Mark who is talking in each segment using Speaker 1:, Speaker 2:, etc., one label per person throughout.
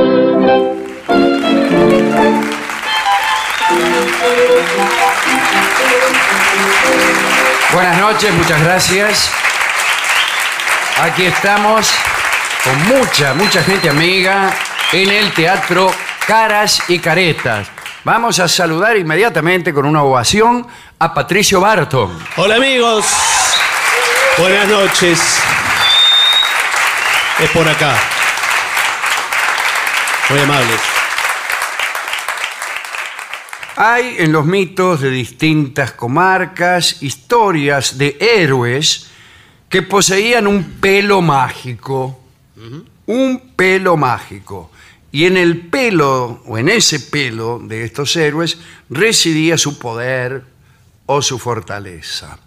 Speaker 1: Buenas noches, muchas gracias. Aquí estamos con mucha, mucha gente amiga en el teatro Caras y Caretas. Vamos a saludar inmediatamente con una ovación a Patricio Barton.
Speaker 2: Hola amigos, buenas noches. Es por acá. Muy amables.
Speaker 1: Hay en los mitos de distintas comarcas historias de héroes que poseían un pelo mágico. Un pelo mágico. Y en el pelo, o en ese pelo de estos héroes, residía su poder o su fortaleza.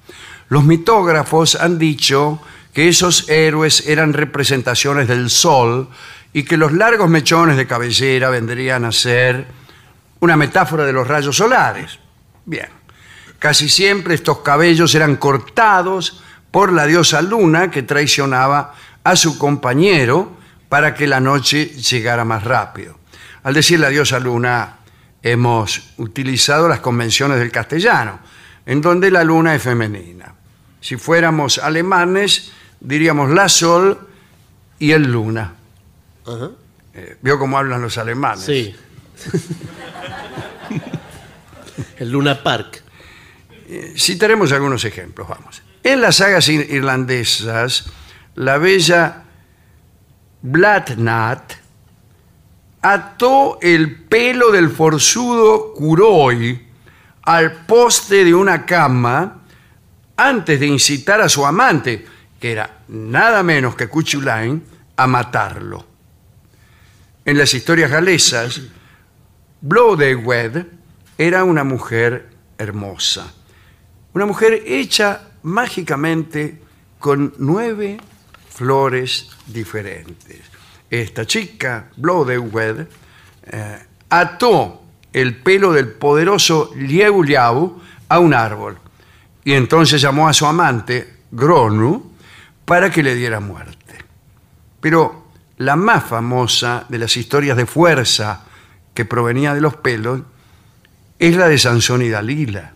Speaker 1: Los mitógrafos han dicho que esos héroes eran representaciones del sol y que los largos mechones de cabellera vendrían a ser una metáfora de los rayos solares. Bien, casi siempre estos cabellos eran cortados por la diosa Luna que traicionaba a su compañero para que la noche llegara más rápido. Al decir la diosa Luna, hemos utilizado las convenciones del castellano, en donde la luna es femenina. Si fuéramos alemanes, diríamos la sol y el luna. Eh, Vio cómo hablan los alemanes.
Speaker 2: Sí. El Luna Park.
Speaker 1: citaremos algunos ejemplos, vamos. En las sagas ir- irlandesas, la bella Blatnat ató el pelo del forzudo Curoi al poste de una cama antes de incitar a su amante, que era nada menos que Cuchulain, a matarlo. En las historias galesas, Blodewed era una mujer hermosa. Una mujer hecha mágicamente con nueve flores diferentes. Esta chica, Blodewed, eh, ató el pelo del poderoso Liu Liao a un árbol y entonces llamó a su amante, Gronu, para que le diera muerte. Pero la más famosa de las historias de fuerza que provenía de los pelos es la de Sansón y Dalila.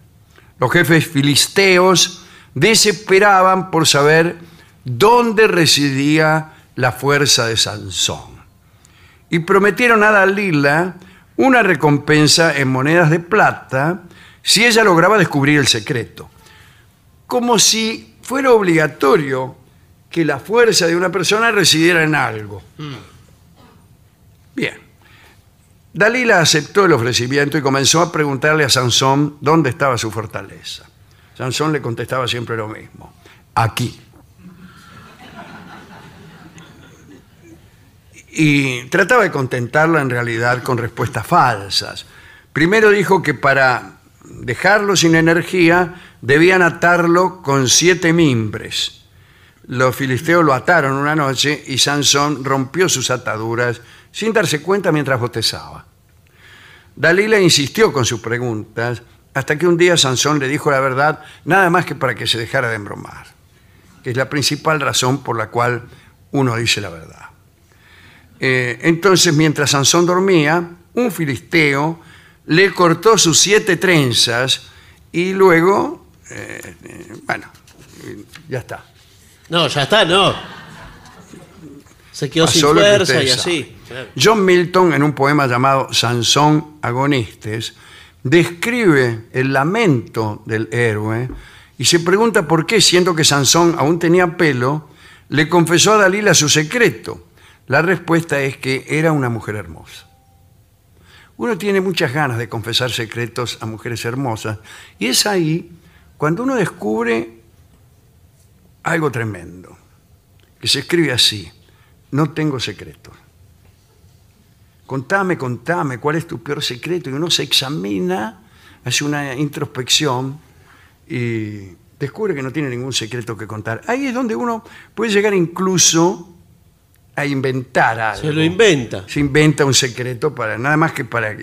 Speaker 1: Los jefes filisteos desesperaban por saber dónde residía la fuerza de Sansón. Y prometieron a Dalila una recompensa en monedas de plata si ella lograba descubrir el secreto. Como si fuera obligatorio que la fuerza de una persona residiera en algo. Bien. Dalila aceptó el ofrecimiento y comenzó a preguntarle a Sansón dónde estaba su fortaleza. Sansón le contestaba siempre lo mismo, aquí. Y trataba de contentarla en realidad con respuestas falsas. Primero dijo que para dejarlo sin energía debían atarlo con siete mimbres. Los filisteos lo ataron una noche y Sansón rompió sus ataduras sin darse cuenta mientras bostezaba. Dalila insistió con sus preguntas hasta que un día Sansón le dijo la verdad nada más que para que se dejara de embromar, que es la principal razón por la cual uno dice la verdad. Eh, entonces, mientras Sansón dormía, un filisteo le cortó sus siete trenzas y luego, eh, eh, bueno, eh, ya está.
Speaker 2: No, ya está, no. Se quedó sin
Speaker 1: Pasó lo que
Speaker 2: fuerza y
Speaker 1: ustedes
Speaker 2: así.
Speaker 1: saben. John Milton, en un poema llamado Sansón Agonistes, describe el lamento del héroe y se pregunta por qué, siendo que Sansón aún tenía pelo, le confesó a Dalila su secreto. La respuesta es que era una mujer hermosa. Uno tiene muchas ganas de confesar secretos a mujeres hermosas y es ahí cuando uno descubre algo tremendo que se escribe así, no tengo secretos. Contame, contame, ¿cuál es tu peor secreto? Y uno se examina, hace una introspección y descubre que no tiene ningún secreto que contar. Ahí es donde uno puede llegar incluso a inventar algo.
Speaker 2: Se lo inventa.
Speaker 1: Se inventa un secreto para nada más que para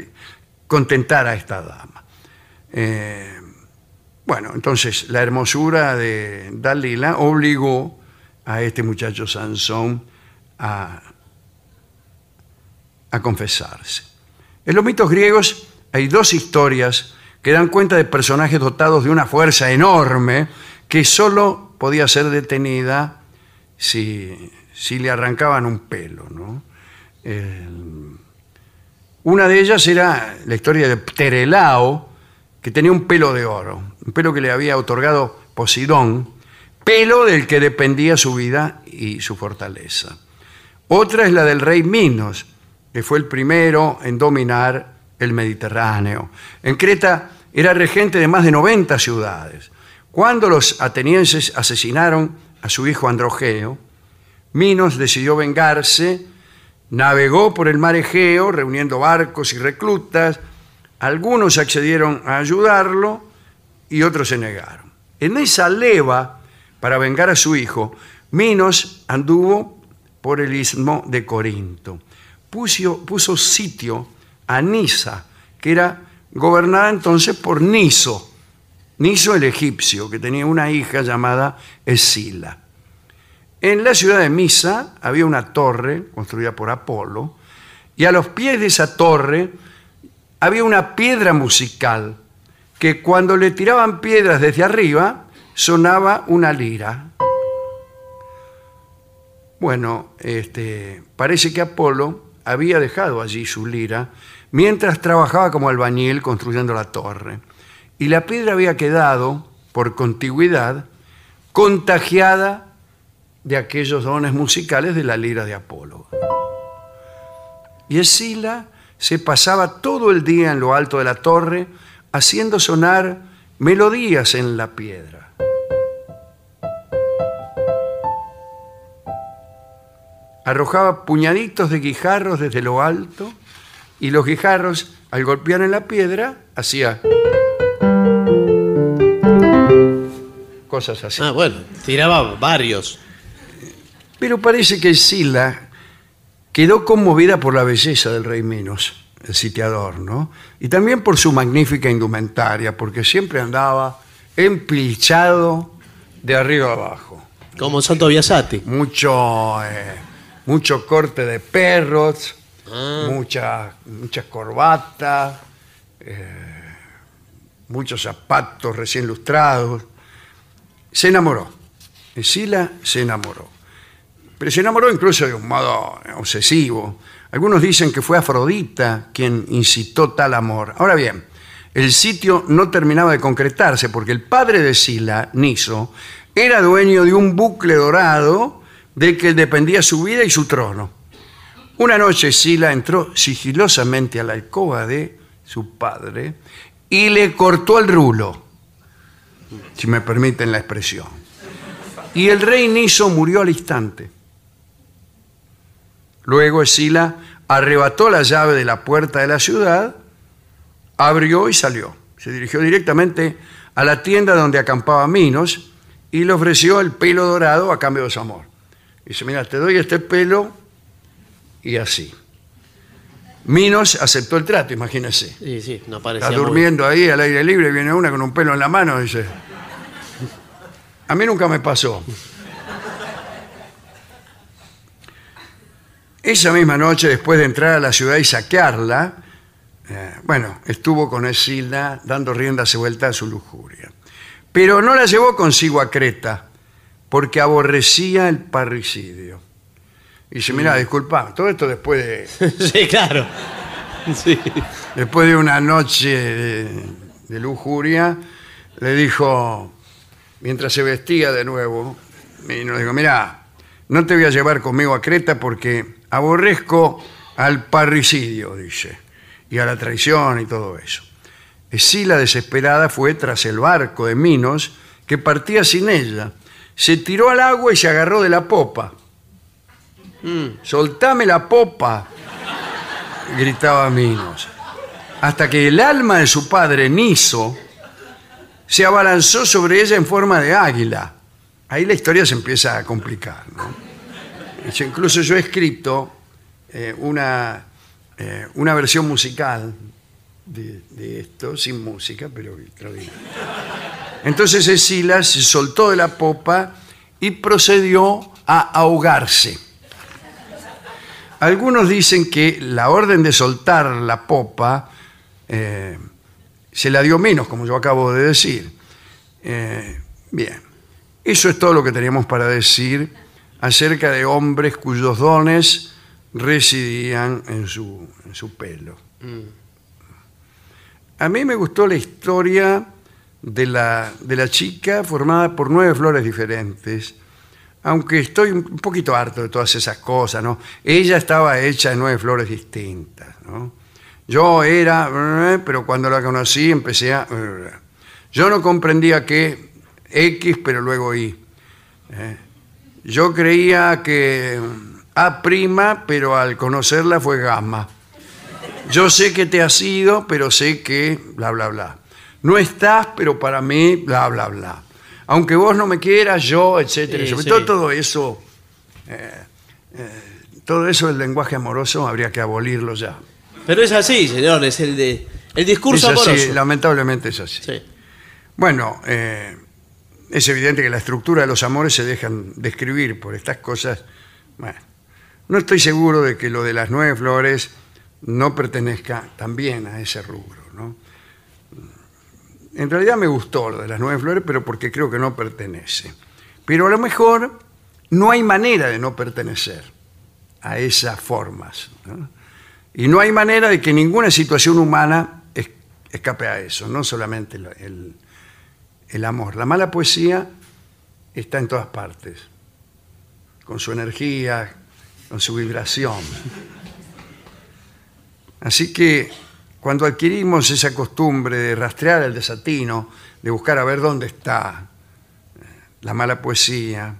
Speaker 1: contentar a esta dama. Eh, bueno, entonces la hermosura de Dalila obligó a este muchacho Sansón a, a confesarse. En los mitos griegos hay dos historias que dan cuenta de personajes dotados de una fuerza enorme que solo podía ser detenida si, si le arrancaban un pelo. ¿no? El- una de ellas era la historia de Pterelao, que tenía un pelo de oro, un pelo que le había otorgado Posidón, pelo del que dependía su vida y su fortaleza. Otra es la del rey Minos, que fue el primero en dominar el Mediterráneo. En Creta era regente de más de 90 ciudades. Cuando los atenienses asesinaron a su hijo Androgeo, Minos decidió vengarse, navegó por el mar Egeo reuniendo barcos y reclutas, algunos accedieron a ayudarlo y otros se negaron. En esa leva, para vengar a su hijo, Minos anduvo por el istmo de Corinto. Puso, puso sitio a Nisa, que era gobernada entonces por Niso, Niso el egipcio, que tenía una hija llamada Escila. En la ciudad de Misa había una torre construida por Apolo y a los pies de esa torre había una piedra musical que cuando le tiraban piedras desde arriba sonaba una lira. Bueno, este, parece que Apolo había dejado allí su lira mientras trabajaba como albañil construyendo la torre y la piedra había quedado, por contigüidad, contagiada de aquellos dones musicales de la lira de Apolo. Y Escila se pasaba todo el día en lo alto de la torre haciendo sonar melodías en la piedra. Arrojaba puñaditos de guijarros desde lo alto y los guijarros, al golpear en la piedra, hacía cosas así.
Speaker 2: Ah, bueno, tiraba varios.
Speaker 1: Pero parece que Sila quedó conmovida por la belleza del rey Minos, el sitiador, ¿no? Y también por su magnífica indumentaria, porque siempre andaba emplichado de arriba abajo.
Speaker 2: Como Santo Biasati.
Speaker 1: Mucho, eh, mucho corte de perros, muchas muchas corbatas, eh, muchos zapatos recién lustrados. se enamoró. Escila se enamoró. Pero se enamoró incluso de un modo obsesivo. Algunos dicen que fue Afrodita quien incitó tal amor. Ahora bien, el sitio no terminaba de concretarse porque el padre de Sila, Niso, era dueño de un bucle dorado del que dependía su vida y su trono. Una noche Sila entró sigilosamente a la alcoba de su padre y le cortó el rulo, si me permiten la expresión. Y el rey Niso murió al instante. Luego Escila arrebató la llave de la puerta de la ciudad, abrió y salió. Se dirigió directamente a la tienda donde acampaba Minos y le ofreció el pelo dorado a cambio de su amor. Dice, mira, te doy este pelo y así. Minos aceptó el trato, imagínese.
Speaker 2: Sí, sí, no parecía
Speaker 1: Está
Speaker 2: muy-
Speaker 1: durmiendo ahí al aire libre, viene una con un pelo en la mano, dice. A mí nunca me pasó. Esa misma noche, después de entrar a la ciudad y saquearla, eh, bueno, estuvo con Escilda dando rienda se vuelta a su lujuria. Pero no la llevó consigo a Creta, porque aborrecía el parricidio. Y dice, mira, disculpa, todo esto después de
Speaker 2: Sí, claro. Sí.
Speaker 1: después de una noche de, de lujuria, le dijo, mientras se vestía de nuevo, y nos dijo, mira, no te voy a llevar conmigo a Creta porque aborrezco al parricidio, dice, y a la traición y todo eso. Escila desesperada fue tras el barco de Minos, que partía sin ella. Se tiró al agua y se agarró de la popa. Soltame la popa, gritaba Minos hasta que el alma de su padre, Niso, se abalanzó sobre ella en forma de águila. Ahí la historia se empieza a complicar. ¿no? Yo- Incluso yo he escrito eh, una, eh, una versión musical de, de esto, sin música, pero extraordinaria. Entonces Escila se soltó de la popa y procedió a ahogarse. Algunos dicen que la orden de soltar la popa eh, se la dio menos, como yo acabo de decir. Eh, bien, eso es todo lo que teníamos para decir acerca de hombres cuyos dones residían en su, en su pelo. A mí me gustó la historia de la, de la chica formada por nueve flores diferentes, aunque estoy un poquito harto de todas esas cosas, ¿no? Ella estaba hecha de nueve flores distintas, ¿no? Yo era, eh, pero cuando la conocí empecé a... eh. Yo no comprendía que X, pero luego Y. ¿eh? Yo creía que A', pero al conocerla fue gamma. Yo sé que te has ido, pero sé que bla, bla, bla. No estás, pero para mí, bla, bla, bla. Aunque vos no me quieras, yo, etcétera.
Speaker 2: Sí,
Speaker 1: Sobre
Speaker 2: sí.
Speaker 1: todo todo eso, eh, eh, todo eso del lenguaje amoroso habría que abolirlo ya.
Speaker 2: Pero es así, señores, el, de, el discurso
Speaker 1: Es así,
Speaker 2: amoroso.
Speaker 1: lamentablemente es así.
Speaker 2: Sí.
Speaker 1: Bueno, eh, es evidente que la estructura de los amores se dejan describir por estas cosas. Bueno, no estoy seguro de que lo de las nueve flores no pertenezca también a ese rubro, ¿no? En realidad me gustó lo de las nueve flores, pero porque creo que no pertenece. Pero a lo mejor no hay manera de no pertenecer a esas formas. ¿no? Y no hay manera de que ninguna situación humana es- escape a eso, no solamente el- el, el amor. La mala poesía está en todas partes, con su energía, con su vibración. Así que cuando adquirimos esa costumbre de rastrear el desatino, de buscar a ver dónde está eh, la mala poesía,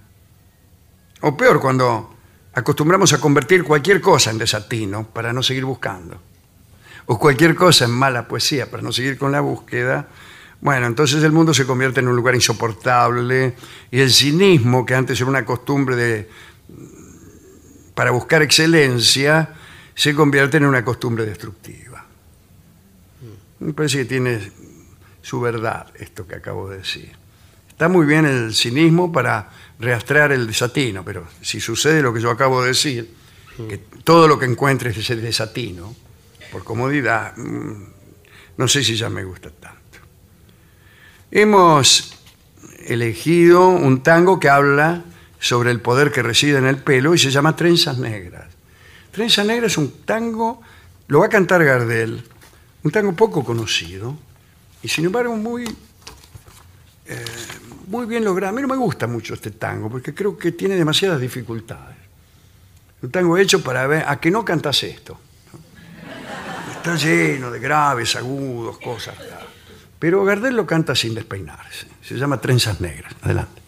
Speaker 1: o peor, cuando acostumbramos a convertir cualquier cosa en desatino para no seguir buscando o cualquier cosa en mala poesía para no seguir con la búsqueda, bueno, entonces el mundo se convierte en un lugar insoportable y el cinismo, que antes era una costumbre de, para buscar excelencia, se convierte en una costumbre destructiva. Me parece que tiene su verdad esto que acabo de decir. Está muy bien el cinismo para rastrear el desatino, pero si sucede lo que yo acabo de decir, que todo lo que encuentres es el desatino, por comodidad, mm, no sé si ya me gusta tanto. Hemos elegido un tango que habla sobre el poder que reside en el pelo y se llama Trenzas Negras. Trenzas Negras es un tango, lo va a cantar Gardel, un tango poco conocido y sin embargo muy, eh, muy bien logrado. A mí no me gusta mucho este tango porque creo que tiene demasiadas dificultades. Un tango hecho para ver, ¿a que no cantas esto? ¿No? Está lleno de graves, agudos, cosas. tal. Pero Gardel lo canta sin despeinarse. Se llama Trenzas Negras. Adelante.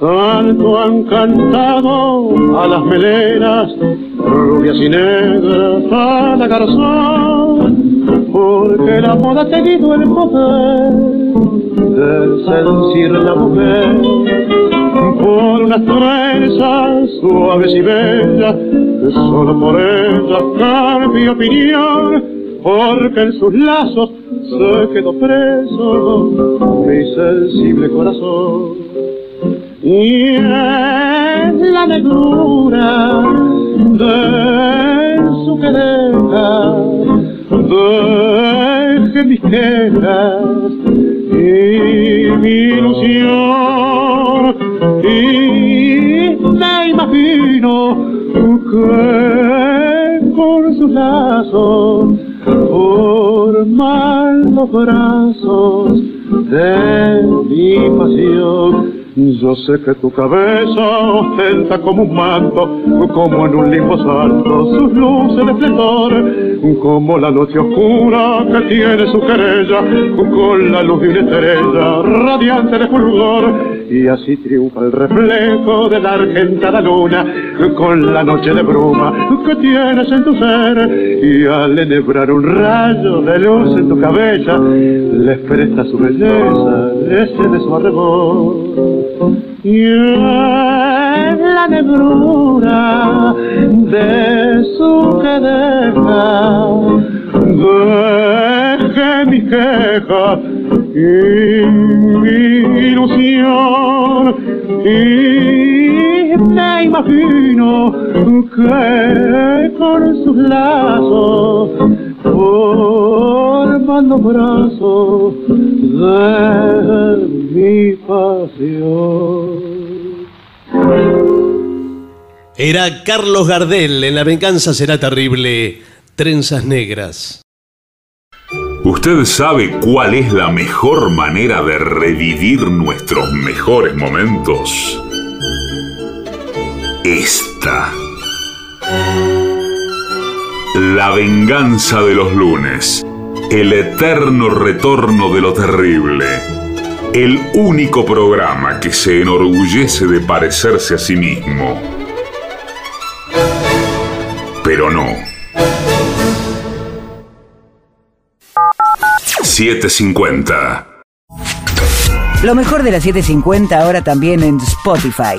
Speaker 3: Tanto han cantado a las melenas, rubias y negras a la garzón, porque la moda ha tenido el poder de seducir a la mujer. Por unas trenzas suaves y bellas, que solo por ellas cambio opinión, porque en sus lazos se quedó preso mi sensible corazón y es la negrura de su cadena deje mis quejas y mi ilusión y me imagino que con sus lazos forman los brazos de mi pasión yo sé que tu cabeza ostenta como un manto, como en un limbo santo, sus luces de esplendor, como la noche oscura que tiene su querella, con la luz de una estrella radiante de fulgor. Y así triunfa el reflejo de la argentada luna, con la noche de bruma que tienes en tu ser. Y al enhebrar un rayo de luz en tu cabeza, les presta su belleza, ese de su arrebol. Y es la negrura de su cadena deje mi queja y mi ilusión y me imagino que con sus lazos forman los brazos de mi pasión.
Speaker 2: Era Carlos Gardel en La venganza será terrible, Trenzas Negras.
Speaker 4: ¿Usted sabe cuál es la mejor manera de revivir nuestros mejores momentos? Esta. La venganza de los lunes. El eterno retorno de lo terrible. El único programa que se enorgullece de parecerse a sí mismo. Pero no. 750.
Speaker 5: Lo mejor de la 750 ahora también en Spotify.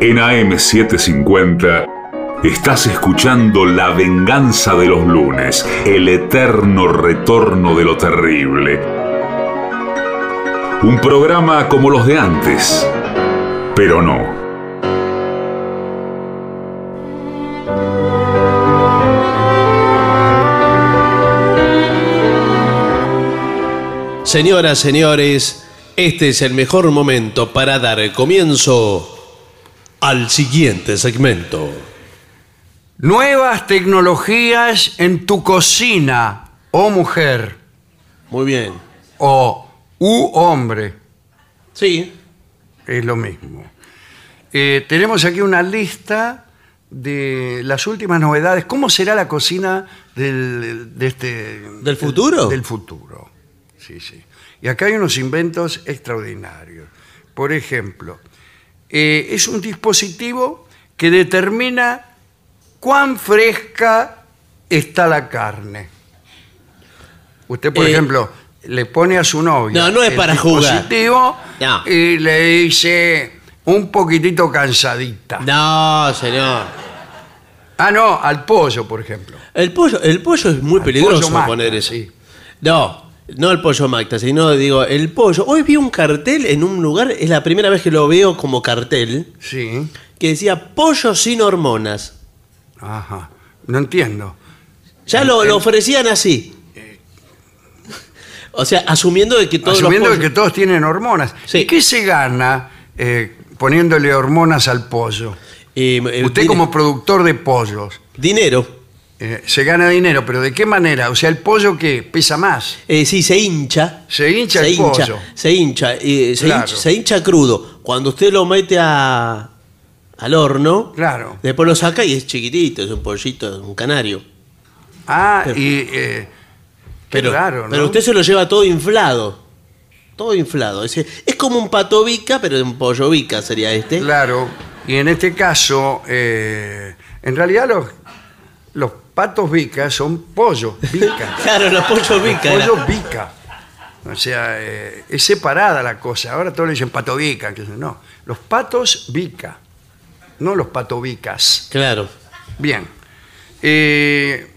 Speaker 4: En AM750 estás escuchando La venganza de los lunes, el eterno retorno de lo terrible. Un programa como los de antes, pero no.
Speaker 2: Señoras, señores, este es el mejor momento para dar el comienzo al siguiente segmento.
Speaker 1: Nuevas tecnologías en tu cocina, oh mujer,
Speaker 2: Muy bien.
Speaker 1: o u hombre.
Speaker 2: Sí.
Speaker 1: es lo mismo. Eh, tenemos aquí una lista de las últimas novedades. ¿Cómo será la cocina del, de este...
Speaker 2: ¿Del futuro?
Speaker 1: Del futuro, sí, sí. Y acá hay unos inventos extraordinarios. Por ejemplo, eh, es un dispositivo que determina cuán fresca está la carne. Usted, por
Speaker 2: Eh,
Speaker 1: ejemplo, le pone a su novia.
Speaker 2: No, no es
Speaker 1: el
Speaker 2: para jugar.
Speaker 1: dispositivo
Speaker 2: No.
Speaker 1: Y le dice un poquitito cansadita.
Speaker 2: No, señor.
Speaker 1: Ah, no, al pollo, por ejemplo.
Speaker 2: El pollo, el pollo es muy
Speaker 1: pollo
Speaker 2: peligroso
Speaker 1: Magda,
Speaker 2: poner eso.
Speaker 1: sí.
Speaker 2: No, no el pollo Macta, sino digo, el pollo. Hoy vi un cartel en un lugar, es la primera vez que lo veo como cartel,
Speaker 1: Sí.
Speaker 2: que decía pollo sin hormonas.
Speaker 1: Ajá. No entiendo.
Speaker 2: Ya lo, lo ofrecían así. O sea, asumiendo de que todos los
Speaker 1: Asumiendo
Speaker 2: pollos-
Speaker 1: que todos tienen hormonas.
Speaker 2: Sí.
Speaker 1: ¿Y qué se gana eh, poniéndole hormonas al pollo?
Speaker 2: Eh, eh,
Speaker 1: Usted
Speaker 2: dine-
Speaker 1: como productor de pollos,
Speaker 2: Dinero.
Speaker 1: eh, se gana dinero, pero ¿de qué manera? O sea, el pollo que pesa más.
Speaker 2: Eh, sí, se hincha.
Speaker 1: Se hincha el pollo.
Speaker 2: Se hincha, eh, se,
Speaker 1: Claro.
Speaker 2: hincha se hincha crudo. Cuando usted lo mete a, al horno,
Speaker 1: Claro.
Speaker 2: después lo saca y es chiquitito, es un pollito, es un canario.
Speaker 1: Ah,
Speaker 2: Pero-
Speaker 1: y... eh, qué
Speaker 2: Pero,
Speaker 1: raro, ¿no?
Speaker 2: pero usted se lo lleva todo inflado. Todo inflado. Es, es como un pato bica, pero de un pollo bica sería este.
Speaker 1: Claro, y en este caso, eh, en realidad los, los patos vicas son pollo, vica.
Speaker 2: Claro, los pollos bica. era.
Speaker 1: pollo vica. O sea, eh, es separada la cosa. Ahora todos le dicen pato vica. que No, los patos vica, no los patovicas.
Speaker 2: Claro.
Speaker 1: Bien. Eh,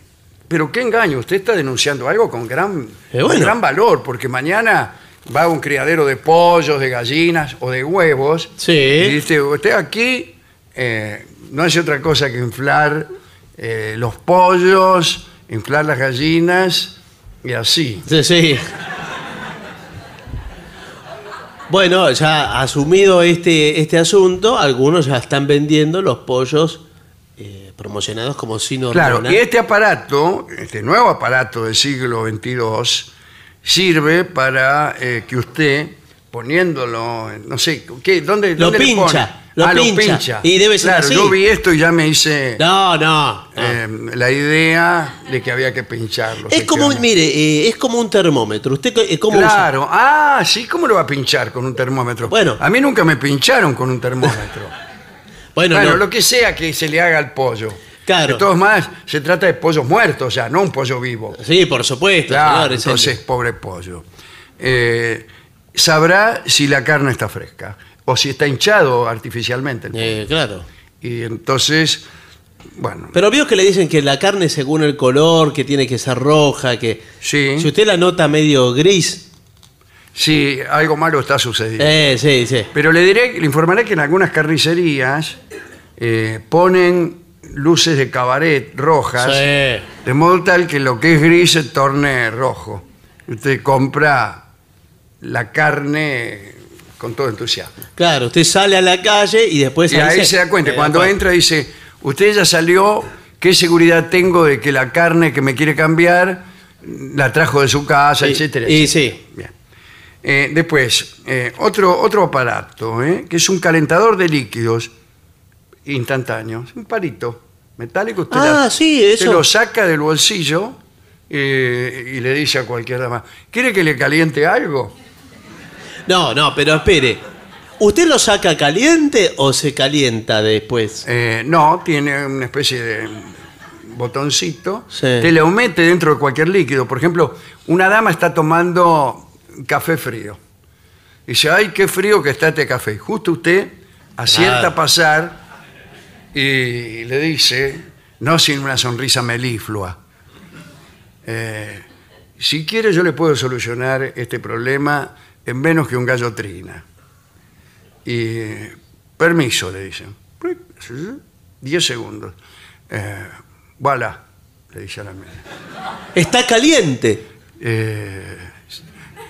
Speaker 1: pero qué engaño, usted está denunciando algo con gran,
Speaker 2: Eh, bueno.
Speaker 1: gran valor, porque mañana va a un criadero de pollos, de gallinas o de huevos.
Speaker 2: Sí.
Speaker 1: Y dice, usted aquí eh, no hace otra cosa que inflar eh, los pollos, inflar las gallinas y así.
Speaker 2: Sí, sí. Bueno, ya asumido este, este asunto, algunos ya están vendiendo los pollos eh, promocionados como sin hormona.
Speaker 1: Claro, y este aparato, este nuevo aparato del siglo XXII, sirve para eh, que usted, poniéndolo, en- no sé, ¿qué? ¿dónde,
Speaker 2: Lo
Speaker 1: dónde le
Speaker 2: pincha,
Speaker 1: pone?
Speaker 2: lo
Speaker 1: Ah,
Speaker 2: pincha. Y debe ser
Speaker 1: Claro,
Speaker 2: así.
Speaker 1: yo vi esto y ya me hice
Speaker 2: No, no. no.
Speaker 1: eh, la idea de que había que pincharlo.
Speaker 2: es como, un-
Speaker 1: efectivamente.
Speaker 2: mire, eh, es como un termómetro. Usted co- eh, cómo usa?
Speaker 1: Claro, ah, sí, ¿cómo lo va a pinchar con un termómetro?
Speaker 2: Bueno.
Speaker 1: A mí nunca me pincharon con un termómetro.
Speaker 2: Bueno,
Speaker 1: bueno,
Speaker 2: no.
Speaker 1: lo que sea que se le haga al pollo.
Speaker 2: Claro.
Speaker 1: De todos más, se trata de pollos muertos ya, no un pollo vivo.
Speaker 2: sí, por supuesto.
Speaker 1: Claro,
Speaker 2: señor, Eh, es el-
Speaker 1: entonces, pobre pollo. Eh, sabrá si la carne está fresca o si está hinchado artificialmente. el pollo.
Speaker 2: Eh, claro.
Speaker 1: Y entonces, bueno,
Speaker 2: Pero vio que le dicen que la carne según el color, que tiene que ser roja, que...
Speaker 1: Sí.
Speaker 2: Si usted la nota medio gris...
Speaker 1: si algo malo está sucediendo.
Speaker 2: Eh, sí, sí.
Speaker 1: Pero le diré, le informaré que en algunas carnicerías eh, ponen luces de cabaret rojas,
Speaker 2: Sí.
Speaker 1: de modo tal que lo que es gris se torne rojo. Usted compra la carne con todo entusiasmo.
Speaker 2: Claro, usted sale a la calle y después... Eh,
Speaker 1: Y ahí se da cuenta. Cuando entra dice, usted ya salió, ¿qué seguridad tengo de que la carne que me quiere cambiar mm, la trajo de su casa,
Speaker 2: Y-
Speaker 1: etcétera?
Speaker 2: y
Speaker 1: etcétera"?
Speaker 2: sí.
Speaker 1: Bien. Eh, después, eh, otro, otro aparato, ¿eh? que es un calentador de líquidos instantáneos, un palito metálico. Usted
Speaker 2: Ah,
Speaker 1: la-
Speaker 2: sí,
Speaker 1: usted
Speaker 2: eso.
Speaker 1: lo saca del bolsillo eh, y le dice a cualquier dama, ¿quiere que le caliente algo?
Speaker 2: No, no, pero espere. ¿Usted lo saca caliente o se calienta después?
Speaker 1: Eh, no, tiene una especie de botoncito
Speaker 2: Sí.
Speaker 1: que le mete dentro de cualquier líquido. Por ejemplo, una dama está tomando café frío. Y dice, ay, qué frío que está este café. Y Justo usted acierta
Speaker 2: Claro.
Speaker 1: a pasar y le dice, no sin una sonrisa meliflua, eh, si quiere yo le puedo solucionar este problema en menos que un gallo trina. Y permiso, le dicen. 10 segundos. Eh, voilà, le dice a la mina.
Speaker 2: Está caliente.
Speaker 1: Eh,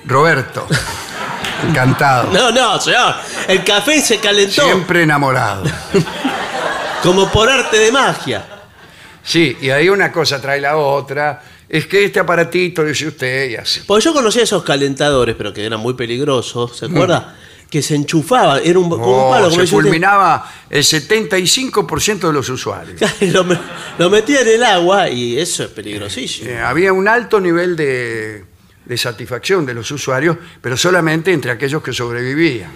Speaker 1: Roberto, encantado.
Speaker 2: No, no, señor. El café se calentó
Speaker 1: Siempre enamorado.
Speaker 2: como por arte de magia.
Speaker 1: Sí, y ahí una cosa trae la otra. Es que este aparatito, dice usted, y así.
Speaker 2: Porque yo conocía esos calentadores, pero que eran muy peligrosos, ¿se acuerda? que se enchufaba, era un, como un
Speaker 1: Mm. Oh,
Speaker 2: palo. como
Speaker 1: se
Speaker 2: decirte-
Speaker 1: fulminaba el 75% de los usuarios.
Speaker 2: lo, me- lo metía en el agua y eso es peligrosísimo.
Speaker 1: Eh, había un alto nivel de, de satisfacción de los usuarios, pero solamente entre aquellos que sobrevivían.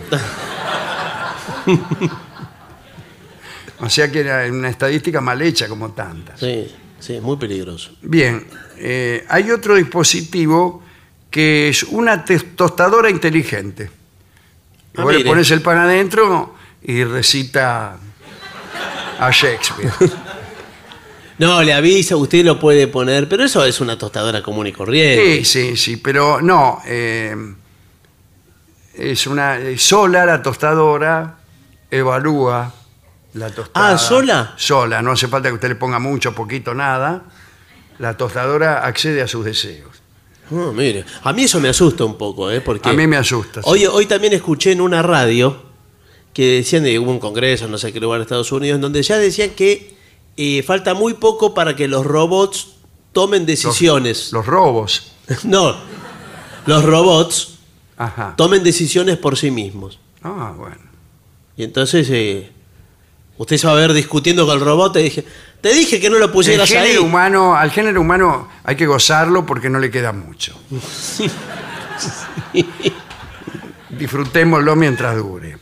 Speaker 1: o sea que era una estadística mal hecha como tantas.
Speaker 2: Sí, sí, muy peligroso.
Speaker 1: Bien, eh, hay otro dispositivo que es una te- tostadora inteligente.
Speaker 2: Ah,
Speaker 1: Vos le
Speaker 2: mire.
Speaker 1: pones el pan adentro y recita a Shakespeare.
Speaker 2: Eh. No, le avisa, usted lo puede poner, pero eso es una tostadora común y corriente.
Speaker 1: Sí, sí, sí, pero no. eh, es una. eh, Sola la tostadora evalúa la tostada.
Speaker 2: Ah, ¿sola?
Speaker 1: Sola, no hace falta que usted le ponga mucho, poquito, nada. La tostadora accede a sus deseos.
Speaker 2: Ah, mire, a mí eso me asusta un poco, ¿eh? Porque
Speaker 1: A mí me asusta. sí.
Speaker 2: Hoy, hoy también escuché en una radio que decían de hubo un congreso, no sé qué lugar de Estados Unidos, donde ya decían que eh, falta muy poco para que los robots tomen
Speaker 1: Los-
Speaker 2: decisiones.
Speaker 1: Los, robos.
Speaker 2: no, los robots
Speaker 1: Ajá.
Speaker 2: tomen decisiones por sí mismos.
Speaker 1: Ah, bueno.
Speaker 2: Y entonces eh, usted se va a ver discutiendo con el robot. Te dije, te dije que no lo
Speaker 1: El
Speaker 2: pusieras ahí.
Speaker 1: género humano, al género humano hay que gozarlo porque no le queda mucho. Disfrutémoslo mientras dure.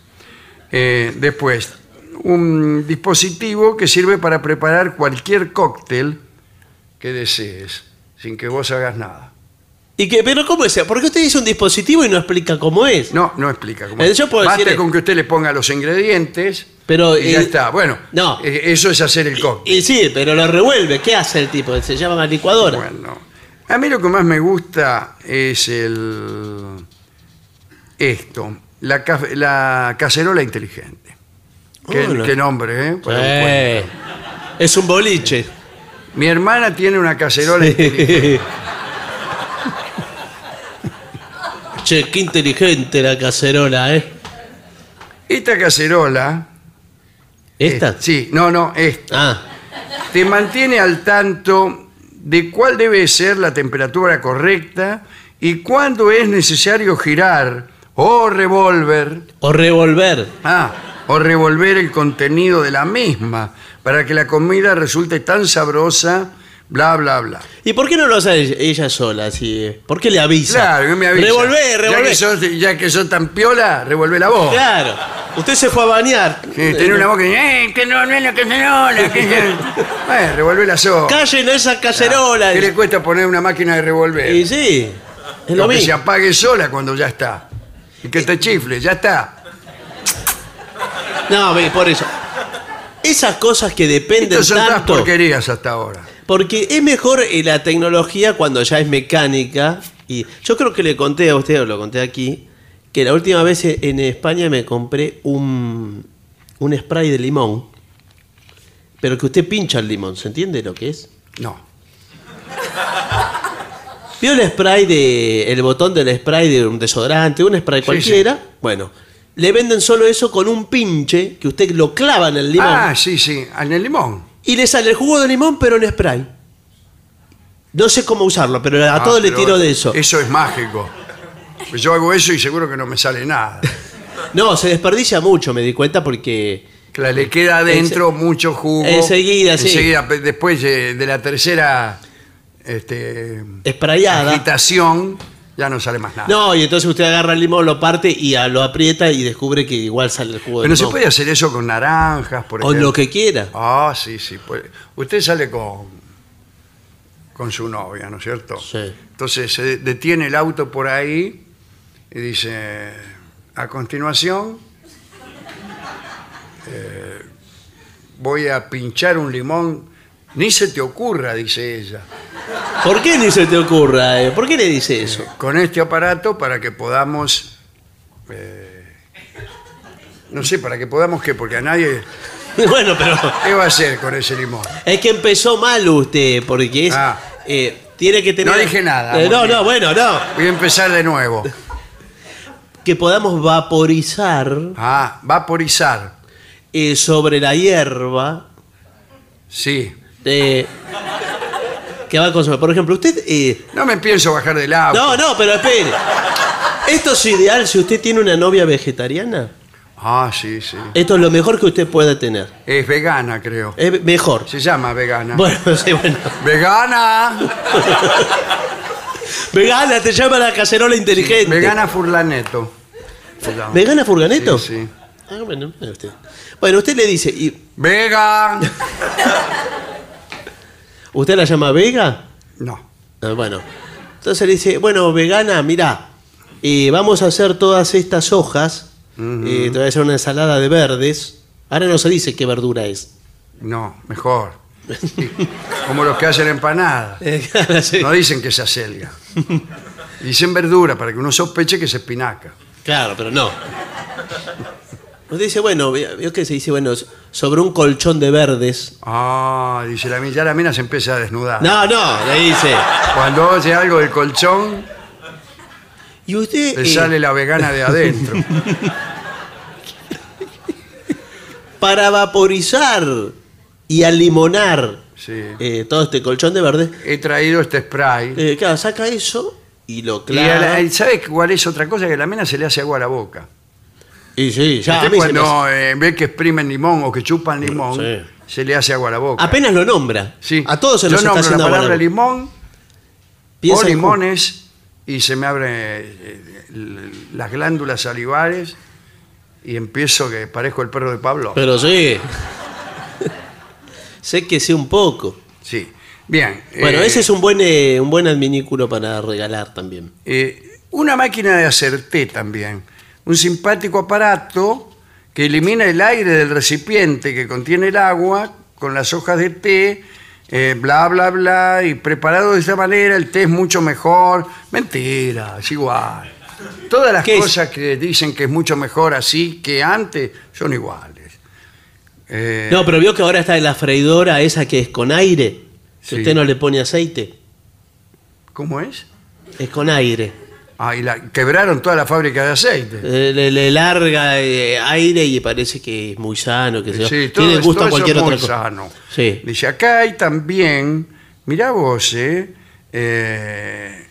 Speaker 1: Eh, después, un dispositivo que sirve para preparar cualquier cóctel que desees, sin que vos hagas nada.
Speaker 2: Y que, pero ¿cómo es? ¿Por qué usted dice un dispositivo y no explica cómo es?
Speaker 1: No, no explica. cómo-
Speaker 2: Eh, yo puedo
Speaker 1: Basta
Speaker 2: decir-
Speaker 1: con que usted le ponga los ingredientes
Speaker 2: Pero,
Speaker 1: y ya
Speaker 2: eh,
Speaker 1: está. Bueno,
Speaker 2: no.
Speaker 1: eh, eso es hacer el cóctel.
Speaker 2: Y sí, pero lo revuelve. ¿Qué hace el tipo? Se llama la licuadora.
Speaker 1: Bueno, a mí lo que más me gusta es el esto, la, ca- la cacerola inteligente. Qué,
Speaker 2: Hola.
Speaker 1: qué nombre, ¿eh? Para un cuento.
Speaker 2: Eh, es un boliche.
Speaker 1: Mi hermana tiene una cacerola inteligente.
Speaker 2: Che, qué inteligente la cacerola, ¿eh?
Speaker 1: Esta cacerola.
Speaker 2: ¿Esta?
Speaker 1: es- Eh, sí, no, no, esta.
Speaker 2: Ah,
Speaker 1: Te mantiene al tanto de cuál debe ser la temperatura correcta y cuándo es necesario girar o revolver.
Speaker 2: o revolver.
Speaker 1: Ah, o revolver el contenido de la misma para que la comida resulte tan sabrosa, bla, bla, bla.
Speaker 2: ¿Y por qué no lo hace ella- ella sola? Así? eh? ¿Por qué le avisa?
Speaker 1: Claro, que me avisa. Ya
Speaker 2: Revolver,
Speaker 1: que
Speaker 2: revolver.
Speaker 1: sos, ya que sos tan piola, revuelve la voz.
Speaker 2: Claro. Usted se fue a bañar.
Speaker 1: Sí, tiene una voz que dice, "Eh, que no, no es la cacerola! Que no". Bueno, revuelve la sopa.
Speaker 2: Callen esa cacerola.
Speaker 1: ¿Qué le cuesta poner una máquina de revolver?
Speaker 2: Y sí, es
Speaker 1: Lo
Speaker 2: lo
Speaker 1: que se
Speaker 2: mismo.
Speaker 1: apague sola cuando ya está. Y que te chifle, ya está.
Speaker 2: No, ve, por eso. Esas cosas que dependen
Speaker 1: Estas son todas
Speaker 2: tanto.
Speaker 1: porquerías hasta ahora.
Speaker 2: Porque es mejor eh, la tecnología cuando ya es mecánica. Y yo creo que le conté a usted, o lo conté aquí, que la última vez e- en España me compré un, un spray de limón. Pero que usted pincha el limón, ¿se entiende lo que es?
Speaker 1: No.
Speaker 2: ¿Vio el spray de. el botón del spray de un desodorante, un spray cualquiera? Bueno, le venden solo eso con un pinche que usted lo clava en el limón.
Speaker 1: Ah, sí, sí, en el limón.
Speaker 2: Y le sale el jugo de limón, pero en spray. No sé cómo usarlo, pero a
Speaker 1: Ah,
Speaker 2: todo le
Speaker 1: pero
Speaker 2: tiro de eso.
Speaker 1: Eso es mágico. Pues Yo hago eso y seguro que no me sale nada.
Speaker 2: No, se desperdicia mucho, me di cuenta, porque.
Speaker 1: Claro, le queda adentro mucho jugo.
Speaker 2: Enseguida, sí.
Speaker 1: Enseguida, pe- después eh, de la tercera este,
Speaker 2: Esprayada.
Speaker 1: agitación, ya no sale más nada.
Speaker 2: No, y entonces usted agarra el limón, lo parte y a- lo aprieta y descubre que igual sale el jugo de
Speaker 1: Pero se
Speaker 2: limón.
Speaker 1: puede hacer eso con naranjas, por
Speaker 2: O
Speaker 1: ejemplo.
Speaker 2: lo que quiera.
Speaker 1: Ah, sí, sí. puede. Usted sale con, con su novia, ¿no es cierto?
Speaker 2: Sí.
Speaker 1: Entonces se detiene el auto por ahí y dice, a continuación eh, voy a pinchar un limón. Ni se te ocurra, dice ella,
Speaker 2: ¿Por qué ni se te ocurra? eh? ¿Por qué le dice eso?
Speaker 1: con este aparato para que podamos... eh, no sé, para que podamos qué, porque a nadie...
Speaker 2: bueno, pero.
Speaker 1: ¿Qué va a hacer con ese limón?
Speaker 2: Es que empezó mal usted, porque es.
Speaker 1: Ah.
Speaker 2: eh, tiene que tener.
Speaker 1: No dije nada,
Speaker 2: Eh, no,
Speaker 1: muy bien.
Speaker 2: no, bueno, no.
Speaker 1: Voy a empezar de nuevo.
Speaker 2: Que podamos vaporizar
Speaker 1: Ah, vaporizar.
Speaker 2: eh, sobre la hierba
Speaker 1: Sí.
Speaker 2: eh, que va a consumir. Por ejemplo, usted. eh,
Speaker 1: No me pienso bajar del agua.
Speaker 2: no, no, pero espere. Esto es ideal si usted tiene una novia vegetariana.
Speaker 1: Ah, sí, sí.
Speaker 2: Esto es lo mejor que usted pueda tener.
Speaker 1: Es vegana, creo.
Speaker 2: Es mejor.
Speaker 1: Se llama vegana.
Speaker 2: Bueno, sí, bueno.
Speaker 1: Vegana,
Speaker 2: Vegana, te llama la cacerola inteligente.
Speaker 1: vegana furlaneto. Se llama.
Speaker 2: ¿Vegana Furganeto?
Speaker 1: Sí, sí.
Speaker 2: Ah, bueno, mira usted. Bueno, usted le dice, ¿y
Speaker 1: Vega.
Speaker 2: ¿usted la llama Vega?
Speaker 1: No.
Speaker 2: Ah, bueno. Entonces le dice, bueno, vegana, mirá, eh, vamos a hacer todas estas hojas, eh, te voy a hacer una ensalada de verdes. Ahora no se dice qué verdura es.
Speaker 1: No, mejor. Sí, Como los que hacen empanadas.
Speaker 2: Eh, claro, sí.
Speaker 1: No dicen que es acelga. Dicen verdura para que uno sospeche que es espinaca.
Speaker 2: Claro, pero no. Usted dice, bueno, ve- veo que se dice, bueno, so- sobre un colchón de verdes.
Speaker 1: Ah, dice la mina. Ya la mina se empieza a desnudar.
Speaker 2: No, no, le dice.
Speaker 1: Cuando oye algo del colchón,
Speaker 2: Y usted...
Speaker 1: le
Speaker 2: eh,
Speaker 1: sale la vegana de adentro.
Speaker 2: para vaporizar y alimonar
Speaker 1: Sí.
Speaker 2: eh, todo este colchón de verde.
Speaker 1: He traído este spray.
Speaker 2: eh, claro, saca eso y lo
Speaker 1: Y a la-
Speaker 2: clava.
Speaker 1: y ¿Sabes cuál es otra cosa? Que a la mina se le hace agua a la boca.
Speaker 2: Y sí, ya. a
Speaker 1: Usted
Speaker 2: mí se me
Speaker 1: cuando eh, ve que exprimen limón o que chupan limón,
Speaker 2: Sí.
Speaker 1: se le hace agua a la
Speaker 2: hace-
Speaker 1: boca.
Speaker 2: apenas lo nombra.
Speaker 1: Sí.
Speaker 2: A todos se
Speaker 1: Yo
Speaker 2: nos está
Speaker 1: nombro
Speaker 2: haciendo
Speaker 1: la
Speaker 2: agua
Speaker 1: palabra
Speaker 2: la boca.
Speaker 1: limón
Speaker 2: Piensa
Speaker 1: o
Speaker 2: en-
Speaker 1: limones y se me abren eh, eh, las glándulas salivares y empiezo que parezco el perro de Pablo.
Speaker 2: Pero sí. sé que sí un poco.
Speaker 1: Sí. Bien.
Speaker 2: Bueno,
Speaker 1: eh,
Speaker 2: ese es un buen, eh, un buen adminículo para regalar también.
Speaker 1: eh, una máquina de hacer té también. Un simpático aparato que elimina el aire del recipiente que contiene el agua con las hojas de té, eh, bla, bla, bla, y preparado de esta manera el té es mucho mejor. Mentira, es igual. Todas las
Speaker 2: ¿Qué es?
Speaker 1: cosas que dicen que es mucho mejor así que antes son iguales. Eh,
Speaker 2: No, pero vio que ahora está la freidora esa que es con aire.
Speaker 1: Sí.
Speaker 2: Si usted no le pone aceite,
Speaker 1: ¿Cómo es?
Speaker 2: es con aire.
Speaker 1: Ah, y la, quebraron toda la fábrica de aceite.
Speaker 2: Eh, Le, le larga eh, aire y parece que es muy sano, que se
Speaker 1: Sí, todo,
Speaker 2: tiene gusto
Speaker 1: todo
Speaker 2: a
Speaker 1: eso
Speaker 2: cualquier
Speaker 1: es muy
Speaker 2: otra cosa.
Speaker 1: sano.
Speaker 2: Sí.
Speaker 1: Dice, acá hay también, mirá vos, eh, eh,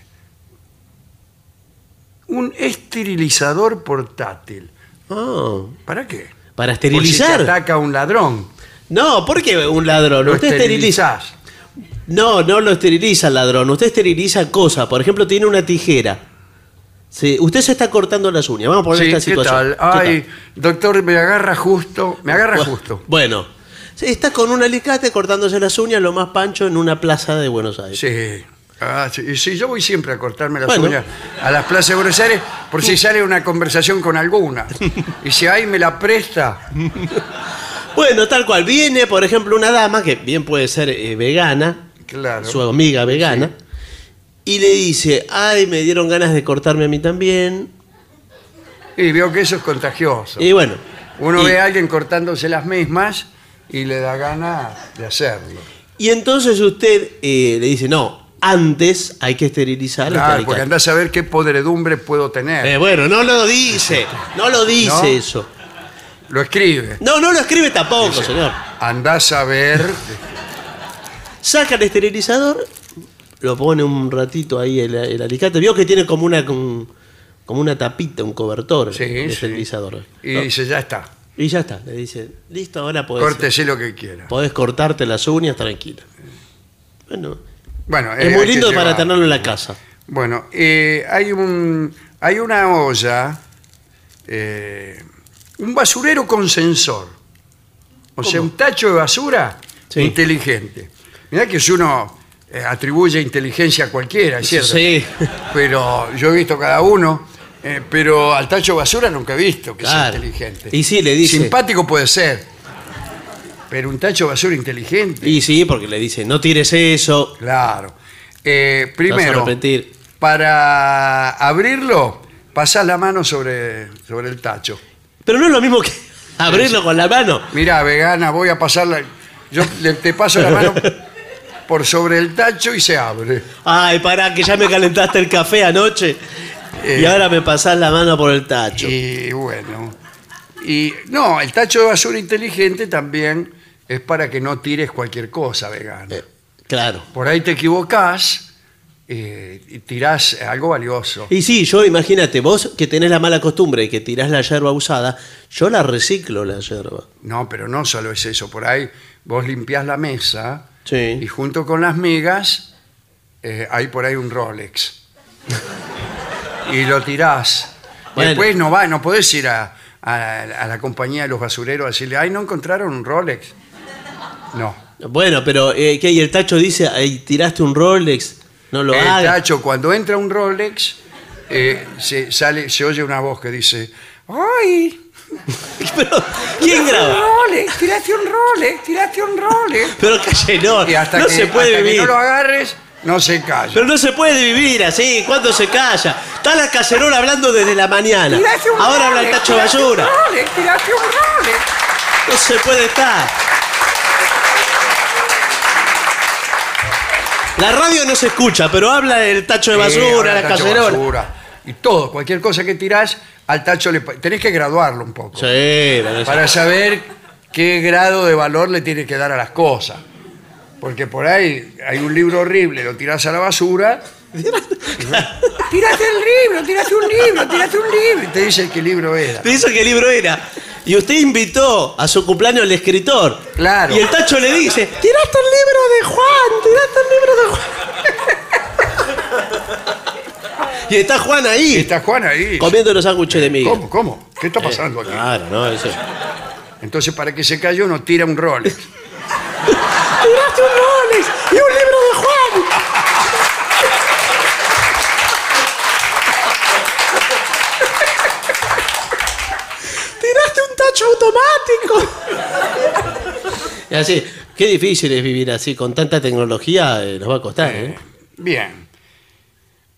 Speaker 1: un esterilizador portátil.
Speaker 2: Ah,
Speaker 1: ¿Para qué?
Speaker 2: para
Speaker 1: Por si te
Speaker 2: esterilizar.
Speaker 1: ataca un ladrón.
Speaker 2: no, porque un ladrón.
Speaker 1: Lo
Speaker 2: usted esteriliza.
Speaker 1: esterilizás.
Speaker 2: No, no lo esteriliza el ladrón. Usted esteriliza cosas. Por ejemplo, tiene una tijera. Sí, usted se está cortando las uñas. Vamos a poner
Speaker 1: Sí,
Speaker 2: esta
Speaker 1: ¿qué tal?
Speaker 2: situación.
Speaker 1: Ay, doctor, me agarra justo, me agarra
Speaker 2: Bu-
Speaker 1: justo.
Speaker 2: Bueno, sí, está con un alicate cortándose las uñas, lo más pancho, en una plaza de Buenos Aires.
Speaker 1: Sí. Ah, sí, y sí, yo voy siempre a cortarme las
Speaker 2: Bueno.
Speaker 1: uñas a las plazas de Buenos Aires por si sale una conversación con alguna. Y si ahí me la presta,
Speaker 2: Bueno, tal cual. Viene, por ejemplo, una dama que bien puede ser eh, vegana,
Speaker 1: Claro.
Speaker 2: su amiga vegana, y le dice, ay, me dieron ganas de cortarme a mí también.
Speaker 1: Y veo que eso es contagioso.
Speaker 2: Y bueno.
Speaker 1: Uno
Speaker 2: y-
Speaker 1: ve a alguien cortándose las mismas y le da gana de hacerlo.
Speaker 2: Y entonces usted eh, le dice, no, antes hay que esterilizar. el
Speaker 1: Claro,
Speaker 2: caricato".
Speaker 1: porque andás a ver qué podredumbre puedo tener.
Speaker 2: Eh, bueno, no lo dice, no lo dice
Speaker 1: ¿No?
Speaker 2: eso.
Speaker 1: Lo escribe.
Speaker 2: No, no lo escribe tampoco, señor.
Speaker 1: Andás a ver.
Speaker 2: Saca el esterilizador, lo pone un ratito ahí el, el alicate. Vio que tiene como una como como una tapita, un cobertor
Speaker 1: Sí,
Speaker 2: el
Speaker 1: sí.
Speaker 2: esterilizador.
Speaker 1: Y
Speaker 2: ¿no?
Speaker 1: dice, ya está.
Speaker 2: Y ya está, le dice, listo, ahora podés,
Speaker 1: Córtese lo que quiera.
Speaker 2: podés cortarte las uñas tranquila. Bueno,
Speaker 1: Bueno, eh,
Speaker 2: es muy
Speaker 1: hay que
Speaker 2: lindo para
Speaker 1: llevar.
Speaker 2: tenerlo en la casa.
Speaker 1: Bueno, eh, hay, un, hay una olla, eh, un basurero con sensor. O sea, un tacho de basura
Speaker 2: Sí.
Speaker 1: inteligente. Mirá que si uno eh, atribuye inteligencia a cualquiera, es ¿cierto?
Speaker 2: Sí.
Speaker 1: Pero yo he visto cada uno, eh, pero al tacho de basura nunca he visto que
Speaker 2: Claro.
Speaker 1: sea inteligente.
Speaker 2: Y sí, le dice-
Speaker 1: Simpático puede ser, pero un tacho de basura inteligente.
Speaker 2: Y sí, porque le dice, no tires eso.
Speaker 1: Claro. Eh,
Speaker 2: Te vas a
Speaker 1: primero,
Speaker 2: arrepentir.
Speaker 1: para abrirlo, pasás la mano sobre, sobre el tacho.
Speaker 2: Pero no es lo mismo que abrirlo con la mano.
Speaker 1: Mirá, vegana, voy a pasarla. Yo le- te paso la mano por sobre el tacho y se abre.
Speaker 2: Ay, pará, que ya me calentaste el café anoche. y
Speaker 1: Eh.
Speaker 2: ahora me pasás la mano por el tacho.
Speaker 1: Y bueno. Y no, el tacho de basura inteligente también es para que no tires cualquier cosa vegana.
Speaker 2: Eh, Claro.
Speaker 1: Por ahí te equivocás eh, y tirás algo valioso.
Speaker 2: Y sí, yo imagínate, vos que tenés la mala costumbre y que tirás la yerba usada, yo la reciclo la yerba.
Speaker 1: No, pero no solo es eso. Por ahí vos limpiás la mesa
Speaker 2: Sí.
Speaker 1: y junto con las migas eh, hay por ahí un Rolex. y lo tirás.
Speaker 2: Bueno.
Speaker 1: Después no va, no podés ir a, a- a la compañía de los basureros a decirle, ay, no encontraron un Rolex. No.
Speaker 2: Bueno, pero eh, ¿qué hay? El tacho dice, ahí tiraste un Rolex, no lo
Speaker 1: El
Speaker 2: hagas.
Speaker 1: tacho, cuando entra un Rolex, eh, se, sale, se oye una voz que dice, ¡ay!
Speaker 2: Pero, ¿Quién graba?
Speaker 1: Rolex, tiraste un Rolex, tiraste un Rolex.
Speaker 2: Pero calle, no,
Speaker 1: Y hasta,
Speaker 2: no
Speaker 1: que,
Speaker 2: se puede
Speaker 1: hasta que
Speaker 2: vivir.
Speaker 1: no lo agarres, no se calla.
Speaker 2: Pero no se puede vivir así, cuando se calla. Está la cacerola hablando desde la mañana.
Speaker 1: Tiraste un
Speaker 2: Ahora habla el
Speaker 1: Rolex,
Speaker 2: tacho
Speaker 1: tiraste un
Speaker 2: basura.
Speaker 1: Rolex, tiraste un Rolex.
Speaker 2: No se puede estar. La radio no se escucha, pero habla el tacho de
Speaker 1: Sí,
Speaker 2: basura,
Speaker 1: ahora
Speaker 2: la
Speaker 1: el tacho
Speaker 2: cacerola.
Speaker 1: basura. Y todo, cualquier cosa que tirás, al tacho le... pa- Tenés que graduarlo un poco.
Speaker 2: Sí, pero
Speaker 1: Para saber qué grado de valor le tienes que dar a las cosas. Porque por ahí hay un libro horrible, lo tirás a la basura. tiraste el libro, tiraste un libro, tiraste un libro. Y te dice qué libro era.
Speaker 2: Te dice qué libro era. Y usted invitó a su cumpleaños al escritor.
Speaker 1: Claro.
Speaker 2: Y el tacho le dice, tiraste el libro de Juan, tiraste el libro de Juan. y está Juan ahí,
Speaker 1: Y está Juan ahí.
Speaker 2: comiendo los sándwiches de miga.
Speaker 1: ¿Cómo? ¿Cómo? ¿Qué
Speaker 2: Eh,
Speaker 1: está pasando aquí?
Speaker 2: Claro, no, eso.
Speaker 1: Entonces, para que se calle uno tira un Rolex.
Speaker 2: Tiraste un Rolex y un libro de Juan. Tiraste un tacho automático. Y así, qué difícil es vivir así, con tanta tecnología eh, nos va a costar, ¿eh?
Speaker 1: Bien.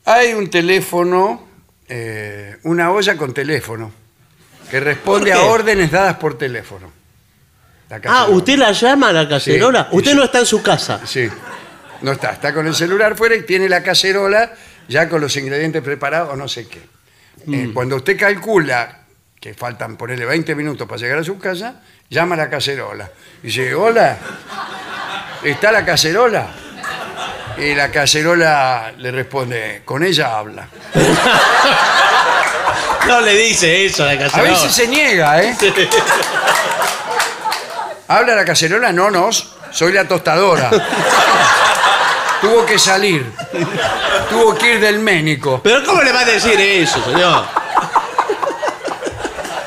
Speaker 1: Hay un teléfono, eh, una olla con teléfono, que responde
Speaker 2: ¿Por
Speaker 1: a
Speaker 2: qué?
Speaker 1: órdenes dadas por teléfono. La
Speaker 2: Ah,
Speaker 1: cacerola.
Speaker 2: ¿usted la llama a la cacerola?
Speaker 1: Sí,
Speaker 2: usted
Speaker 1: sí.
Speaker 2: no está en su casa.
Speaker 1: Sí. No está, está con el celular fuera y tiene la cacerola ya con los ingredientes preparados o no sé qué. Eh, cuando usted calcula que faltan ponerle 20 minutos para llegar a su casa, llama a la cacerola. Y dice, hola, ¿está la cacerola? Y la cacerola le responde, con ella habla.
Speaker 2: No le dice eso a la
Speaker 1: A
Speaker 2: cacerola.
Speaker 1: veces se niega, ¿eh? Habla la cacerola, no, no, soy la tostadora. Tuvo que salir. Tuvo que ir del médico.
Speaker 2: Pero ¿cómo le va a decir eso, señor?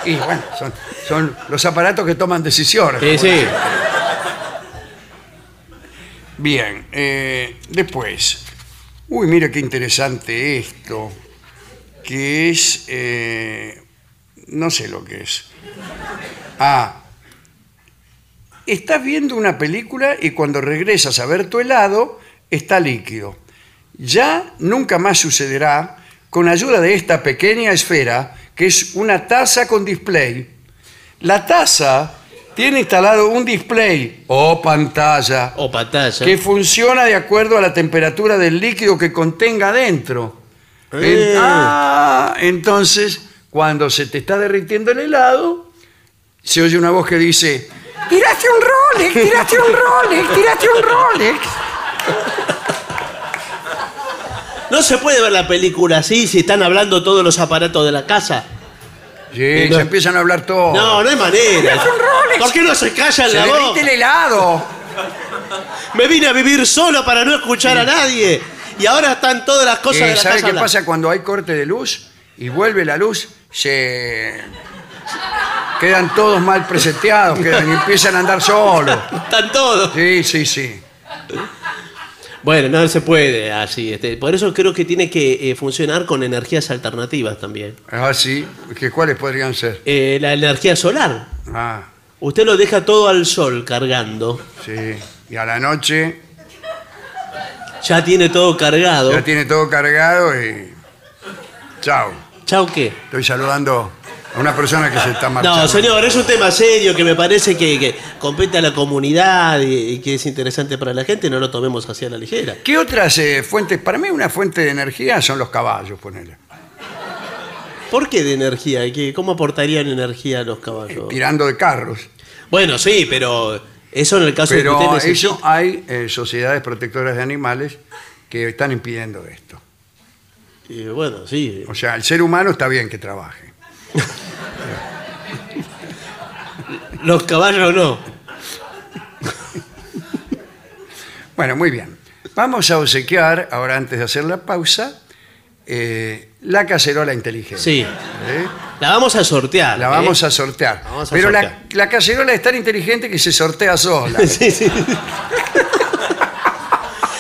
Speaker 1: Y bueno, son, son los aparatos que toman decisiones.
Speaker 2: Sí, sí.
Speaker 1: Bien, eh, después. Uy, mira qué interesante esto. Que es. eh, no sé lo que es. Ah. Estás viendo una película y cuando regresas a ver tu helado, está líquido. Ya nunca más sucederá con ayuda de esta pequeña esfera, que es una taza con display. La taza tiene instalado un display o pantalla
Speaker 2: O pantalla.
Speaker 1: que funciona de acuerdo a la temperatura del líquido que contenga adentro. En-
Speaker 2: Eh.
Speaker 1: ah, entonces, cuando se te está derritiendo el helado, se oye una voz que dice, tiraste un Rolex, tiraste un Rolex, tiraste un Rolex.
Speaker 2: No se puede ver la película así si están hablando todos los aparatos de la casa.
Speaker 1: Sí, se empiezan a hablar todos.
Speaker 2: No, no hay manera. ¿Por qué no se callan
Speaker 1: se
Speaker 2: la
Speaker 1: derrite
Speaker 2: boca?
Speaker 1: el helado.
Speaker 2: Me vine a vivir solo para no escuchar a nadie. Y ahora están todas las cosas
Speaker 1: Eh,
Speaker 2: de la
Speaker 1: ¿Sabe
Speaker 2: casa
Speaker 1: qué
Speaker 2: hablando.
Speaker 1: pasa cuando hay corte de luz y vuelve la luz? Se quedan todos mal preseteados, quedan y empiezan a andar solos.
Speaker 2: Están todos.
Speaker 1: Sí, sí, sí.
Speaker 2: Bueno, no se puede así. este, por eso creo que tiene que eh, funcionar con energías alternativas también.
Speaker 1: Ah, sí. ¿Que ¿Cuáles podrían ser?
Speaker 2: Eh, la energía solar.
Speaker 1: Ah,
Speaker 2: Usted lo deja todo al sol cargando.
Speaker 1: sí. Y a la noche
Speaker 2: Ya tiene todo cargado.
Speaker 1: ya tiene todo cargado y. Chao.
Speaker 2: ¿Chao qué?
Speaker 1: Estoy saludando a una persona que se está marchando.
Speaker 2: No, señor, es un tema serio que me parece que, que compete a la comunidad y, y que es interesante para la gente. No lo tomemos hacia la ligera.
Speaker 1: ¿Qué otras eh, fuentes? Para mí, una fuente de energía son los caballos, ponele.
Speaker 2: ¿Por qué de energía? ¿Qué- ¿Cómo aportarían energía a los caballos?
Speaker 1: Tirando de carros.
Speaker 2: Bueno, sí, pero eso en el caso de que
Speaker 1: Pero
Speaker 2: usted necesite-
Speaker 1: eso hay eh, sociedades protectoras de animales que están impidiendo esto.
Speaker 2: Y Eh, bueno, sí.
Speaker 1: O sea, el ser humano está bien que trabaje.
Speaker 2: Los caballos no.
Speaker 1: Bueno, muy bien. Vamos a obsequiar, ahora antes de hacer la pausa, eh, la cacerola inteligente.
Speaker 2: Sí.
Speaker 1: ¿Eh?
Speaker 2: La vamos a sortear.
Speaker 1: La
Speaker 2: ¿eh?
Speaker 1: vamos a sortear.
Speaker 2: La vamos a
Speaker 1: Pero la-
Speaker 2: sortear.
Speaker 1: La, cacerola es tan inteligente que se sortea sola.
Speaker 2: Sí, sí.
Speaker 1: Vamos,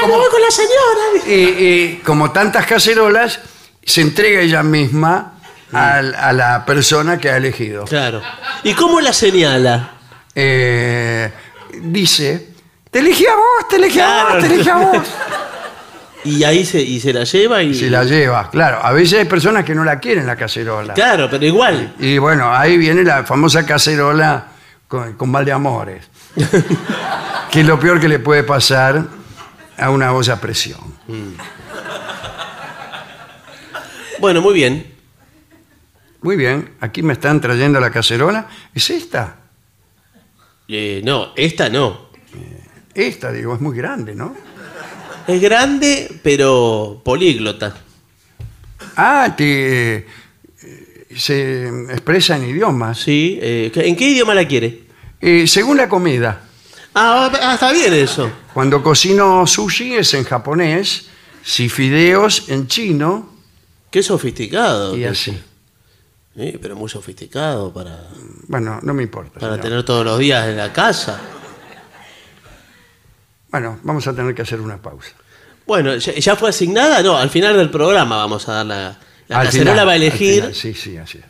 Speaker 1: como, Y- y como tantas cacerolas, se entrega ella misma al- a, la persona que ha elegido.
Speaker 2: Mm. Claro. ¿Y cómo la señala?
Speaker 1: Eh, dice, te elegí a vos, te elegí a
Speaker 2: Claro.
Speaker 1: vos, te elegí a vos.
Speaker 2: Y ahí se, y se la lleva y.
Speaker 1: Si la lleva, claro. A veces hay personas que no la quieren la cacerola.
Speaker 2: Claro, pero igual.
Speaker 1: Y bueno, ahí viene la famosa cacerola con, con mal de amores. que es lo peor que le puede pasar a una olla a presión.
Speaker 2: Bueno, muy bien.
Speaker 1: Muy bien, aquí me están trayendo la cacerola. ¿Es esta?
Speaker 2: Eh, no, esta no.
Speaker 1: Esta, digo, es muy grande, ¿no?
Speaker 2: Es grande, pero políglota.
Speaker 1: Ah, te, eh, se expresa en idiomas.
Speaker 2: Sí. eh, ¿En qué idioma la quiere?
Speaker 1: Eh, según la comida.
Speaker 2: Ah, ah, está bien eso.
Speaker 1: Cuando cocino sushi es en japonés, si fideos en chino
Speaker 2: Qué sofisticado.
Speaker 1: y así.
Speaker 2: Sí, pero muy sofisticado para,
Speaker 1: Bueno, no me importa.
Speaker 2: para
Speaker 1: señor.
Speaker 2: tener todos los días en la casa.
Speaker 1: Bueno, vamos a tener que hacer una pausa.
Speaker 2: Bueno, ¿ya, ya fue asignada? No, al final del programa vamos a dar la... La
Speaker 1: Al
Speaker 2: cacerola
Speaker 1: final,
Speaker 2: va a
Speaker 1: al
Speaker 2: elegir...
Speaker 1: final, Sí, sí, así es.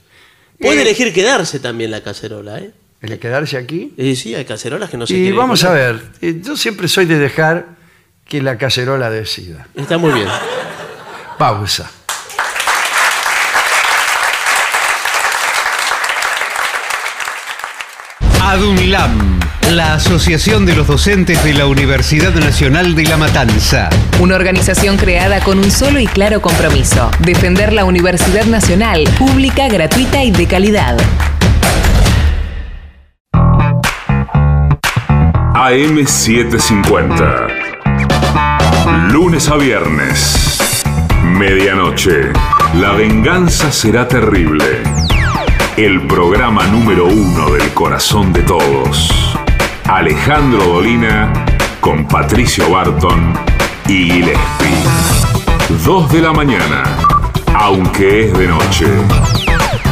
Speaker 2: Puede
Speaker 1: Eh,
Speaker 2: elegir quedarse también la cacerola, ¿eh?
Speaker 1: el quedarse aquí.
Speaker 2: Eh, sí, hay cacerolas que no se
Speaker 1: Y
Speaker 2: quieren
Speaker 1: vamos a
Speaker 2: quedar.
Speaker 1: ver, eh, yo siempre soy de dejar que la cacerola decida.
Speaker 2: Está muy bien.
Speaker 1: Pausa.
Speaker 6: ADUNLAM, la Asociación de los Docentes de la Universidad Nacional de La Matanza.
Speaker 7: Una organización creada con un solo y claro compromiso, defender la Universidad Nacional, pública, gratuita y de calidad.
Speaker 4: AM750. Lunes a viernes. Medianoche. La venganza será terrible. El programa número uno del corazón de todos. Alejandro Dolina con Patricio Barton y Gillespie. Dos de la mañana, aunque es de noche.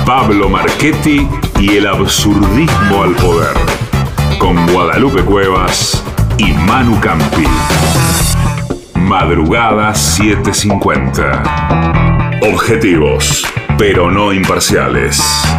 Speaker 4: Pablo Marchetti y el absurdismo al poder. Con Guadalupe Cuevas y Manu Campi. Madrugada 7.50. Objetivos, pero no imparciales.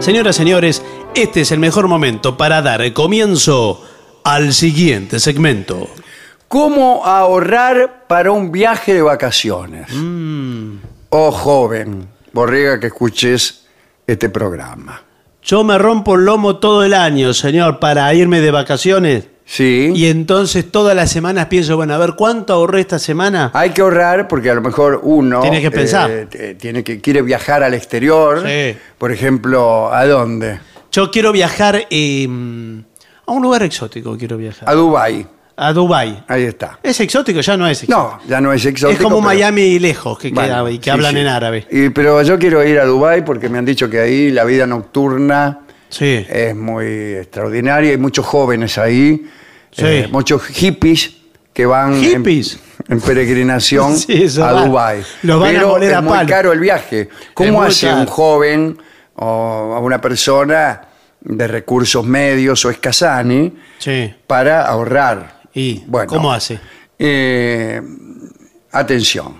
Speaker 2: Señoras, señores, este es el mejor momento para dar comienzo al siguiente segmento.
Speaker 1: ¿Cómo ahorrar para un viaje de vacaciones?
Speaker 2: Mm.
Speaker 1: Oh, joven, borrega que escuches este programa.
Speaker 2: Yo me rompo el lomo todo el año, señor, para irme de vacaciones.
Speaker 1: Sí.
Speaker 2: Y entonces todas las semanas pienso, bueno, a ver, ¿cuánto ahorré esta semana?
Speaker 1: Hay que ahorrar porque a lo mejor uno
Speaker 2: Tiene que pensar.
Speaker 1: eh, eh, tiene que quiere viajar al exterior,
Speaker 2: Sí.
Speaker 1: por ejemplo, ¿a dónde?
Speaker 2: Yo quiero viajar eh, a un lugar exótico, quiero
Speaker 1: A
Speaker 2: viajar.
Speaker 1: Dubai.
Speaker 2: A, Dubái.
Speaker 1: Ahí está.
Speaker 2: ¿Es exótico? Ya no es exótico.
Speaker 1: No, ya no es exótico.
Speaker 2: es como
Speaker 1: pero-
Speaker 2: Miami lejos, que
Speaker 1: Bueno,
Speaker 2: queda y que
Speaker 1: sí,
Speaker 2: hablan
Speaker 1: sí. Eh,
Speaker 2: en árabe.
Speaker 1: Y- pero yo quiero ir a Dubai porque me han dicho que ahí la vida nocturna
Speaker 2: Sí.
Speaker 1: es muy extraordinaria. Hay muchos jóvenes ahí,
Speaker 2: Sí.
Speaker 1: eh, muchos hippies que van en-
Speaker 2: ¿Hippies?
Speaker 1: En, peregrinación
Speaker 2: Sí, eso
Speaker 1: a
Speaker 2: va.
Speaker 1: Dubái.
Speaker 2: Los van a
Speaker 1: Pero
Speaker 2: moler
Speaker 1: es
Speaker 2: a
Speaker 1: muy
Speaker 2: palo.
Speaker 1: caro el viaje. ¿Cómo
Speaker 2: muy
Speaker 1: hace
Speaker 2: caro.
Speaker 1: un joven o una persona de recursos medios o escasani
Speaker 2: Sí.
Speaker 1: para ahorrar?
Speaker 2: ¿Y cómo hace?
Speaker 1: eh, atención,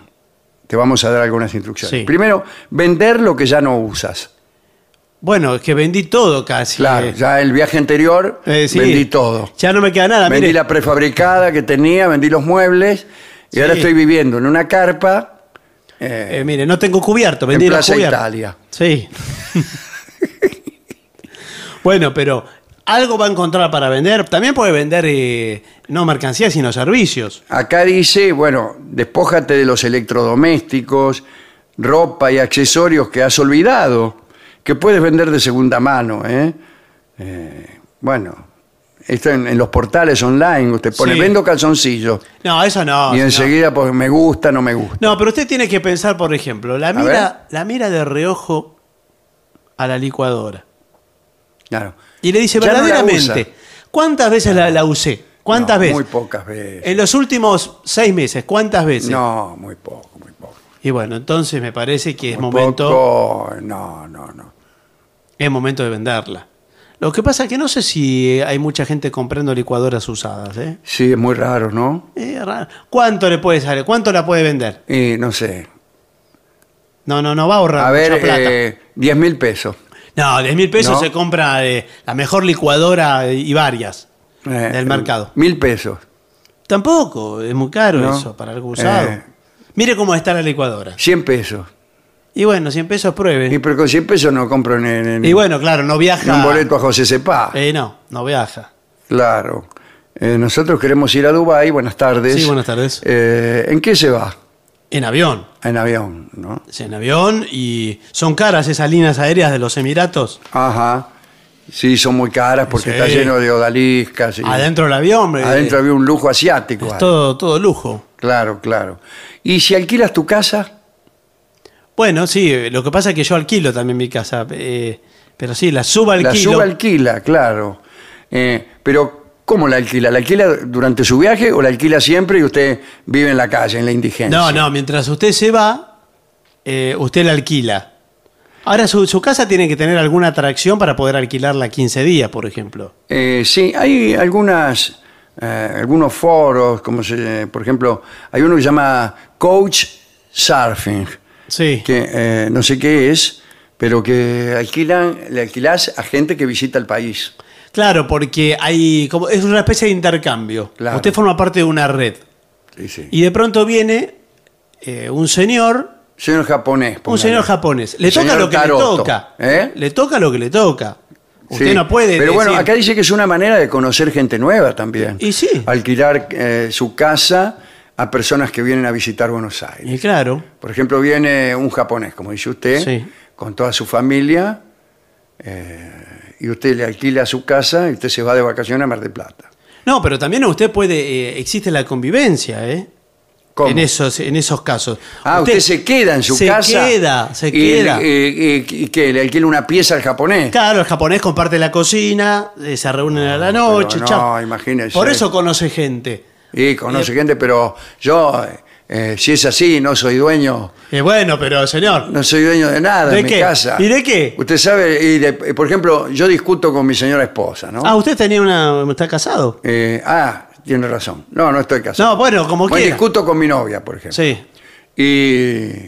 Speaker 1: te vamos a dar algunas instrucciones.
Speaker 2: Sí.
Speaker 1: Primero, vender lo que ya no usas.
Speaker 2: Bueno, es que vendí todo casi.
Speaker 1: Claro,
Speaker 2: Eh,
Speaker 1: ya el viaje anterior
Speaker 2: eh, sí.
Speaker 1: vendí todo.
Speaker 2: Ya no me queda nada.
Speaker 1: vendí
Speaker 2: mire.
Speaker 1: la prefabricada que tenía, vendí los muebles y ahora
Speaker 2: Sí.
Speaker 1: estoy viviendo en una carpa. eh,
Speaker 2: Eh, mire, no tengo cubierto, vendí los
Speaker 1: Plaza
Speaker 2: cubiertos.
Speaker 1: Italia.
Speaker 2: Sí. bueno, pero algo va a encontrar para vender. También puede vender eh, no mercancías, sino servicios.
Speaker 1: Acá dice, bueno, despójate de los electrodomésticos, ropa y accesorios que has olvidado, que puedes vender de segunda mano. ¿eh? Eh, bueno, esto en, en los portales online, usted pone,
Speaker 2: Sí.
Speaker 1: vendo calzoncillos
Speaker 2: No, eso no.
Speaker 1: y
Speaker 2: no.
Speaker 1: enseguida pues, me gusta, no me gusta.
Speaker 2: No, pero usted tiene que pensar, por ejemplo, la
Speaker 1: ver.
Speaker 2: mira, la mira de reojo a la licuadora.
Speaker 1: Claro.
Speaker 2: Y le dice,
Speaker 1: Ya no la
Speaker 2: verdaderamente,
Speaker 1: usa.
Speaker 2: ¿cuántas veces la, la usé? ¿Cuántas
Speaker 1: No,
Speaker 2: veces?
Speaker 1: Muy pocas veces.
Speaker 2: En los últimos seis meses, ¿cuántas veces?
Speaker 1: No, muy poco, muy poco.
Speaker 2: Y bueno, entonces me parece que es
Speaker 1: Muy
Speaker 2: momento.
Speaker 1: poco, No, no, no.
Speaker 2: Es momento de venderla. Lo que pasa es que no sé si hay mucha gente comprando licuadoras usadas. ¿eh?
Speaker 1: Sí, es muy raro, ¿no?
Speaker 2: Es raro. ¿Cuánto le puede salir? ¿Cuánto la puede vender?
Speaker 1: Y no sé.
Speaker 2: No, no, no va a ahorrar
Speaker 1: A
Speaker 2: mucha
Speaker 1: ver,
Speaker 2: plata.
Speaker 1: eh, 10 mil pesos.
Speaker 2: no, 10 mil pesos
Speaker 1: no.
Speaker 2: se compra eh, la mejor licuadora eh, y varias
Speaker 1: Eh,
Speaker 2: del mercado.
Speaker 1: Mil pesos.
Speaker 2: Tampoco, es muy caro
Speaker 1: No.
Speaker 2: eso para algo usado.
Speaker 1: Eh.
Speaker 2: Mire cómo está la licuadora.
Speaker 1: 100 pesos.
Speaker 2: Y bueno, 100 pesos
Speaker 1: Y
Speaker 2: pruebe.
Speaker 1: pero con 100 pesos no compro ni, ni- ni-
Speaker 2: Y bueno, claro, no
Speaker 1: ni
Speaker 2: viaja.
Speaker 1: un boleto a José Cepá.
Speaker 2: Eh, no, no viaja.
Speaker 1: Claro. Eh, nosotros queremos ir a Dubái. Buenas tardes.
Speaker 2: Sí, buenas tardes.
Speaker 1: Eh, ¿En qué se va?
Speaker 2: En avión.
Speaker 1: En avión, ¿no?
Speaker 2: Es en avión y son caras esas líneas aéreas de los Emiratos.
Speaker 1: Ajá. Sí, son muy caras porque
Speaker 2: Sí.
Speaker 1: está lleno de odaliscas. y-
Speaker 2: Adentro del avión, hombre. eh,
Speaker 1: Adentro había un lujo asiático.
Speaker 2: Es
Speaker 1: ahí.
Speaker 2: todo, todo lujo.
Speaker 1: Claro, claro. ¿Y si alquilas tu casa?
Speaker 2: Bueno, sí, lo que pasa es que yo alquilo también mi casa. eh, pero sí, la
Speaker 1: La
Speaker 2: subalquilo.
Speaker 1: subalquila, claro. Eh, pero, ¿cómo la alquila? ¿La alquila durante su viaje o la alquila siempre y usted vive en la calle, en la indigencia?
Speaker 2: no, no, mientras usted se va, eh, usted la alquila. Ahora, su, su casa tiene que tener alguna atracción para poder alquilarla 15 días, por ejemplo.
Speaker 1: Eh, sí, hay algunas, eh, algunos foros, como se, por ejemplo, hay uno que se llama Coach Surfing,
Speaker 2: Sí.
Speaker 1: que eh, no sé qué es, pero que alquilan, le alquilás a gente que visita el país.
Speaker 2: Claro, porque hay como es una especie de intercambio.
Speaker 1: Claro.
Speaker 2: Usted forma parte de una red.
Speaker 1: Sí, sí.
Speaker 2: Y de pronto viene eh, un señor
Speaker 1: Señor japonés.
Speaker 2: Un
Speaker 1: póngale.
Speaker 2: señor japonés. Le toca
Speaker 1: Señor
Speaker 2: lo que
Speaker 1: Caroto,
Speaker 2: le toca.
Speaker 1: ¿eh?
Speaker 2: Le toca lo que le toca. Usted
Speaker 1: Sí,
Speaker 2: no puede.
Speaker 1: Pero bueno,
Speaker 2: decir-
Speaker 1: acá dice que es una manera de conocer gente nueva también.
Speaker 2: Y sí.
Speaker 1: Alquilar eh, su casa a personas que vienen a visitar Buenos Aires.
Speaker 2: Y claro.
Speaker 1: Por ejemplo, viene un japonés, como dice usted,
Speaker 2: Sí.
Speaker 1: con toda su familia, eh, y usted le alquila su casa y usted se va de vacaciones a Mar del Plata.
Speaker 2: No, pero también usted puede. eh, existe la convivencia, ¿eh?
Speaker 1: ¿Cómo?
Speaker 2: En esos, en esos casos.
Speaker 1: Ah, usted, se queda en su
Speaker 2: se
Speaker 1: casa.
Speaker 2: queda, se
Speaker 1: y- eh,
Speaker 2: queda.
Speaker 1: y- y- y que le alquila una pieza al japonés.
Speaker 2: Claro, el japonés comparte la cocina, eh, se reúnen a la noche,
Speaker 1: no,
Speaker 2: chao.
Speaker 1: imagínese.
Speaker 2: Por eso conoce gente.
Speaker 1: Y conoce gente, pero yo, eh, si es así, no soy dueño
Speaker 2: Y Eh, bueno, pero señor.
Speaker 1: No soy dueño de nada
Speaker 2: ¿De
Speaker 1: en mi
Speaker 2: qué?
Speaker 1: casa.
Speaker 2: ¿Y de qué?
Speaker 1: Usted sabe, y de- eh, por ejemplo, yo discuto con mi señora esposa, ¿no?
Speaker 2: Ah, usted tenía una. ¿Está casado?
Speaker 1: Eh, ah, tiene razón. No, no estoy casado.
Speaker 2: No, bueno, como
Speaker 1: Bueno,
Speaker 2: quiera.
Speaker 1: discuto con mi novia, por ejemplo.
Speaker 2: Sí.
Speaker 1: Y,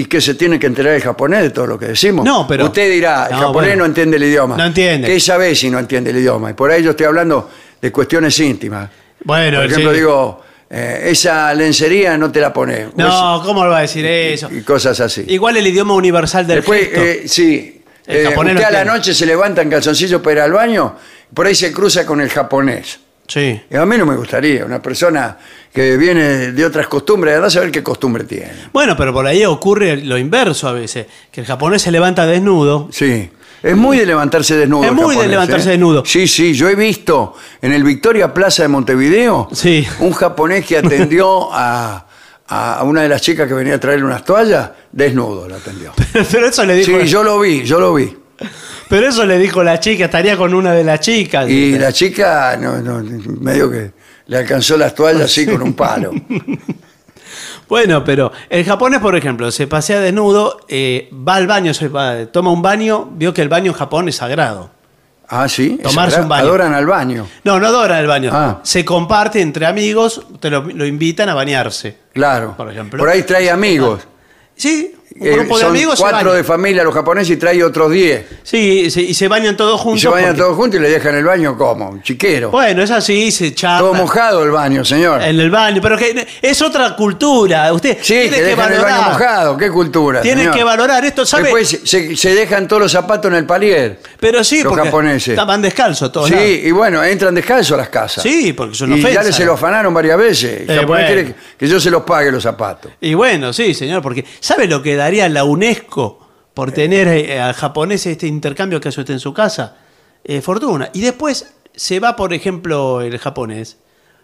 Speaker 1: y que se tiene que enterar el japonés de todo lo que decimos.
Speaker 2: No, pero-
Speaker 1: Usted dirá, el
Speaker 2: No,
Speaker 1: japonés
Speaker 2: bueno.
Speaker 1: no entiende el idioma.
Speaker 2: No entiende.
Speaker 1: ¿Qué sabe si no entiende el idioma? Y por ahí yo estoy hablando de cuestiones íntimas.
Speaker 2: Bueno,
Speaker 1: por
Speaker 2: el
Speaker 1: ejemplo,
Speaker 2: señor-
Speaker 1: digo, eh, esa lencería no te la pones. Pues,
Speaker 2: No, ¿cómo lo va a decir eso?
Speaker 1: Y cosas así.
Speaker 2: Igual el idioma universal del
Speaker 1: Después,
Speaker 2: gesto.
Speaker 1: eh, sí.
Speaker 2: El
Speaker 1: Eh,
Speaker 2: japonés
Speaker 1: usted
Speaker 2: no
Speaker 1: a la
Speaker 2: entiende.
Speaker 1: noche se levanta en calzoncillo para ir al baño, por ahí se cruza con el japonés.
Speaker 2: Sí.
Speaker 1: Y a mí no me gustaría, una persona que viene de otras costumbres, además saber qué costumbre tiene.
Speaker 2: Bueno, pero por ahí ocurre lo inverso a veces, que el japonés se levanta desnudo.
Speaker 1: Sí. Es muy de levantarse desnudo.
Speaker 2: Es
Speaker 1: el
Speaker 2: muy de
Speaker 1: japonés,
Speaker 2: levantarse
Speaker 1: ¿eh?
Speaker 2: desnudo.
Speaker 1: Sí, sí, yo he visto en el Victoria Plaza de Montevideo
Speaker 2: Sí.
Speaker 1: un japonés que atendió a, a una de las chicas que venía a traerle unas toallas, desnudo la atendió.
Speaker 2: pero eso le
Speaker 1: Sí,
Speaker 2: dijo,
Speaker 1: yo lo vi, yo lo vi.
Speaker 2: pero eso le dijo la chica, estaría con una de las chicas.
Speaker 1: Y la chica, no, no, medio que le alcanzó las toallas así con un palo.
Speaker 2: Bueno, pero el japonés, por ejemplo, se pasea desnudo, eh, va al baño, se va- toma un baño, vio que el baño en Japón es sagrado.
Speaker 1: Ah, sí.
Speaker 2: Tomarse un baño.
Speaker 1: Adoran al baño.
Speaker 2: No, no adora el baño.
Speaker 1: Ah.
Speaker 2: Se comparte entre amigos, te lo, lo invitan a bañarse.
Speaker 1: Claro.
Speaker 2: Por ejemplo.
Speaker 1: ahí trae amigos.
Speaker 2: Sí, Un grupo de
Speaker 1: Eh, son
Speaker 2: amigos se
Speaker 1: cuatro
Speaker 2: bañan.
Speaker 1: de familia los japoneses y trae otros diez.
Speaker 2: Sí, y se, y se bañan todos juntos.
Speaker 1: Y se bañan
Speaker 2: porque-
Speaker 1: todos juntos y le dejan el baño como, un chiquero.
Speaker 2: Bueno, es así, se charla.
Speaker 1: Todo mojado el baño, señor.
Speaker 2: En el baño, pero que es otra cultura. Usted
Speaker 1: Sí,
Speaker 2: tiene
Speaker 1: que
Speaker 2: que
Speaker 1: dejan el baño
Speaker 2: valorar.
Speaker 1: mojado, qué cultura.
Speaker 2: Tiene
Speaker 1: señor.
Speaker 2: que valorar esto, ¿sabe?
Speaker 1: Después se, se dejan todos los zapatos en el palier.
Speaker 2: Pero sí,
Speaker 1: Los
Speaker 2: porque
Speaker 1: japoneses.
Speaker 2: estaban descalzos todos.
Speaker 1: Sí,
Speaker 2: lados.
Speaker 1: y bueno, entran descalzos a las casas.
Speaker 2: Sí, porque son
Speaker 1: Y ya
Speaker 2: ofensas.
Speaker 1: les se lo afanaron varias veces. El
Speaker 2: Eh,
Speaker 1: japonés
Speaker 2: bueno.
Speaker 1: quiere que- que yo se los pague los zapatos.
Speaker 2: Y bueno, sí, señor, porque ¿sabe lo que daría la UNESCO por tener eh, al japonés este intercambio que hace usted en su casa? Eh, fortuna. Y después se va, por ejemplo, el japonés.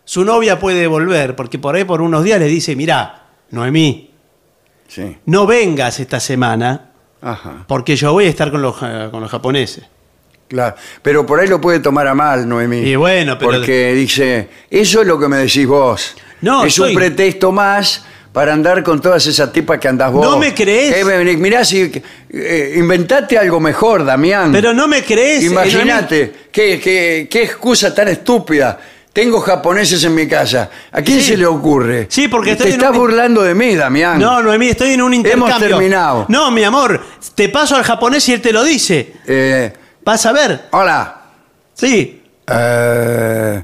Speaker 2: Su novia puede volver, porque por ahí por unos días le dice, mirá, Noemí,
Speaker 1: Sí.
Speaker 2: no vengas esta semana,
Speaker 1: Ajá,
Speaker 2: porque yo voy a estar con los, ja- con los japoneses.
Speaker 1: claro. Pero por ahí lo puede tomar a mal, Noemí.
Speaker 2: Y bueno, pero-
Speaker 1: Porque dice, eso es lo que me decís vos.
Speaker 2: No,
Speaker 1: Es un
Speaker 2: soy-
Speaker 1: pretexto más para andar con todas esas tipas que andás vos.
Speaker 2: No me crees.
Speaker 1: Eh, ven, mirá, si, eh, inventate algo mejor, Damián.
Speaker 2: Pero no me crees. eh, Noemí.
Speaker 1: Imagínate, qué, qué- qué excusa tan estúpida. Tengo japoneses en mi casa. ¿A quién
Speaker 2: Sí.
Speaker 1: se le ocurre?
Speaker 2: Sí, porque
Speaker 1: Te
Speaker 2: estoy en
Speaker 1: estás
Speaker 2: un-
Speaker 1: burlando de mí, Damián.
Speaker 2: No, Noemí, estoy en un intercambio.
Speaker 1: terminado.
Speaker 2: No, mi amor, te paso al japonés y él te lo dice.
Speaker 1: Eh,
Speaker 2: Vas a ver.
Speaker 1: hola,
Speaker 2: Sí,
Speaker 1: eh,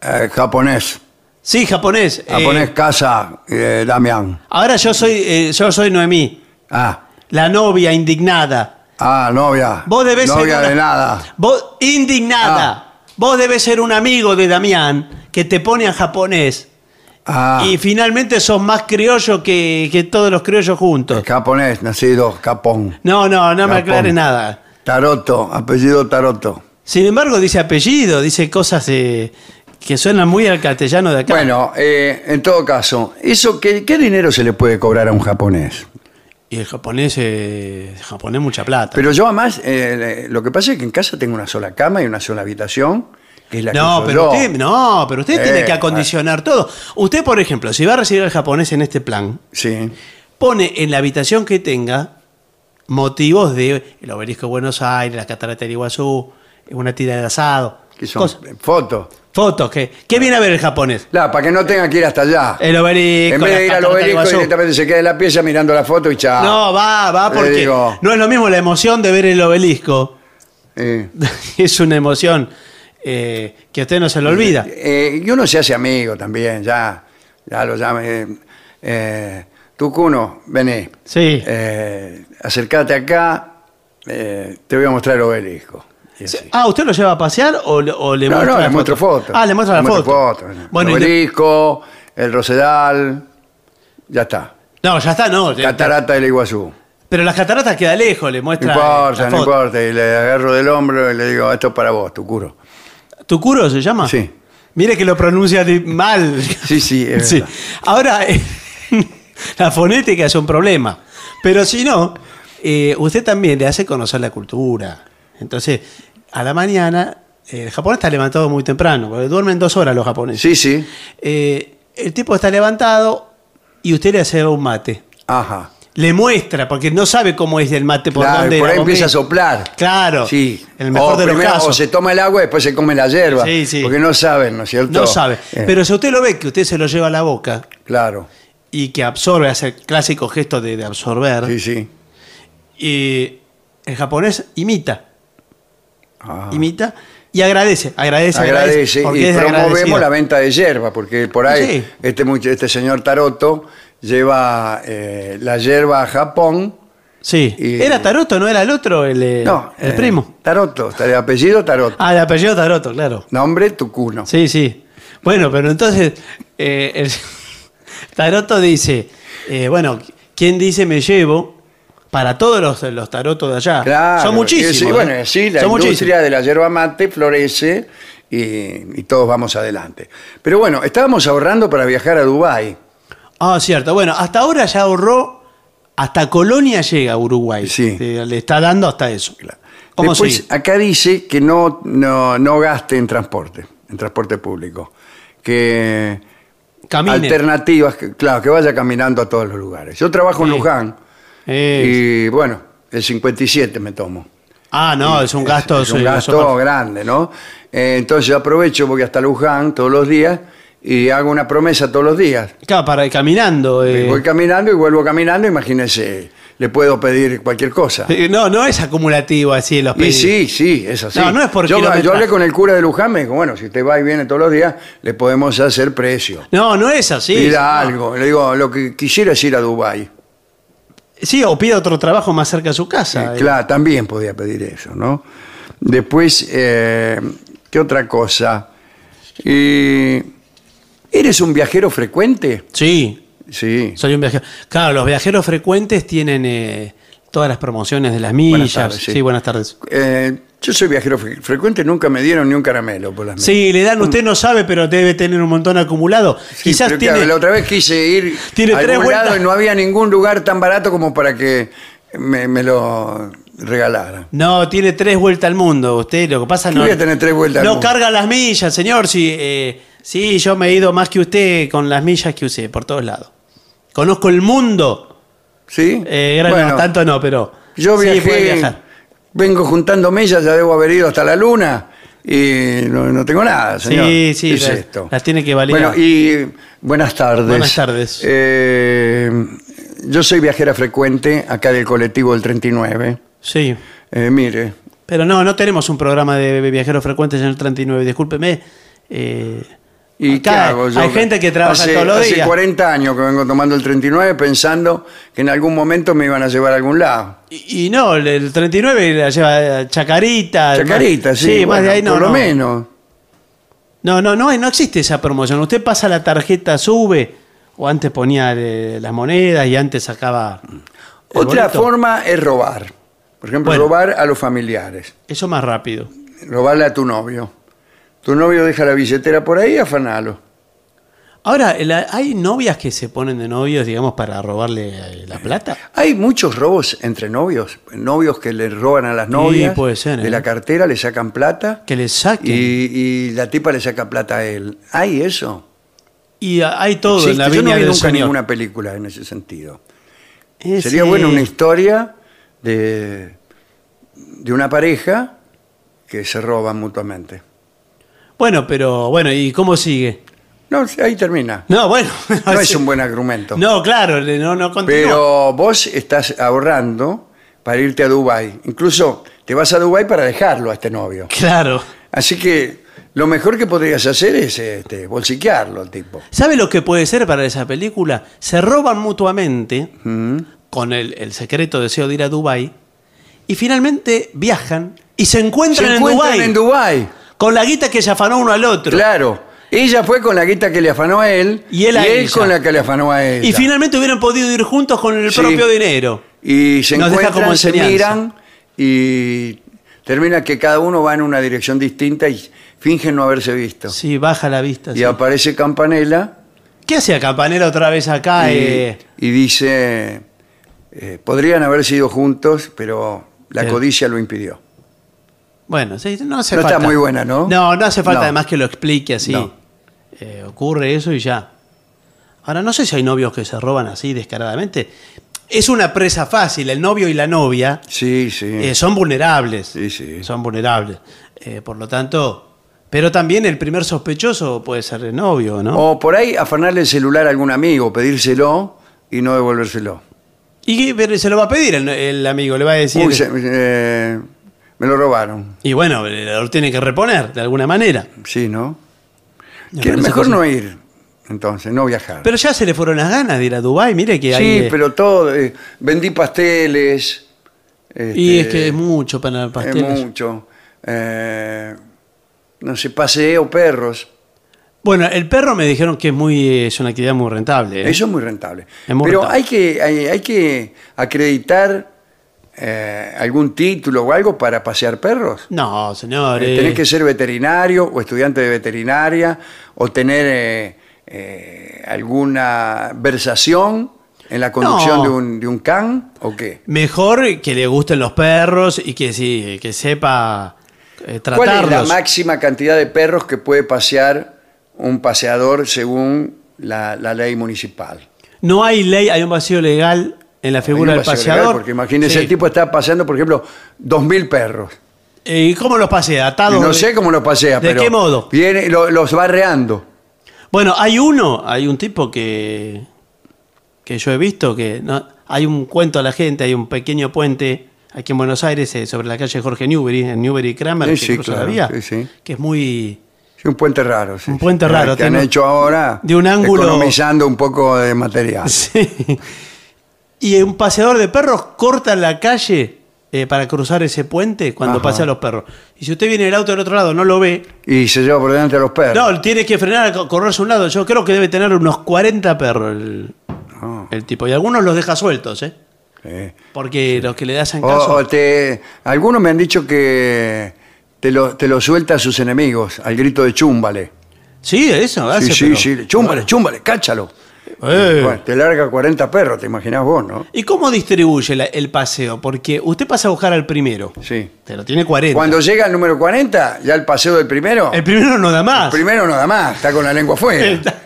Speaker 1: eh, japonés.
Speaker 2: sí, japonés. Eh,
Speaker 1: Japonés casa, eh, Damián.
Speaker 2: ahora yo soy, eh, yo soy Noemí,
Speaker 1: Ah,
Speaker 2: la novia indignada.
Speaker 1: ah, novia.
Speaker 2: Vos debes ser.
Speaker 1: novia
Speaker 2: una-
Speaker 1: de nada.
Speaker 2: Vos,
Speaker 1: Ah.
Speaker 2: indignada. Vos debes ser un amigo de Damián que te pone a japonés.
Speaker 1: Ah,
Speaker 2: Y finalmente sos más criollo que, que todos los criollos juntos.
Speaker 1: japonés, nacido Capón.
Speaker 2: No, no, no me
Speaker 1: Japón.
Speaker 2: aclares nada.
Speaker 1: Taroto, apellido Taroto.
Speaker 2: Sin embargo, dice apellido, dice cosas eh, que suenan muy al castellano de acá.
Speaker 1: Bueno, eh, en todo caso, eso qué, ¿qué dinero se le puede cobrar a un japonés?
Speaker 2: Y el japonés, eh, el japonés mucha plata.
Speaker 1: Pero yo además, eh, le- lo que pasa es que en casa tengo una sola cama y una sola habitación, que es la que
Speaker 2: no,
Speaker 1: uso
Speaker 2: pero
Speaker 1: yo.
Speaker 2: usted, no, pero usted tiene
Speaker 1: Eh,
Speaker 2: que acondicionar todo. Usted, por ejemplo, si va a recibir al japonés en este plan,
Speaker 1: Sí,
Speaker 2: pone en la habitación que tenga motivos de el obelisco de Buenos Aires, la catarata del Iguazú, una tira de asado,
Speaker 1: que son
Speaker 2: cosas-
Speaker 1: fotos.
Speaker 2: fotos. Que, ¿Qué viene a ver el japonés?
Speaker 1: Claro, para que no tenga que ir hasta allá.
Speaker 2: El obelisco.
Speaker 1: en vez
Speaker 2: la
Speaker 1: de ir al
Speaker 2: catarata del
Speaker 1: obelisco,
Speaker 2: Iguazú.
Speaker 1: directamente se queda en la pieza mirando la foto y chao.
Speaker 2: No, va, va,
Speaker 1: Ah, Le
Speaker 2: porque
Speaker 1: digo.
Speaker 2: no es lo mismo la emoción de ver el obelisco.
Speaker 1: Eh,
Speaker 2: es una emoción eh, que a usted no se le olvida.
Speaker 1: eh, y uno se hace amigo también, ya, ya lo llama. Eh, eh, Tucuno, vení.
Speaker 2: Sí.
Speaker 1: Eh, acercate acá, eh, te voy a mostrar el obelisco. Y así.
Speaker 2: Ah, ¿usted lo lleva a pasear o, le- o le
Speaker 1: no,
Speaker 2: muestra
Speaker 1: no,
Speaker 2: la
Speaker 1: le muestro fotos.
Speaker 2: Ah, le muestra la
Speaker 1: Le muestro
Speaker 2: foto.
Speaker 1: fotos.
Speaker 2: Bueno, y
Speaker 1: el
Speaker 2: le-
Speaker 1: obelisco, el Rosedal, ya está.
Speaker 2: no, ya está, no.
Speaker 1: Catarata del Iguazú.
Speaker 2: Pero las cataratas queda lejos, le
Speaker 1: No
Speaker 2: muestra. eh,
Speaker 1: importa,
Speaker 2: la
Speaker 1: no
Speaker 2: foto.
Speaker 1: importa. Y le agarro del hombro y le digo, "Ah, esto es para vos, tu curo.
Speaker 2: ¿Tucuro se llama?
Speaker 1: Sí.
Speaker 2: Mire que lo pronuncia de- mal.
Speaker 1: Sí, sí, es
Speaker 2: Sí.
Speaker 1: verdad.
Speaker 2: Ahora, eh, la fonética es un problema. Pero si no, eh, usted también le hace conocer la cultura. Entonces, a la mañana, eh, el japonés está levantado muy temprano, porque duermen dos horas los japoneses.
Speaker 1: Sí, sí.
Speaker 2: Eh, el tipo está levantado y usted le hace un mate.
Speaker 1: Ajá.
Speaker 2: Le muestra, porque no sabe cómo es el mate, por
Speaker 1: Claro,
Speaker 2: dónde
Speaker 1: y por
Speaker 2: la
Speaker 1: ahí
Speaker 2: comí.
Speaker 1: empieza a soplar.
Speaker 2: Claro.
Speaker 1: Sí.
Speaker 2: En el mejor
Speaker 1: o
Speaker 2: de los
Speaker 1: primero, O
Speaker 2: casos.
Speaker 1: se toma el agua y después se come la hierba.
Speaker 2: Sí, sí.
Speaker 1: Porque no saben, ¿no es cierto?
Speaker 2: No sabe.
Speaker 1: Eh,
Speaker 2: Pero si usted lo ve que usted se lo lleva a la boca
Speaker 1: Claro.
Speaker 2: y que absorbe, hace el clásico gesto de, de absorber,
Speaker 1: Sí, sí.
Speaker 2: y el japonés imita,
Speaker 1: Ah.
Speaker 2: imita y agradece, agradece, agradece.
Speaker 1: agradece,
Speaker 2: porque
Speaker 1: y
Speaker 2: es agradecido.
Speaker 1: promovemos la venta de hierba, porque por ahí
Speaker 2: Sí.
Speaker 1: este, much- este señor Taroto lleva eh, la hierba a Japón.
Speaker 2: Sí.
Speaker 1: y-
Speaker 2: ¿Era Taroto, no era el otro, el, eh,
Speaker 1: No,
Speaker 2: el
Speaker 1: eh,
Speaker 2: primo?
Speaker 1: Taroto, de apellido Taroto.
Speaker 2: Ah, de apellido Taroto, claro.
Speaker 1: Nombre Tucuno.
Speaker 2: Sí, sí. Bueno, pero entonces eh, el Taroto dice, eh, bueno, ¿quién dice me llevo? Para todos los, los tarotos de allá.
Speaker 1: Claro,
Speaker 2: Son muchísimos.
Speaker 1: y sí,
Speaker 2: ¿eh?
Speaker 1: bueno, sí, la
Speaker 2: Son
Speaker 1: industria
Speaker 2: muchísimos.
Speaker 1: de la yerba mate florece y, y todos vamos adelante. Pero bueno, estábamos ahorrando para viajar a Dubái.
Speaker 2: Ah, cierto. Bueno, hasta ahora ya ahorró, hasta Colonia llega a Uruguay.
Speaker 1: Sí.
Speaker 2: Eh, Le está dando hasta eso. ¿Cómo
Speaker 1: Después,
Speaker 2: sigue?
Speaker 1: acá dice que no, no, no gaste en transporte, en transporte público. Que
Speaker 2: Camine.
Speaker 1: alternativas, que- claro, que vaya caminando a todos los lugares. Yo trabajo en
Speaker 2: Sí.
Speaker 1: Luján
Speaker 2: Eh,
Speaker 1: y bueno, el 57 me tomo.
Speaker 2: ah, no, es un gasto.
Speaker 1: Es un
Speaker 2: sí,
Speaker 1: gasto
Speaker 2: sopa-
Speaker 1: grande, ¿no? Eh, entonces yo aprovecho, voy hasta Luján todos los días y hago una promesa todos los días.
Speaker 2: Claro, para ir caminando. eh.
Speaker 1: Voy caminando y vuelvo caminando, imagínense, le puedo pedir cualquier cosa.
Speaker 2: Eh, No, no es acumulativo así los
Speaker 1: Y
Speaker 2: pedidos.
Speaker 1: sí, sí, es así.
Speaker 2: No, no es por
Speaker 1: yo,
Speaker 2: kilometraje.
Speaker 1: yo hablé con el cura de Luján, me dijo, bueno, si usted va y viene todos los días, le podemos hacer precio.
Speaker 2: No, no es así.
Speaker 1: Pida
Speaker 2: No.
Speaker 1: algo. Le digo, lo que quisiera es ir a Dubái.
Speaker 2: Sí, o pida otro trabajo más cerca de su casa.
Speaker 1: Eh, claro, también podía pedir eso, ¿no? Después, eh, ¿qué otra cosa? Eh, ¿Eres un viajero frecuente?
Speaker 2: Sí,
Speaker 1: Sí.
Speaker 2: soy un viajero. Claro, los viajeros frecuentes tienen eh, todas las promociones de las millas.
Speaker 1: Buenas tardes,
Speaker 2: sí.
Speaker 1: sí.
Speaker 2: buenas tardes.
Speaker 1: Eh, yo soy viajero fre- frecuente, nunca me dieron ni un caramelo por las medias.
Speaker 2: Sí, le dan, usted no sabe, pero debe tener un montón acumulado.
Speaker 1: Sí,
Speaker 2: Quizás
Speaker 1: pero
Speaker 2: tiene.
Speaker 1: claro, la otra vez quise ir
Speaker 2: Tiene
Speaker 1: a
Speaker 2: tres
Speaker 1: algún lado
Speaker 2: vueltas.
Speaker 1: y no había ningún lugar tan barato como para que me, me lo regalaran.
Speaker 2: No, tiene tres vueltas al mundo. Usted lo que pasa
Speaker 1: ¿Qué
Speaker 2: no.
Speaker 1: voy a tener tres vueltas al
Speaker 2: No
Speaker 1: mundo?
Speaker 2: carga las millas, señor. Sí, eh, sí, yo me he ido más que usted con las millas que usted, por todos lados. Conozco el mundo.
Speaker 1: ¿Sí?
Speaker 2: Eh, gran-
Speaker 1: Bueno,
Speaker 2: no, tanto no, pero.
Speaker 1: Yo
Speaker 2: sí puede
Speaker 1: viajé,
Speaker 2: viajar.
Speaker 1: vengo juntando millas, ya debo haber ido hasta la luna y no, no tengo nada, señor.
Speaker 2: Sí, sí,
Speaker 1: ¿Qué es
Speaker 2: las-
Speaker 1: esto?
Speaker 2: las tiene que validar.
Speaker 1: Bueno, y buenas tardes.
Speaker 2: Buenas tardes.
Speaker 1: Eh, yo soy viajera frecuente acá del colectivo del 39.
Speaker 2: Sí.
Speaker 1: Eh, mire,
Speaker 2: Pero no, no tenemos un programa de viajeros frecuentes en el 39. Discúlpeme. eh,
Speaker 1: ¿Y
Speaker 2: acá
Speaker 1: qué hago yo?
Speaker 2: Hay gente que trabaja
Speaker 1: hace,
Speaker 2: todos los
Speaker 1: hace
Speaker 2: días.
Speaker 1: 40 años que vengo tomando el 39 pensando que en algún momento me iban a llevar a algún lado.
Speaker 2: Y, y no, el- el 39 la lleva a Chacarita.
Speaker 1: Chacarita,
Speaker 2: más-
Speaker 1: sí.
Speaker 2: más de
Speaker 1: bueno,
Speaker 2: ahí no.
Speaker 1: Por lo
Speaker 2: no.
Speaker 1: menos.
Speaker 2: No, no, no, hay- no existe esa promoción. Usted pasa la tarjeta, sube, o antes ponía eh, las monedas y antes sacaba. el
Speaker 1: Otra
Speaker 2: boleto.
Speaker 1: forma es robar. Por ejemplo,
Speaker 2: Bueno.
Speaker 1: robar a los familiares.
Speaker 2: Eso más rápido.
Speaker 1: Robarle a tu novio. Tu novio deja la billetera por ahí, afanalo.
Speaker 2: Ahora, el- hay novias que se ponen de novios, digamos, para robarle eh, la plata.
Speaker 1: Hay muchos robos entre novios. Novios que le roban a las novias.
Speaker 2: puede ser,
Speaker 1: De
Speaker 2: ¿eh?
Speaker 1: la cartera le sacan plata.
Speaker 2: Que le saquen.
Speaker 1: Y, y la tipa le saca plata a él. ¿Hay eso?
Speaker 2: Y a- hay todo en
Speaker 1: Existe.
Speaker 2: la
Speaker 1: Yo no
Speaker 2: viña
Speaker 1: vi
Speaker 2: del
Speaker 1: nunca
Speaker 2: Señor.
Speaker 1: ninguna película en ese sentido.
Speaker 2: Eh,
Speaker 1: Sería
Speaker 2: sí.
Speaker 1: bueno una historia de, de una pareja que se roban mutuamente.
Speaker 2: Bueno, pero bueno, ¿y cómo sigue?
Speaker 1: No, ahí termina.
Speaker 2: No, bueno.
Speaker 1: No es un buen argumento.
Speaker 2: No, claro, le- no, no continúa.
Speaker 1: Pero vos estás ahorrando para irte a Dubái. Incluso te vas a Dubái para dejarlo a este novio.
Speaker 2: Claro.
Speaker 1: Así que lo mejor que podrías hacer es este, bolsiquearlo al tipo.
Speaker 2: ¿Sabe lo que puede ser para esa película? Se roban mutuamente
Speaker 1: Mm.
Speaker 2: con el, el secreto deseo de ir a Dubai y finalmente viajan y se
Speaker 1: Se
Speaker 2: encuentran,
Speaker 1: encuentran
Speaker 2: en
Speaker 1: en
Speaker 2: Dubai
Speaker 1: Dubái.
Speaker 2: con la guita que se afanó uno al otro.
Speaker 1: Claro. Ella fue con la guita que le afanó a él
Speaker 2: Y él a ella.
Speaker 1: con la que le afanó a ella.
Speaker 2: Y finalmente hubieran podido ir juntos con el
Speaker 1: Sí.
Speaker 2: propio dinero.
Speaker 1: Y se
Speaker 2: Nos deja
Speaker 1: encuentran,
Speaker 2: como
Speaker 1: se
Speaker 2: enseñanza.
Speaker 1: miran y termina que cada uno va en una dirección distinta y fingen no haberse visto.
Speaker 2: Sí, baja la vista.
Speaker 1: y
Speaker 2: sí.
Speaker 1: aparece Campanella
Speaker 2: ¿Qué hacía Campanera otra vez acá?
Speaker 1: y,
Speaker 2: eh?
Speaker 1: y dice, eh, podrían haber sido juntos, pero la
Speaker 2: Sí.
Speaker 1: codicia lo impidió.
Speaker 2: Bueno, sí, no hace
Speaker 1: No
Speaker 2: falta.
Speaker 1: está muy buena, ¿no?
Speaker 2: No, no hace falta
Speaker 1: No.
Speaker 2: además que lo explique así.
Speaker 1: No.
Speaker 2: Eh, ocurre eso y ya. Ahora, no sé si hay novios que se roban así descaradamente. Es una presa fácil. El novio y la novia
Speaker 1: Sí, sí.
Speaker 2: eh, son vulnerables.
Speaker 1: Sí, sí.
Speaker 2: Son vulnerables. Eh, por lo tanto. Pero también el primer sospechoso puede ser el novio, ¿no?
Speaker 1: O por ahí afanarle el celular a algún amigo, pedírselo y no devolvérselo.
Speaker 2: Y pero se lo va a pedir el, el amigo, le va a decir.
Speaker 1: Uy, se- eh, me lo robaron.
Speaker 2: Y bueno, eh, lo tiene que reponer de alguna manera.
Speaker 1: Sí, ¿no?
Speaker 2: Me
Speaker 1: Que
Speaker 2: parece
Speaker 1: mejor
Speaker 2: cosa-
Speaker 1: no ir, entonces, no viajar.
Speaker 2: Pero ya se le fueron las ganas de ir a Dubái, mire que
Speaker 1: sí,
Speaker 2: hay. eh,
Speaker 1: pero todo. eh, vendí pasteles.
Speaker 2: Y
Speaker 1: este,
Speaker 2: es que es mucho para el pastel.
Speaker 1: Es mucho. Eh, no sé, paseo perros.
Speaker 2: Bueno, el perro me dijeron que es muy eh, es una actividad muy rentable. ¿eh?
Speaker 1: Eso es muy rentable.
Speaker 2: Es muy
Speaker 1: Pero
Speaker 2: rentable.
Speaker 1: Hay, que, hay, hay que acreditar eh, algún título o algo para pasear perros.
Speaker 2: No,
Speaker 1: Eh,
Speaker 2: señor. eh,
Speaker 1: Tenés que ser veterinario o estudiante de veterinaria o tener eh, eh, alguna versación en la conducción
Speaker 2: No.
Speaker 1: de, un, de un can o qué.
Speaker 2: Mejor que le gusten los perros y que sí, que sepa eh,
Speaker 1: ¿Cuál
Speaker 2: tratarlos.
Speaker 1: es la máxima cantidad de perros que puede pasear un paseador según la, la ley municipal?
Speaker 2: no hay ley, hay un vacío legal en la figura
Speaker 1: Hay un
Speaker 2: del
Speaker 1: paseo legal,
Speaker 2: paseador.
Speaker 1: Porque imagínese,
Speaker 2: Sí.
Speaker 1: el tipo está paseando, por ejemplo, 2.000 perros.
Speaker 2: Eh, ¿Y cómo los pasea? ¿Atados?
Speaker 1: No
Speaker 2: de-
Speaker 1: sé cómo los pasea,
Speaker 2: ¿De
Speaker 1: pero...
Speaker 2: qué modo?
Speaker 1: Viene, lo- los barreando.
Speaker 2: Bueno, hay uno, hay un tipo que que yo he visto que no, Hay un cuento a la gente, hay un pequeño puente aquí en Buenos Aires eh, sobre la calle Jorge Newbery, en Newbery Kramer,
Speaker 1: Sí,
Speaker 2: que
Speaker 1: sí,
Speaker 2: cruza la
Speaker 1: claro,
Speaker 2: vía,
Speaker 1: sí, sí.
Speaker 2: que es muy...
Speaker 1: Sí, un puente raro. sí,
Speaker 2: Un
Speaker 1: sí.
Speaker 2: puente
Speaker 1: Que-
Speaker 2: raro,
Speaker 1: Que han
Speaker 2: tiene-
Speaker 1: hecho ahora.
Speaker 2: de un ángulo-
Speaker 1: Economizando un poco de material.
Speaker 2: Sí. Y un paseador de perros corta la calle eh, para cruzar ese puente cuando
Speaker 1: Ajá.
Speaker 2: pasean los perros. Y si usted viene en el auto del otro lado, no lo ve.
Speaker 1: Y se lleva por delante a los perros.
Speaker 2: No, tiene que frenar, co- correrse a un lado. Yo creo que debe tener unos 40 perros el,
Speaker 1: No.
Speaker 2: el tipo. Y algunos los deja sueltos, ¿eh?
Speaker 1: Sí.
Speaker 2: Porque los que le hacen
Speaker 1: O,
Speaker 2: caso.
Speaker 1: o te, algunos me han dicho que te lo, te lo suelta a sus enemigos al grito de chúmbale.
Speaker 2: Sí, eso, hace,
Speaker 1: Sí, sí,
Speaker 2: pero- Ah.
Speaker 1: sí. Chúmbale, chúmbale, cáchalo.
Speaker 2: Eh.
Speaker 1: Bueno, te larga 40 perros, te imaginás vos, ¿no?
Speaker 2: ¿Y cómo distribuye la- el paseo? Porque usted pasa a buscar al primero.
Speaker 1: Sí.
Speaker 2: Pero tiene 40.
Speaker 1: Cuando llega el número 40, ya el paseo del primero,
Speaker 2: El primero no da más.
Speaker 1: primero nada más, está con la lengua afuera.
Speaker 2: Está-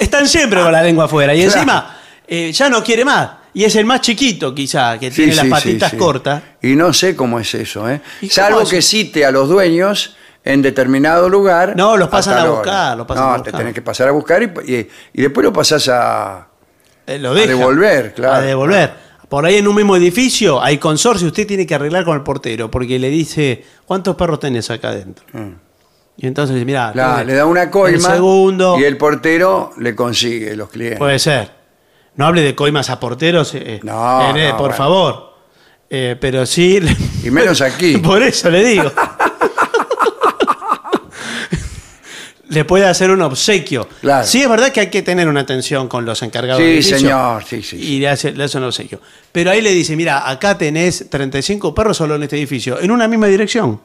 Speaker 2: Están siempre con la lengua afuera. Y
Speaker 1: Claro.
Speaker 2: encima, eh, ya no quiere más. Y es el más chiquito, quizá, que tiene las
Speaker 1: sí,
Speaker 2: patitas
Speaker 1: sí, sí.
Speaker 2: cortas.
Speaker 1: Y no sé cómo es eso, ¿eh?
Speaker 2: ¿Y cómo
Speaker 1: Salvo
Speaker 2: hace?
Speaker 1: que cite a los dueños en determinado lugar.
Speaker 2: No, los pasan
Speaker 1: a tal
Speaker 2: a
Speaker 1: hora.
Speaker 2: buscar, los pasan
Speaker 1: no,
Speaker 2: a
Speaker 1: te
Speaker 2: buscar.
Speaker 1: tenés que pasar a buscar y, y- y después lo pasás a...
Speaker 2: Eh, lo deja.
Speaker 1: devolver, claro.
Speaker 2: A devolver. Por ahí en un mismo edificio hay consorcio, usted tiene que arreglar con el portero, porque le dice, ¿cuántos perros tenés acá adentro? Y entonces, mira,
Speaker 1: eh, la- le da una coima
Speaker 2: El segundo. Pues,
Speaker 1: y el portero le consigue los clientes.
Speaker 2: Puede ser. No hable de coimas a porteros, eh,
Speaker 1: No,
Speaker 2: eh, eh,
Speaker 1: no,
Speaker 2: por
Speaker 1: bueno.
Speaker 2: favor. Eh, pero sí.
Speaker 1: Y menos
Speaker 2: pues,
Speaker 1: aquí.
Speaker 2: Por eso le digo. le puede hacer un obsequio.
Speaker 1: Claro.
Speaker 2: Sí, es verdad que hay que tener una atención con los encargados
Speaker 1: Sí,
Speaker 2: del edificio.
Speaker 1: señor, sí, sí, sí.
Speaker 2: Y le hace, le hace un obsequio. Pero ahí le dice: Mira, acá tenés 35 perros solo en este edificio, en una misma dirección.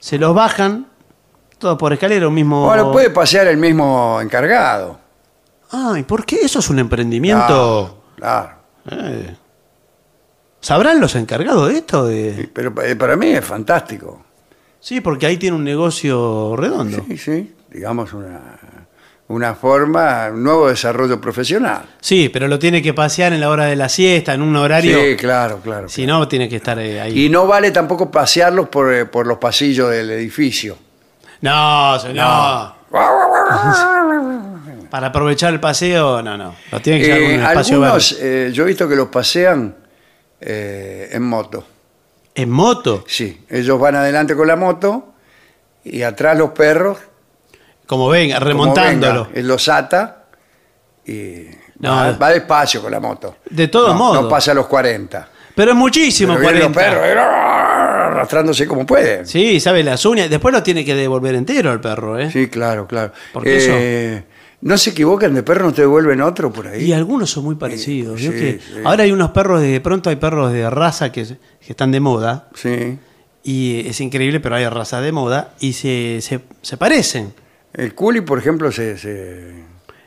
Speaker 2: Se los bajan, todos por escalera, un mismo.
Speaker 1: Bueno, puede pasear el mismo encargado.
Speaker 2: Ay, ¿por qué eso es un emprendimiento?
Speaker 1: Claro, claro.
Speaker 2: Eh. ¿Sabrán los encargados de esto? De...
Speaker 1: Pero pa- eh, para mí es fantástico.
Speaker 2: Sí, porque ahí tiene un negocio redondo.
Speaker 1: Sí, sí. Digamos una, una forma, un nuevo desarrollo profesional.
Speaker 2: Sí, pero lo tiene que pasear en la hora de la siesta, en un horario.
Speaker 1: Sí, claro, claro.
Speaker 2: Si no, tiene que estar eh, ahí.
Speaker 1: Y no vale tampoco pasearlos por, eh, por los pasillos del edificio.
Speaker 2: No, señor. Para aprovechar el paseo, no, no. Lo tiene que ser
Speaker 1: Eh,
Speaker 2: un espacio
Speaker 1: algunos,
Speaker 2: verde.
Speaker 1: eh, yo he visto que los pasean eh, en moto.
Speaker 2: ¿En moto?
Speaker 1: Sí, ellos van adelante con la moto y atrás los perros.
Speaker 2: Como venga,
Speaker 1: como
Speaker 2: remontándolo.
Speaker 1: venga, él los ata y
Speaker 2: No,
Speaker 1: va,
Speaker 2: eh.
Speaker 1: va despacio con la moto.
Speaker 2: De todos
Speaker 1: No,
Speaker 2: modos.
Speaker 1: No pasa a los 40.
Speaker 2: Pero es
Speaker 1: Pero
Speaker 2: muchísimo,
Speaker 1: vienen los
Speaker 2: 40.
Speaker 1: perros eh, arrastrándose como pueden.
Speaker 2: Sí, sabe las uñas. Después lo tiene que devolver entero el perro, ¿eh?
Speaker 1: Sí, claro, claro.
Speaker 2: Porque eso-
Speaker 1: Eh, No se equivocan de perro, no te devuelven otro por ahí.
Speaker 2: Y algunos son muy parecidos.
Speaker 1: Eh, Sí,
Speaker 2: vio que
Speaker 1: sí.
Speaker 2: Ahora hay unos perros, de, de pronto hay perros de raza que, que están de moda.
Speaker 1: Sí.
Speaker 2: Y eh, es increíble, pero hay razas de moda y se, se, se parecen.
Speaker 1: El culi, por ejemplo, se. se-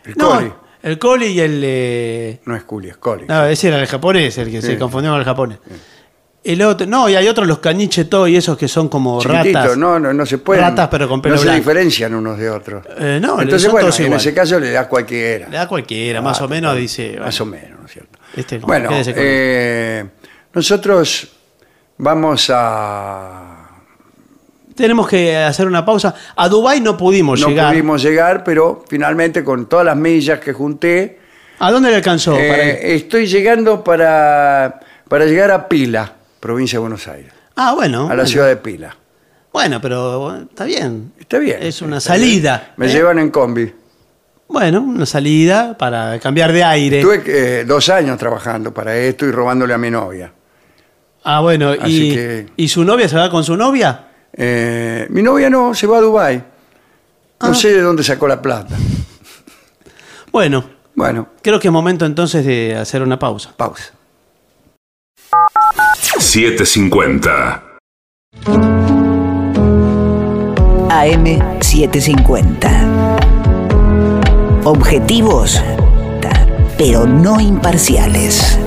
Speaker 1: El
Speaker 2: No,
Speaker 1: coli.
Speaker 2: el coli y el... eh,
Speaker 1: No es culi, es coli.
Speaker 2: No, ese era el japonés, el que
Speaker 1: Sí.
Speaker 2: se confundió con el japonés. El otro, no, y hay otros, los canicheto y esos que son como
Speaker 1: Chiquitito,
Speaker 2: ratas.
Speaker 1: no, no, no se pueden.
Speaker 2: Ratas, pero con pelo
Speaker 1: No se
Speaker 2: blanco.
Speaker 1: diferencian unos de otros.
Speaker 2: Eh, no, le-
Speaker 1: Entonces,
Speaker 2: son
Speaker 1: bueno, en
Speaker 2: todos igual.
Speaker 1: ese caso le das cualquiera.
Speaker 2: Le da cualquiera, más
Speaker 1: Ah,
Speaker 2: o menos,
Speaker 1: total,
Speaker 2: dice...
Speaker 1: Más o
Speaker 2: bueno,
Speaker 1: menos, ¿no es cierto?
Speaker 2: Este no,
Speaker 1: bueno,
Speaker 2: quédese con
Speaker 1: eh, nosotros vamos a.
Speaker 2: Tenemos que hacer una pausa. A Dubái no pudimos
Speaker 1: no
Speaker 2: llegar.
Speaker 1: pudimos llegar, pero finalmente con todas las millas que junté,
Speaker 2: ¿A dónde le alcanzó?
Speaker 1: eh,
Speaker 2: para ir?
Speaker 1: estoy llegando para, para llegar a Pila, provincia de Buenos Aires,
Speaker 2: ah, bueno.
Speaker 1: a la
Speaker 2: bueno.
Speaker 1: ciudad de Pila.
Speaker 2: Bueno, pero bueno, está bien.
Speaker 1: Está bien.
Speaker 2: Es una
Speaker 1: está bien.
Speaker 2: salida.
Speaker 1: Me
Speaker 2: ¿eh?
Speaker 1: llevan en combi.
Speaker 2: Bueno, una salida para cambiar de aire.
Speaker 1: Tuve eh, dos años trabajando para esto y robándole a mi novia.
Speaker 2: Ah, bueno,
Speaker 1: Así
Speaker 2: y,
Speaker 1: que-
Speaker 2: ¿y su novia se va con su novia?
Speaker 1: Eh, mi novia no, se va a Dubái. No
Speaker 2: Ah.
Speaker 1: sé de dónde sacó la plata.
Speaker 2: Bueno,
Speaker 1: Bueno,
Speaker 2: creo que es momento entonces de hacer una pausa.
Speaker 1: pausa.
Speaker 4: 750.
Speaker 5: AM750. Objetivos, pero no imparciales.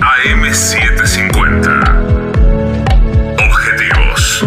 Speaker 4: AM750. Objetivos.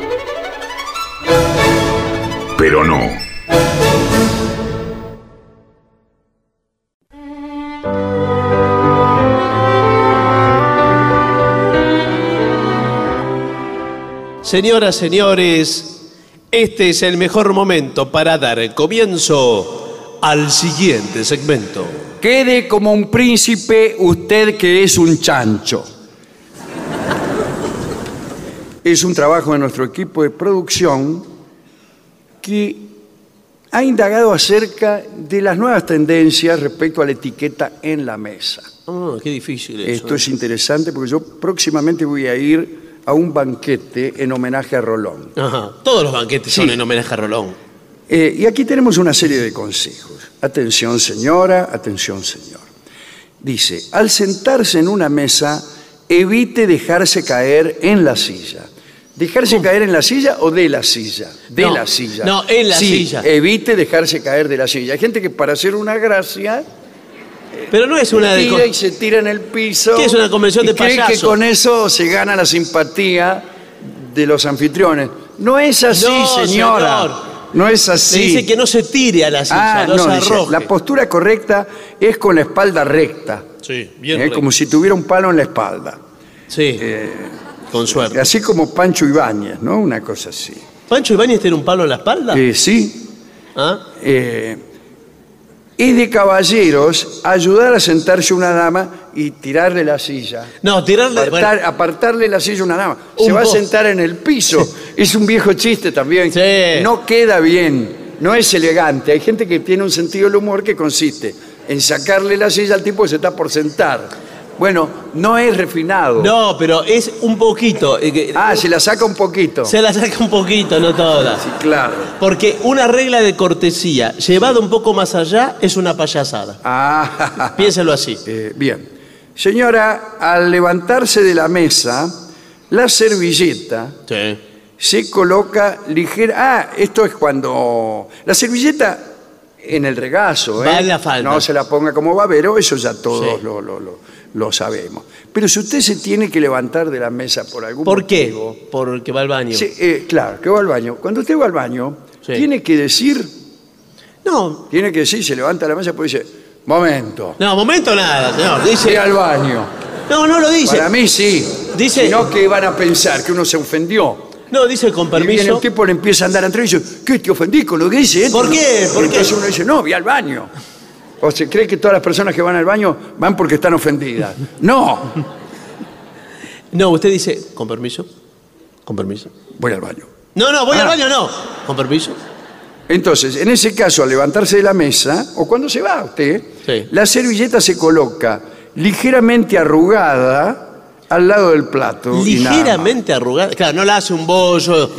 Speaker 4: Pero no.
Speaker 2: Señoras, señores, este es el mejor momento para dar el comienzo al siguiente segmento.
Speaker 1: Quede como un príncipe usted que es un chancho. Es un trabajo de nuestro equipo de producción que ha indagado acerca de las nuevas tendencias respecto a la etiqueta en la mesa.
Speaker 2: Ah, qué difícil eso. ¿eh?
Speaker 1: Esto es interesante porque yo próximamente voy a ir a un banquete en homenaje a Rolón.
Speaker 2: Ajá. Todos los banquetes son en homenaje a Rolón.
Speaker 1: Eh, y aquí tenemos una serie de consejos. Atención señora, atención señor. Dice, al sentarse en una mesa, evite dejarse caer en la silla. ¿Dejarse caer en la silla o de la silla? De
Speaker 2: No,
Speaker 1: la silla.
Speaker 2: no, en la
Speaker 1: Sí,
Speaker 2: silla.
Speaker 1: Evite dejarse caer de la silla. Hay gente que para hacer una gracia
Speaker 2: Pero no es una de...
Speaker 1: tira y se tira en el piso.
Speaker 2: ¿Qué es una convención
Speaker 1: y
Speaker 2: de
Speaker 1: cree que
Speaker 2: payasos?
Speaker 1: con eso se gana la simpatía de los anfitriones. No es así,
Speaker 2: No,
Speaker 1: señora.
Speaker 2: señor.
Speaker 1: No es así.
Speaker 2: Se dice que no se tire a la silla,
Speaker 1: Ah,
Speaker 2: no,
Speaker 1: no,
Speaker 2: se
Speaker 1: dice,
Speaker 2: arroje.
Speaker 1: la postura correcta es con la espalda recta,
Speaker 2: Sí,
Speaker 1: ¿eh?
Speaker 2: bien.
Speaker 1: como eh, si tuviera un palo en la espalda,
Speaker 2: Sí, con suerte.
Speaker 1: así como Pancho Ibáñez, ¿no? Una cosa así.
Speaker 2: ¿Pancho Ibáñez tiene un palo en la espalda?
Speaker 1: Eh, sí,
Speaker 2: ¿Ah?
Speaker 1: eh, es de caballeros ayudar a sentarse una dama y tirarle la silla.
Speaker 2: No, tirarle... Pues bueno,
Speaker 1: Apartar- apartarle la silla a una dama. Se
Speaker 2: Un
Speaker 1: va a
Speaker 2: vos.
Speaker 1: sentar en el piso. Es un viejo chiste también.
Speaker 2: Sí.
Speaker 1: No queda bien. No es elegante. Hay gente que tiene un sentido del humor que consiste en sacarle la silla al tipo que se está por sentar. Bueno, no es refinado.
Speaker 2: no, pero es un poquito. eh, que-
Speaker 1: Ah, se la saca un poquito.
Speaker 2: Se la saca un poquito, no toda.
Speaker 1: Claro.
Speaker 2: Porque una regla de cortesía llevada un poco más allá es una payasada.
Speaker 1: Ah,
Speaker 2: Piénselo así.
Speaker 1: eh, bien. Señora, al levantarse de la mesa, la servilleta
Speaker 2: Sí.
Speaker 1: se coloca ligera. Ah, esto es cuando la servilleta en el regazo, ¿eh?
Speaker 2: Va en la falda.
Speaker 1: No se la ponga como babero, eso ya todos
Speaker 2: Sí.
Speaker 1: lo, lo- lo- lo sabemos. Pero si usted se tiene que levantar de la mesa por algún
Speaker 2: ¿Por qué?
Speaker 1: motivo-
Speaker 2: Porque va al baño.
Speaker 1: Sí, eh, claro, que va al baño. Cuando usted va al baño,
Speaker 2: Sí.
Speaker 1: tiene que decir,
Speaker 2: No,
Speaker 1: tiene que decir, se levanta de la mesa y dice, momento,
Speaker 2: no, momento nada, señor.
Speaker 1: voy
Speaker 2: Dice,
Speaker 1: al baño.
Speaker 2: no, no lo dice.
Speaker 1: Para mí sí.
Speaker 2: Dice-
Speaker 1: Sino que van a pensar que uno se ofendió.
Speaker 2: No, dice con
Speaker 1: Y viene
Speaker 2: permiso.
Speaker 1: un tipo le empieza a andar entre ellos. ¿Qué te ofendí con lo que dice? esto?"
Speaker 2: ¿Por qué? ¿Por
Speaker 1: Y entonces
Speaker 2: qué?
Speaker 1: uno dice, no, voy al baño. O se cree que todas las personas que van al baño van porque están ofendidas. No,
Speaker 2: No, usted dice, con permiso. Con permiso.
Speaker 1: voy al baño.
Speaker 2: No, no, voy
Speaker 1: Ah.
Speaker 2: al baño, no. Con permiso.
Speaker 1: Entonces, en ese caso, al levantarse de la mesa, o cuando se va usted,
Speaker 2: Sí.
Speaker 1: la servilleta se coloca ligeramente arrugada al lado del plato. y nada más.
Speaker 2: Ligeramente arrugada. Claro, no la hace un bollo.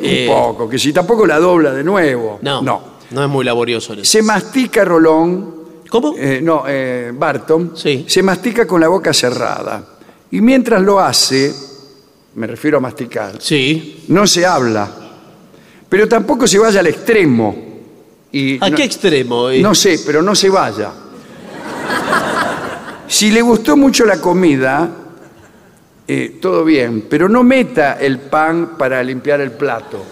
Speaker 2: eh,
Speaker 1: Un poco, que si tampoco la dobla de nuevo.
Speaker 2: No, no. No es muy laborioso. eso.
Speaker 1: Se mastica rolón
Speaker 2: ¿Cómo?
Speaker 1: Eh, no, eh, Barton,
Speaker 2: Sí.
Speaker 1: se mastica con la boca cerrada. Y mientras lo hace, me refiero a masticar,
Speaker 2: Sí.
Speaker 1: no se habla. Pero tampoco se vaya al extremo. Y
Speaker 2: ¿A
Speaker 1: no,
Speaker 2: qué extremo? eh?
Speaker 1: no sé, pero no se vaya. Si le gustó mucho la comida, eh, todo bien, pero no meta el pan para limpiar el plato.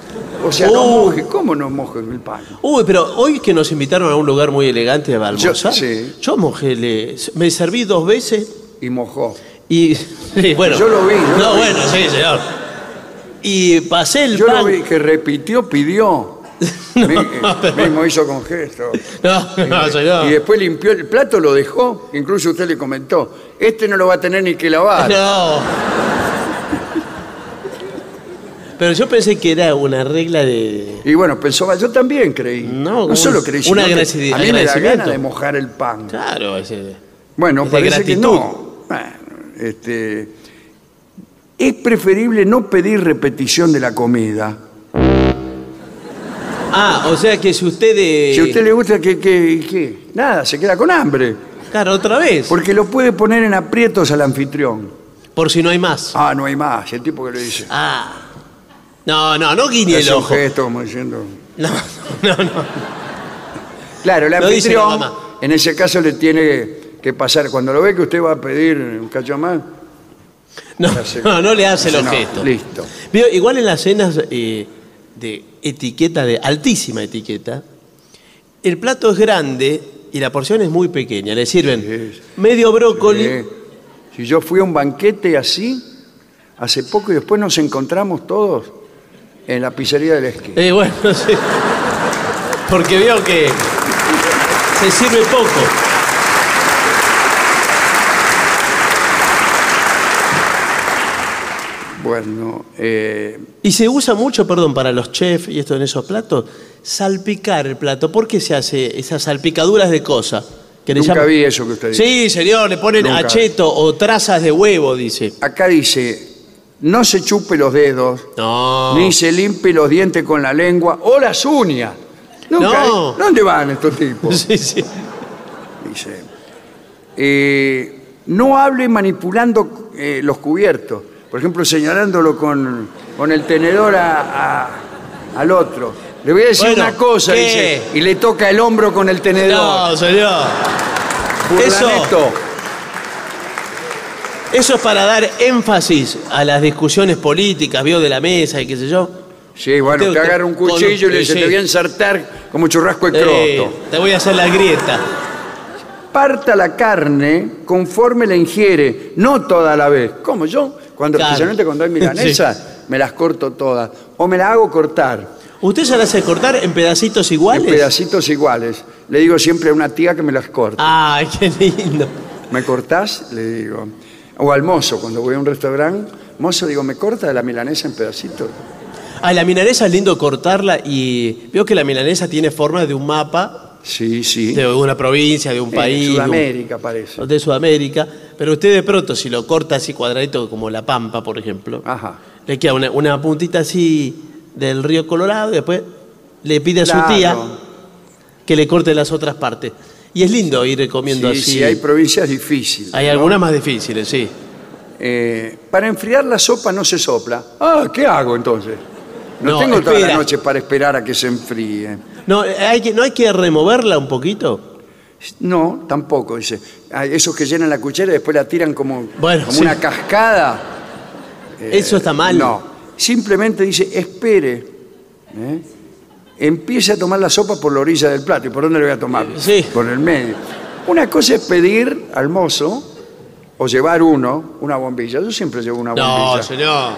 Speaker 1: O sea, no
Speaker 2: Oh.
Speaker 1: moje. ¿Cómo no moje el pan?
Speaker 2: Uy, pero hoy que nos invitaron a un lugar muy elegante a
Speaker 1: Yo-
Speaker 2: almorzar,
Speaker 1: sí.
Speaker 2: yo mojé, le- me serví dos veces
Speaker 1: Y mojó.
Speaker 2: y sí, bueno.
Speaker 1: Yo lo vi, yo
Speaker 2: no,
Speaker 1: lo vi.
Speaker 2: bueno, sí, señor. Y pasé el
Speaker 1: Yo
Speaker 2: pan.
Speaker 1: lo vi que repitió, pidió.
Speaker 2: No,
Speaker 1: Mi-
Speaker 2: pero-
Speaker 1: mismo hizo con gesto.
Speaker 2: No, no,
Speaker 1: Y
Speaker 2: señor.
Speaker 1: después limpió el plato, lo dejó. Incluso usted le comentó, este no lo va a tener ni que lavar.
Speaker 2: No. Pero yo pensé que era una regla de.
Speaker 1: Y bueno, pensó, "Ah, yo también creí.
Speaker 2: No,
Speaker 1: No, solo
Speaker 2: un-
Speaker 1: creí,
Speaker 2: un
Speaker 1: sino que
Speaker 2: agradeci-
Speaker 1: a mí me da
Speaker 2: agradecimiento.
Speaker 1: gana de mojar el pan.
Speaker 2: Claro, ese.
Speaker 1: Bueno,
Speaker 2: Es de
Speaker 1: parece que
Speaker 2: gratitud.
Speaker 1: no. Bueno, Este, es preferible no pedir repetición de la comida.
Speaker 2: Ah, o sea que si usted. eh,
Speaker 1: Si a usted le gusta que, que- que- nada, se queda con hambre.
Speaker 2: Claro, otra vez. Por,
Speaker 1: Porque lo puede poner en aprietos al anfitrión.
Speaker 2: si no hay más.
Speaker 1: Ah, no hay más. El tipo que le dice.
Speaker 2: Ah. No, no, no guiñe el
Speaker 1: Hace un
Speaker 2: ojo.
Speaker 1: gesto como diciendo.
Speaker 2: No, no, no.
Speaker 1: Claro, el
Speaker 2: Lo dice la
Speaker 1: anfitrión
Speaker 2: mamá.
Speaker 1: en ese caso le tiene que pasar. Cuando lo ve que usted va a pedir un cacho más,
Speaker 2: No, no, no le hace
Speaker 1: dice,
Speaker 2: los
Speaker 1: "No,
Speaker 2: gestos.
Speaker 1: listo.
Speaker 2: Vio, Igual en las cenas eh, de etiqueta, de altísima etiqueta, el plato es grande y la porción es muy pequeña. Le sirven
Speaker 1: Sí.
Speaker 2: medio brócoli.
Speaker 1: Eh, si yo fui a un banquete así hace poco y después nos encontramos todos en la pizzería de la esquina.
Speaker 2: Eh, bueno, sí. Porque veo que se sirve poco.
Speaker 1: Bueno, eh,
Speaker 2: Y se usa mucho, perdón, para los chefs y esto en esos platos, salpicar el plato. ¿Por qué se hace esas salpicaduras de cosas? Que le
Speaker 1: Nunca
Speaker 2: llaman-
Speaker 1: vi eso que usted dice.
Speaker 2: Sí, señor, le ponen
Speaker 1: Nunca.
Speaker 2: acheto o trazas de huevo, dice.
Speaker 1: acá dice, no se chupe los dedos,
Speaker 2: No.
Speaker 1: ni se limpie los dientes con la lengua o las uñas. Nunca- ¿eh?
Speaker 2: No.
Speaker 1: ¿Dónde van estos tipos?
Speaker 2: Sí, sí.
Speaker 1: Dice, eh, no hable manipulando eh, los cubiertos, por ejemplo, señalándolo con, con el tenedor a- a- al otro. Le voy a decir
Speaker 2: Bueno,
Speaker 1: una cosa,
Speaker 2: ¿qué?
Speaker 1: dice, y le toca el hombro con el tenedor.
Speaker 2: No, señor. eso-
Speaker 1: Burlaneto.
Speaker 2: Eso es para dar énfasis a las discusiones políticas, vio, de la mesa y qué sé yo.
Speaker 1: Sí, bueno,
Speaker 2: Usted-
Speaker 1: te agarra un
Speaker 2: con-
Speaker 1: cuchillo y le
Speaker 2: eh,
Speaker 1: dice,
Speaker 2: sí.
Speaker 1: te voy a ensartar como churrasco de
Speaker 2: Eh,
Speaker 1: croto.
Speaker 2: te voy a hacer la grieta.
Speaker 1: Parta la carne conforme la ingiere, no toda la vez. Como yo, cuando
Speaker 2: Claro.
Speaker 1: especialmente cuando hay milanesas, me las corto todas. O me las hago cortar.
Speaker 2: ¿Usted se la hace cortar en pedacitos
Speaker 1: En
Speaker 2: iguales?
Speaker 1: pedacitos iguales. Le digo siempre a una tía que me las corta.
Speaker 2: Ay, qué lindo.
Speaker 1: ¿Me cortás? Le digo. O al mozo, cuando voy a un restaurante, mozo, digo, ¿me corta la milanesa en pedacitos?
Speaker 2: Ah, la milanesa es lindo cortarla y veo que la milanesa tiene forma de un mapa
Speaker 1: Sí, sí.
Speaker 2: de una provincia, de un
Speaker 1: En
Speaker 2: país, de un-
Speaker 1: Sudamérica, parece.
Speaker 2: de Sudamérica, pero usted de pronto si lo corta así cuadradito como la Pampa, por ejemplo,
Speaker 1: Ajá.
Speaker 2: le queda una, una puntita así del río Colorado y después le pide a
Speaker 1: Claro.
Speaker 2: su tía que le corte las otras partes. Y es lindo ir comiendo
Speaker 1: Sí,
Speaker 2: así.
Speaker 1: sí, hay provincias difíciles.
Speaker 2: Hay
Speaker 1: ¿no?
Speaker 2: algunas más difíciles, sí.
Speaker 1: Eh, para enfriar la sopa no se sopla. Ah, ¿qué hago entonces? No,
Speaker 2: No,
Speaker 1: tengo toda la
Speaker 2: espera.
Speaker 1: noche para esperar a que se enfríe.
Speaker 2: No, hay que, ¿No hay que removerla un poquito?
Speaker 1: No, tampoco, dice. Hay esos que llenan la cuchara y después la tiran como,
Speaker 2: Bueno,
Speaker 1: como
Speaker 2: sí.
Speaker 1: una cascada.
Speaker 2: Eso está mal.
Speaker 1: Eh, No. Simplemente dice, espere. ¿eh? Empiece a tomar la sopa por la orilla del plato. ¿Y por dónde le voy a tomar?
Speaker 2: Sí.
Speaker 1: Por el medio. Una cosa es pedir al mozo o llevar uno, una bombilla. Yo siempre llevo una bombilla.
Speaker 2: No, señor.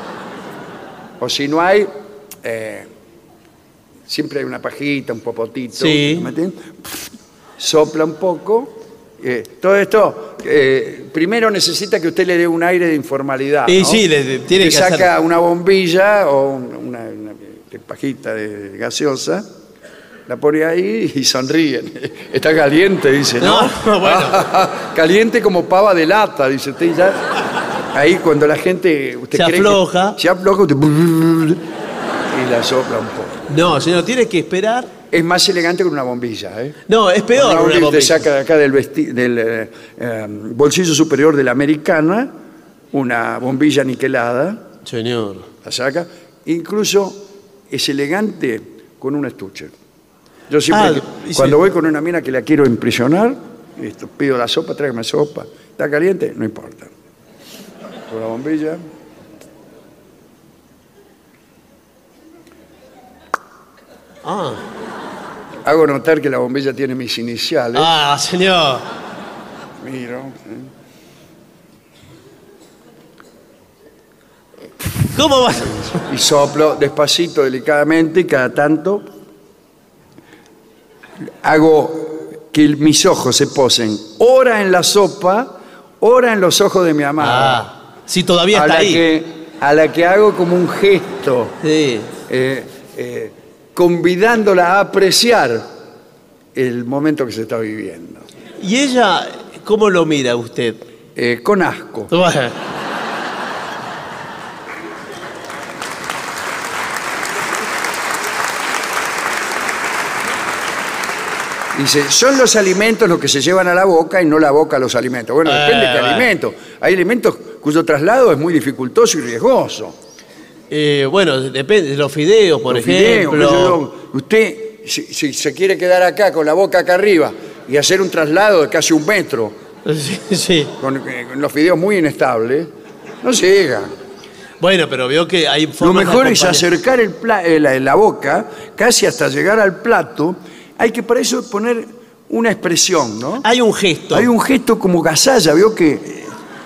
Speaker 1: O si no hay, eh, siempre hay una pajita, un popotito.
Speaker 2: Sí.
Speaker 1: ¿me entiendes? Sopla un poco. eh, todo esto, eh, primero necesita que usted le dé un aire de informalidad.
Speaker 2: Y
Speaker 1: ¿no?
Speaker 2: sí, le- tiene
Speaker 1: Usted
Speaker 2: que hacer-
Speaker 1: saca una bombilla o un- una, una pajita de gaseosa, la pone ahí y sonríen. Está caliente, dice, ¿no?
Speaker 2: No, no, bueno.
Speaker 1: caliente como pava de lata, dice usted. y ya, ahí cuando la gente... Usted
Speaker 2: Se
Speaker 1: cree que-
Speaker 2: afloja.
Speaker 1: se afloja, usted... Y la sopla un poco.
Speaker 2: No, señor, tiene que esperar.
Speaker 1: Es más elegante que una bombilla, ¿eh?
Speaker 2: No, es peor
Speaker 1: Una
Speaker 2: una
Speaker 1: bombilla te
Speaker 2: bombilla.
Speaker 1: saca de acá del, vesti- del eh, eh, bolsillo superior de la americana, una bombilla niquelada,
Speaker 2: Señor.
Speaker 1: la saca. Incluso es elegante con un estuche. Yo siempre,
Speaker 2: Ah,
Speaker 1: que-
Speaker 2: y
Speaker 1: cuando
Speaker 2: sí.
Speaker 1: voy con una mina que la quiero impresionar, listo, pido la sopa, tráigame sopa. ¿Está caliente? No importa. Con la bombilla.
Speaker 2: Ah,
Speaker 1: Hago notar que la bombilla tiene mis iniciales.
Speaker 2: ah señor.
Speaker 1: Miro. ¿eh?
Speaker 2: ¿Cómo va?
Speaker 1: y soplo despacito, delicadamente, y cada tanto hago que mis ojos se posen ora en la sopa, ora en los ojos de mi amada,
Speaker 2: Ah, si todavía
Speaker 1: a,
Speaker 2: está
Speaker 1: la
Speaker 2: ahí.
Speaker 1: que, a la que hago como un gesto,
Speaker 2: Sí.
Speaker 1: eh, eh, convidándola a apreciar el momento que se está viviendo.
Speaker 2: ¿Y ella cómo lo mira usted?
Speaker 1: eh, con asco.
Speaker 2: Bueno.
Speaker 1: Dice, son los alimentos los que se llevan a la boca y no la boca a los alimentos. Bueno,
Speaker 2: Eh,
Speaker 1: depende de qué
Speaker 2: bueno.
Speaker 1: alimento. Hay alimentos cuyo traslado es muy dificultoso y riesgoso.
Speaker 2: Eh, bueno, depende, los fideos, por
Speaker 1: Los fideos,
Speaker 2: ejemplo.
Speaker 1: qué sé yo. usted, si, si se quiere quedar acá con la boca acá arriba y hacer un traslado de casi un metro,
Speaker 2: Sí, sí.
Speaker 1: con, eh, con los fideos muy inestables, no se llega.
Speaker 2: Bueno, pero veo que hay
Speaker 1: Lo
Speaker 2: formas de
Speaker 1: mejor es
Speaker 2: acompañar.
Speaker 1: acercar el pla- eh, la, la boca casi hasta llegar al plato. Hay que para eso poner una expresión, ¿no?
Speaker 2: Hay un gesto.
Speaker 1: Hay un gesto como gazalla, veo que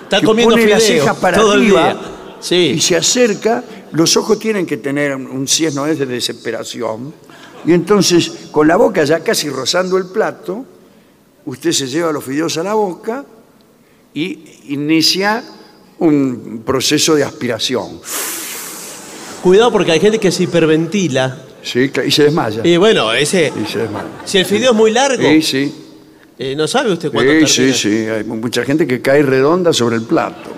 Speaker 2: Está
Speaker 1: que
Speaker 2: comiendo
Speaker 1: pone las
Speaker 2: fideos
Speaker 1: cejas para
Speaker 2: todo el
Speaker 1: arriba
Speaker 2: día. Sí.
Speaker 1: y se acerca, los ojos tienen que tener un- un ciesno de desesperación, y entonces con la boca ya casi rozando el plato, usted se lleva los fideos a la boca y inicia un proceso de aspiración,
Speaker 2: Cuidado porque hay gente que se hiperventila.
Speaker 1: ¿sí? y se desmaya.
Speaker 2: Y bueno, ese.
Speaker 1: Y se desmaya.
Speaker 2: Si el fideo es muy largo,
Speaker 1: Sí, sí,
Speaker 2: eh, no sabe usted cuánto
Speaker 1: sí, sí,
Speaker 2: termina.
Speaker 1: sí, hay mucha gente que cae redonda sobre el plato.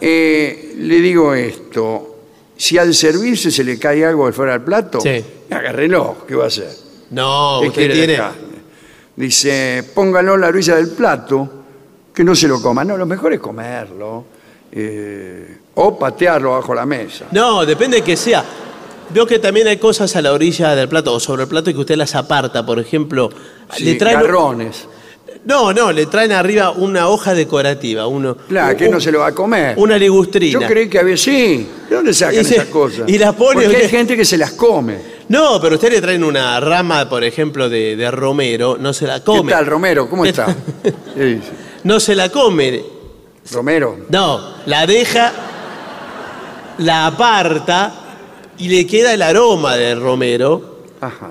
Speaker 1: Eh, le digo esto, si al servirse se le cae algo de fuera del plato,
Speaker 2: Sí. Oh,
Speaker 1: agárrelo, ¿qué va a hacer?
Speaker 2: No,
Speaker 1: ¿Qué
Speaker 2: usted
Speaker 1: quiere
Speaker 2: tiene.
Speaker 1: dejar? Dice, póngalo en la orilla del plato, que no se lo coma. No, lo mejor es comerlo eh, o patearlo bajo la mesa.
Speaker 2: No, depende de que sea. Veo que también hay cosas a la orilla del plato o sobre el plato y que usted las aparta, por ejemplo.
Speaker 1: Sí, garrones.
Speaker 2: No, no, le traen arriba una hoja decorativa, uno.
Speaker 1: Claro,
Speaker 2: un-
Speaker 1: que no se lo va a comer.
Speaker 2: Una ligustrina.
Speaker 1: Yo creí que había, sí. ¿De dónde sacan
Speaker 2: Y se-
Speaker 1: esas cosas?
Speaker 2: y las pone-
Speaker 1: Porque hay gente que se las come.
Speaker 2: No, pero usted le traen una rama, por ejemplo, de, de romero, no se la come.
Speaker 1: ¿Qué tal, Romero? ¿Cómo
Speaker 2: ¿Qué
Speaker 1: está?
Speaker 2: tal?
Speaker 1: ¿Qué dice?
Speaker 2: No se la come.
Speaker 1: Romero,
Speaker 2: No, la deja, la aparta y le queda el aroma del romero
Speaker 1: Ajá.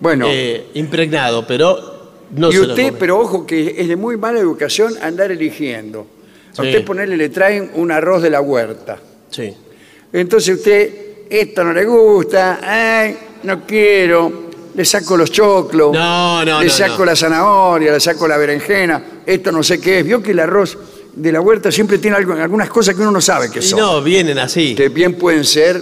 Speaker 1: Bueno,
Speaker 2: eh, impregnado, pero no
Speaker 1: y
Speaker 2: se lo
Speaker 1: usted,
Speaker 2: come.
Speaker 1: pero ojo que es de muy mala educación andar eligiendo. A
Speaker 2: Sí.
Speaker 1: usted ponerle le traen un arroz de la huerta.
Speaker 2: Sí.
Speaker 1: Entonces usted, esto no le gusta, ay, no quiero, le saco los choclos,
Speaker 2: No, no,
Speaker 1: le
Speaker 2: no,
Speaker 1: saco
Speaker 2: no.
Speaker 1: la zanahoria, le saco la berenjena, esto no sé qué es. Vio que el arroz de la huerta siempre tiene algo, algunas cosas que uno no sabe que
Speaker 2: Y
Speaker 1: son.
Speaker 2: no, vienen así.
Speaker 1: Que bien pueden ser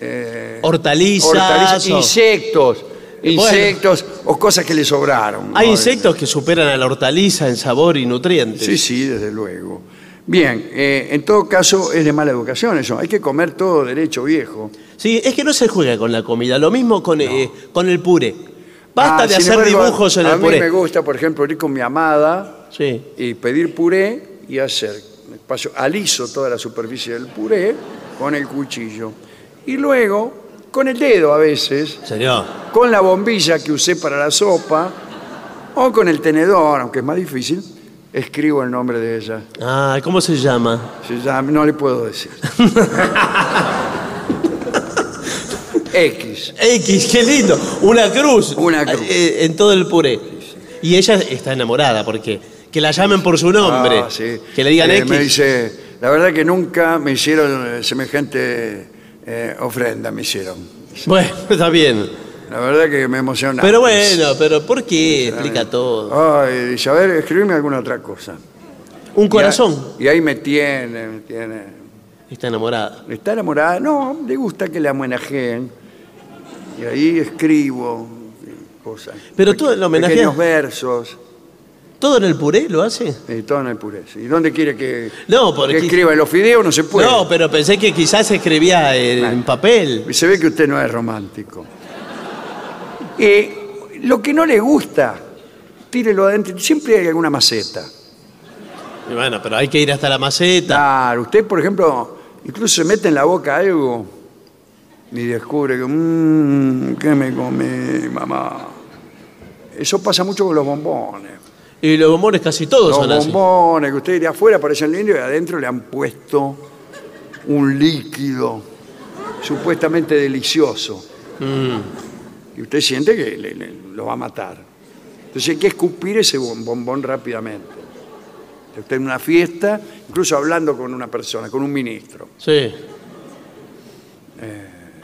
Speaker 1: eh,
Speaker 2: Hortalizas.
Speaker 1: hortalizas,
Speaker 2: o-
Speaker 1: insectos,
Speaker 2: Bueno.
Speaker 1: insectos o cosas que le sobraron.
Speaker 2: Hay
Speaker 1: ¿no?
Speaker 2: insectos que superan a la hortaliza en sabor y nutrientes.
Speaker 1: Sí, sí, desde luego. Bien, eh, en todo caso es de mala educación eso. Hay que comer todo derecho, viejo.
Speaker 2: Sí, es que no se juega con la comida. Lo mismo con, eh, con el puré. Basta
Speaker 1: Ah,
Speaker 2: de
Speaker 1: sin
Speaker 2: hacer
Speaker 1: embargo,
Speaker 2: dibujos en
Speaker 1: a
Speaker 2: el
Speaker 1: mí me
Speaker 2: puré.
Speaker 1: gusta, por ejemplo, ir con mi amada
Speaker 2: Sí.
Speaker 1: y pedir puré y hacer. Paso, aliso toda la superficie del puré con el cuchillo. Y luego, con el dedo a veces,
Speaker 2: Señor.
Speaker 1: con la bombilla que usé para la sopa o con el tenedor, aunque es más difícil, escribo el nombre de ella.
Speaker 2: Ah, ¿cómo se llama?
Speaker 1: Se llama- no le puedo decir. X.
Speaker 2: X, qué lindo. Una cruz.
Speaker 1: Una cruz.
Speaker 2: Eh, en todo el puré. Y ella está enamorada porque que la llamen por su nombre.
Speaker 1: Ah, sí.
Speaker 2: Que le digan
Speaker 1: Eh,
Speaker 2: X.
Speaker 1: Me dice, la verdad que nunca me hicieron eh, semejante eh, ofrenda, me hicieron.
Speaker 2: Bueno, está bien.
Speaker 1: La verdad que me emociona.
Speaker 2: Pero bueno, pero ¿por qué? Explica todo.
Speaker 1: Ay, dice, a ver, escribime alguna otra cosa.
Speaker 2: Un corazón.
Speaker 1: Y ahí, y ahí me tiene, me tiene.
Speaker 2: Está enamorada.
Speaker 1: ¿Está enamorada? No, le gusta que la homenajeen. Y ahí escribo eh, cosas.
Speaker 2: Pero tú lo homenajeas.
Speaker 1: Pequeños versos.
Speaker 2: ¿Todo en el puré lo hace?
Speaker 1: Y todo en el puré. sí. ¿Y dónde quiere que,
Speaker 2: No, porque-
Speaker 1: que escriba? ¿En los fideos no se puede?
Speaker 2: No, pero pensé que quizás escribía en, en papel.
Speaker 1: Se ve que usted no es romántico. Eh, lo que no le gusta, tírelo adentro. Siempre hay alguna maceta.
Speaker 2: Y Bueno, pero hay que ir hasta la maceta.
Speaker 1: Claro, usted, por ejemplo, incluso se mete en la boca algo y descubre que, mmm, ¿qué me comí, mamá? Eso pasa mucho con los bombones.
Speaker 2: Y los bombones casi todos
Speaker 1: Los
Speaker 2: son así.
Speaker 1: bombones que usted de afuera parecen lindos y adentro le han puesto un líquido supuestamente delicioso.
Speaker 2: Mm.
Speaker 1: Y usted siente que le- le- lo va a matar. Entonces hay que escupir ese bom- bombón rápidamente. Usted en una fiesta, incluso hablando con una persona, con un ministro.
Speaker 2: Sí.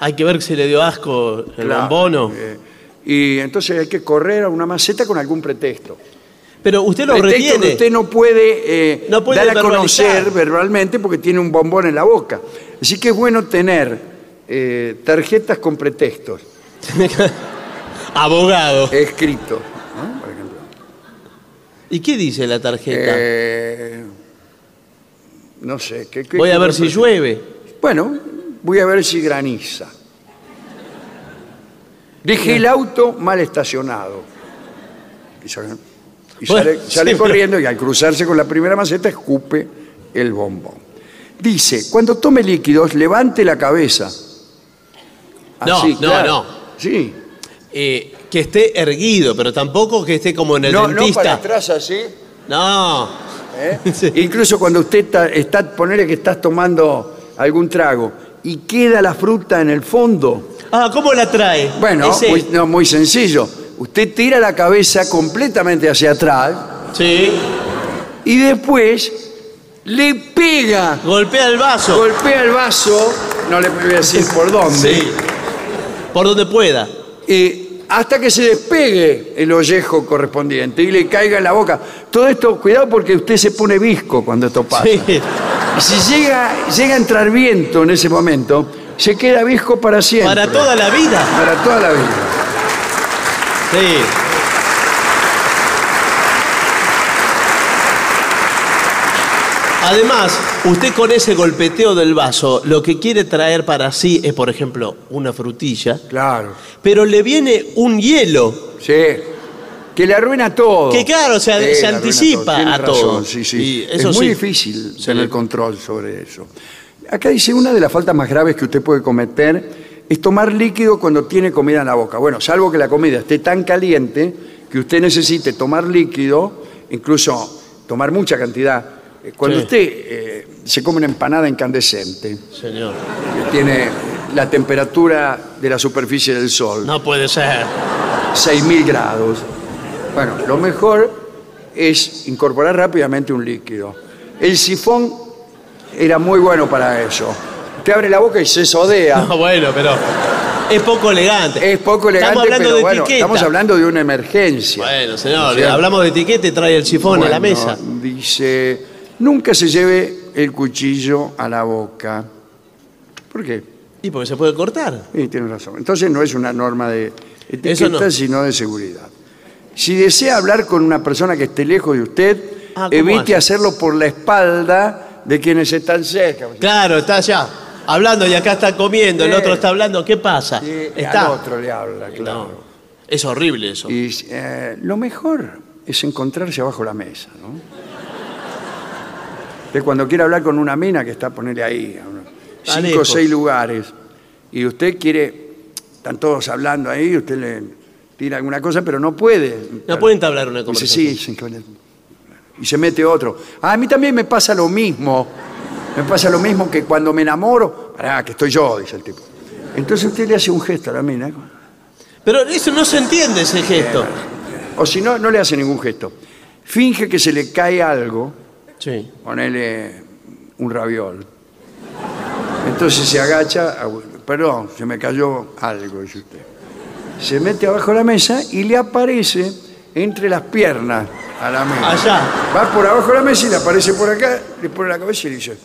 Speaker 2: Hay que ver si le dio asco el
Speaker 1: Eh. Claro,
Speaker 2: bombono.
Speaker 1: eh, y entonces hay que correr a una maceta con algún pretexto.
Speaker 2: Pero usted lo
Speaker 1: Pretexto que
Speaker 2: retiene.
Speaker 1: usted no puede, eh,
Speaker 2: No puede
Speaker 1: dar a
Speaker 2: verbalizar.
Speaker 1: conocer verbalmente porque tiene un bombón en la boca. Así que es bueno tener eh, tarjetas con pretextos
Speaker 2: Abogado.
Speaker 1: escritos. ¿no? Por ejemplo,
Speaker 2: ¿Y qué dice la tarjeta?
Speaker 1: eh, no sé. ¿qué- qué-
Speaker 2: Voy a
Speaker 1: qué
Speaker 2: ver
Speaker 1: me
Speaker 2: si
Speaker 1: parece?
Speaker 2: llueve.
Speaker 1: Bueno, voy a ver si graniza. Dejé el auto mal estacionado. Y sale, y
Speaker 2: Bueno,
Speaker 1: sale-
Speaker 2: sí,
Speaker 1: sale
Speaker 2: pero-
Speaker 1: corriendo y al cruzarse con la primera maceta escupe el bombón. Dice, cuando tome líquidos, levante la cabeza.
Speaker 2: No, no, no.
Speaker 1: Sí.
Speaker 2: Eh, que esté erguido, pero tampoco que esté como en el
Speaker 1: no, no para
Speaker 2: dentista.
Speaker 1: atrás así.
Speaker 2: No,
Speaker 1: ¿eh?
Speaker 2: Sí.
Speaker 1: Incluso cuando usted está, está ponele que estás tomando algún trago y queda la fruta en el fondo.
Speaker 2: Ah, ¿cómo la trae?
Speaker 1: Bueno,
Speaker 2: Ese-
Speaker 1: muy, no, muy sencillo. Usted tira la cabeza completamente hacia atrás
Speaker 2: Sí.
Speaker 1: y después le pega,
Speaker 2: Golpea el vaso.
Speaker 1: golpea el vaso, no le voy a decir por dónde,
Speaker 2: Sí. Por donde pueda.
Speaker 1: eh, hasta que se despegue el ollejo correspondiente y le caiga en la boca. Todo esto, cuidado porque usted se pone visco cuando esto pasa.
Speaker 2: Sí.
Speaker 1: Y si llega, llega a entrar viento en ese momento, se queda visco para siempre.
Speaker 2: Para toda la vida.
Speaker 1: Para toda la vida.
Speaker 2: Sí. Además, usted con ese golpeteo del vaso, lo que quiere traer para sí es, por ejemplo, una frutilla,
Speaker 1: Claro.
Speaker 2: pero le viene un hielo.
Speaker 1: Sí. Que le arruina todo.
Speaker 2: Que claro, se-
Speaker 1: le
Speaker 2: se
Speaker 1: arruina
Speaker 2: anticipa
Speaker 1: Tiene
Speaker 2: a
Speaker 1: razón,
Speaker 2: todo.
Speaker 1: sí,
Speaker 2: Y
Speaker 1: sí.
Speaker 2: eso
Speaker 1: es muy
Speaker 2: sí.
Speaker 1: difícil
Speaker 2: Sí.
Speaker 1: tener control sobre eso. Acá dice, una de las faltas más graves que usted puede cometer es tomar líquido cuando tiene comida en la boca. Bueno, salvo que la comida esté tan caliente que usted necesite tomar líquido, incluso tomar mucha cantidad. Eh, Cuando
Speaker 2: Sí.
Speaker 1: usted eh, se come una empanada incandescente,
Speaker 2: Señor,
Speaker 1: que tiene la temperatura de la superficie del sol,
Speaker 2: no puede ser.
Speaker 1: 6.000 grados. Bueno, lo mejor es incorporar rápidamente un líquido. El sifón era muy bueno para eso. Te abre la boca y se sodea.
Speaker 2: No, Ah, bueno, pero es poco elegante.
Speaker 1: Es poco elegante,
Speaker 2: Estamos hablando
Speaker 1: pero
Speaker 2: de
Speaker 1: bueno,
Speaker 2: etiqueta.
Speaker 1: estamos hablando de una emergencia.
Speaker 2: Bueno, señor,
Speaker 1: Sí.
Speaker 2: hablamos de etiqueta y trae el sifón a la
Speaker 1: Bueno,
Speaker 2: mesa.
Speaker 1: Dice, nunca se lleve el cuchillo a la boca. ¿Por qué?
Speaker 2: Y porque se puede cortar.
Speaker 1: Sí, tiene razón. Entonces no es una norma de
Speaker 2: Eso
Speaker 1: etiqueta,
Speaker 2: no.
Speaker 1: sino de seguridad. Si desea hablar con una persona que esté lejos de usted,
Speaker 2: Ah, ¿cómo
Speaker 1: evite
Speaker 2: hace?
Speaker 1: hacerlo por la espalda de quienes están cerca.
Speaker 2: Claro, está allá. Hablando y acá está comiendo, el
Speaker 1: Sí.
Speaker 2: otro está hablando. ¿Qué pasa?
Speaker 1: Y al
Speaker 2: está.
Speaker 1: otro le habla, claro.
Speaker 2: Eh, No, es horrible eso.
Speaker 1: Y eh, lo mejor es encontrarse abajo la mesa, ¿no? Usted cuando quiere hablar con una mina que está, ponerle ahí, a unos
Speaker 2: Está
Speaker 1: cinco o
Speaker 2: lejos.
Speaker 1: seis lugares, y usted quiere, están todos hablando ahí, usted le tira alguna cosa, pero no puede.
Speaker 2: No pueden entablar una
Speaker 1: Dice,
Speaker 2: conversación.
Speaker 1: sí, sí, con el- y se mete otro. "Ah, A mí también me pasa lo mismo. Me pasa lo mismo que cuando me enamoro, pará, que estoy yo, dice el tipo. Entonces usted le hace un gesto a la mina.
Speaker 2: Pero eso no se entiende ese gesto.
Speaker 1: O si no, no le hace ningún gesto. Finge que se le cae algo,
Speaker 2: Sí.
Speaker 1: ponele un raviol. Entonces se agacha, ah, perdón, se me cayó algo, dice usted. Se mete abajo de la mesa y le aparece entre las piernas a la mesa.
Speaker 2: Allá.
Speaker 1: Va por abajo de la mesa y le aparece por acá, le pone la cabeza y le dice,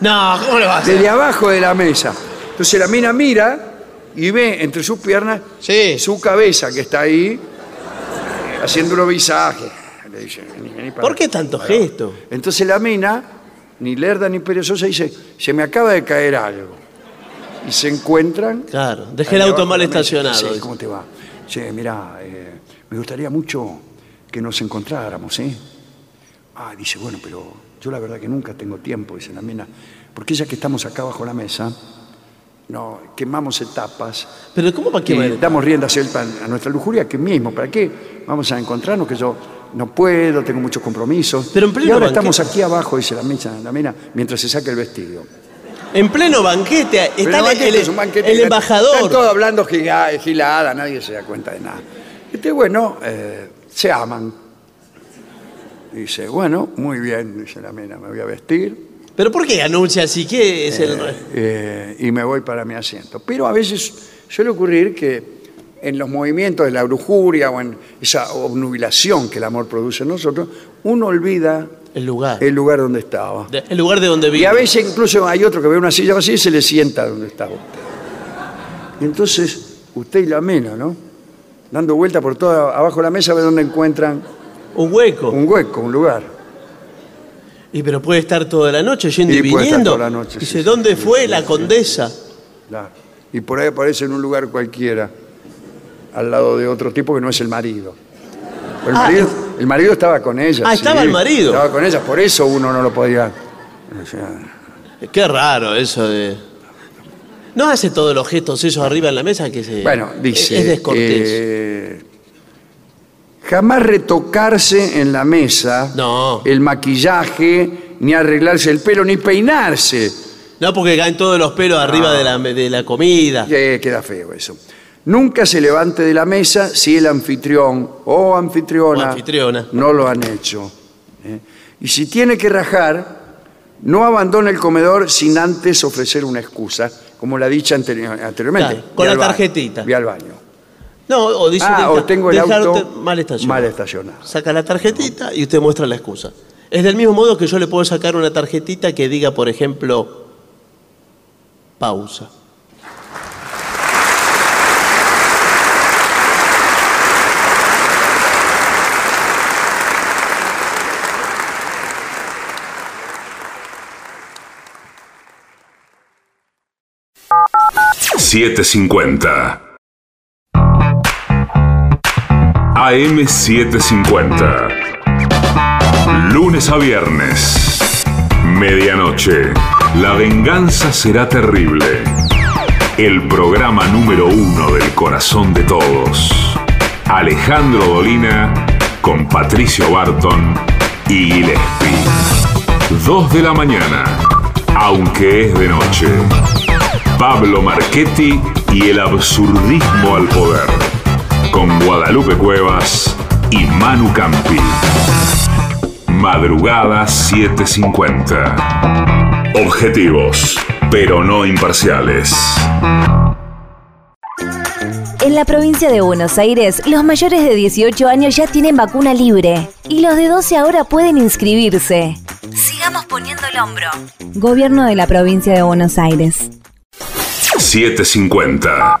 Speaker 2: No, ¿cómo lo vas?
Speaker 1: desde abajo de la mesa. Entonces la mina mira y ve entre sus piernas
Speaker 2: Sí.
Speaker 1: su cabeza que está ahí, eh, haciendo un visaje. Le dice, "Vení, vení para
Speaker 2: ¿Por
Speaker 1: acá".
Speaker 2: qué tanto gesto?
Speaker 1: Entonces la mina, ni lerda ni perezosa, dice, se me acaba de caer algo. Y se encuentran...
Speaker 2: Claro,
Speaker 1: ahí
Speaker 2: dejé el
Speaker 1: abajo
Speaker 2: auto mal
Speaker 1: de la mesa.
Speaker 2: estacionado.
Speaker 1: Sí, ¿cómo te va? Che, mirá, eh, me gustaría mucho que nos encontráramos, ¿eh? Ah, dice, bueno, pero yo la verdad que nunca tengo tiempo, dice la mina, porque ya que estamos acá bajo la mesa, no, quemamos etapas,
Speaker 2: Pero ¿cómo para qué?
Speaker 1: y
Speaker 2: va a-
Speaker 1: damos rienda suelta a nuestra lujuria, que mismo, ¿para qué? Vamos a encontrarnos, que yo no puedo, tengo muchos compromisos.
Speaker 2: Pero en pleno
Speaker 1: y ahora
Speaker 2: banquete.
Speaker 1: estamos aquí abajo, dice la mina, la mina, mientras se saca el vestido.
Speaker 2: En pleno banquete está
Speaker 1: Pero
Speaker 2: el,
Speaker 1: el banquete
Speaker 2: el-
Speaker 1: es un banquete,
Speaker 2: el
Speaker 1: están- Están
Speaker 2: embajador.
Speaker 1: todos hablando giga- gilada, nadie se da cuenta de nada. Este, bueno, eh, se aman. Dice, bueno, muy bien, dice la mina, me voy a vestir.
Speaker 2: Pero ¿por qué anuncia así que es el
Speaker 1: Eh, y me voy para mi asiento. Pero a veces suele ocurrir que en los movimientos de la lujuria o en esa obnubilación que el amor produce en nosotros, uno olvida
Speaker 2: el lugar,
Speaker 1: el lugar donde estaba.
Speaker 2: de- el lugar de donde
Speaker 1: Y
Speaker 2: vive.
Speaker 1: a veces incluso hay otro que ve una silla vacía y se le sienta donde estaba usted. Y entonces usted y la mena, ¿no? Dando vuelta por toda abajo de la mesa a ver dónde encuentran
Speaker 2: un hueco.
Speaker 1: Un hueco, un lugar.
Speaker 2: Y pero puede estar toda la noche yendo
Speaker 1: Y
Speaker 2: y,
Speaker 1: puede estar
Speaker 2: viniendo.
Speaker 1: toda la noche,
Speaker 2: Dice, ¿dónde fue la condesa?
Speaker 1: Claro. Y por ahí aparece en un lugar cualquiera, al lado de otro tipo que no es el marido. Pero El,
Speaker 2: Ah,
Speaker 1: marido, el marido estaba con ella.
Speaker 2: Ah, estaba el marido.
Speaker 1: Estaba con ella, por eso uno no lo podía. o sea,
Speaker 2: Qué raro eso de. No hace todos los gestos esos arriba en la mesa que se.
Speaker 1: bueno, dice.
Speaker 2: Eh, Es, es descortés.
Speaker 1: eh, jamás retocarse en la mesa
Speaker 2: No.
Speaker 1: el maquillaje, ni arreglarse el pelo, ni peinarse.
Speaker 2: No, porque caen todos los pelos arriba de la, de la comida.
Speaker 1: Eh, queda feo eso. Nunca se levante de la mesa si el anfitrión o anfitriona,
Speaker 2: O anfitriona.
Speaker 1: no lo han hecho. ¿eh? Y si tiene que rajar, no abandone el comedor sin antes ofrecer una excusa, como la dicha anteri- anteriormente.
Speaker 2: Claro, con
Speaker 1: Voy
Speaker 2: la
Speaker 1: al baño,
Speaker 2: tarjetita.
Speaker 1: Voy al baño.
Speaker 2: No, o dice.
Speaker 1: ah,
Speaker 2: deja-
Speaker 1: o tengo el
Speaker 2: dejar
Speaker 1: auto
Speaker 2: te- mal estacionado.
Speaker 1: mal estacionado.
Speaker 2: Saca la tarjetita y usted muestra la excusa. Es del mismo modo que yo le puedo sacar una tarjetita que diga, por ejemplo, pausa.
Speaker 4: AM750. AM750. Lunes a viernes. Medianoche. La venganza será terrible. El programa número uno del corazón de todos. Alejandro Dolina con Patricio Barton y Gillespie. Dos de la mañana, aunque es de noche. Pablo Marchetti y el absurdismo al poder. Con Guadalupe Cuevas y Manu Campi. Madrugada 7.50. Objetivos, pero no imparciales.
Speaker 8: En la provincia de Buenos Aires, los mayores de 18 años ya tienen vacuna libre y los de 12 ahora pueden inscribirse. Sigamos poniendo el hombro. Gobierno de la provincia de Buenos Aires.
Speaker 4: 7.50.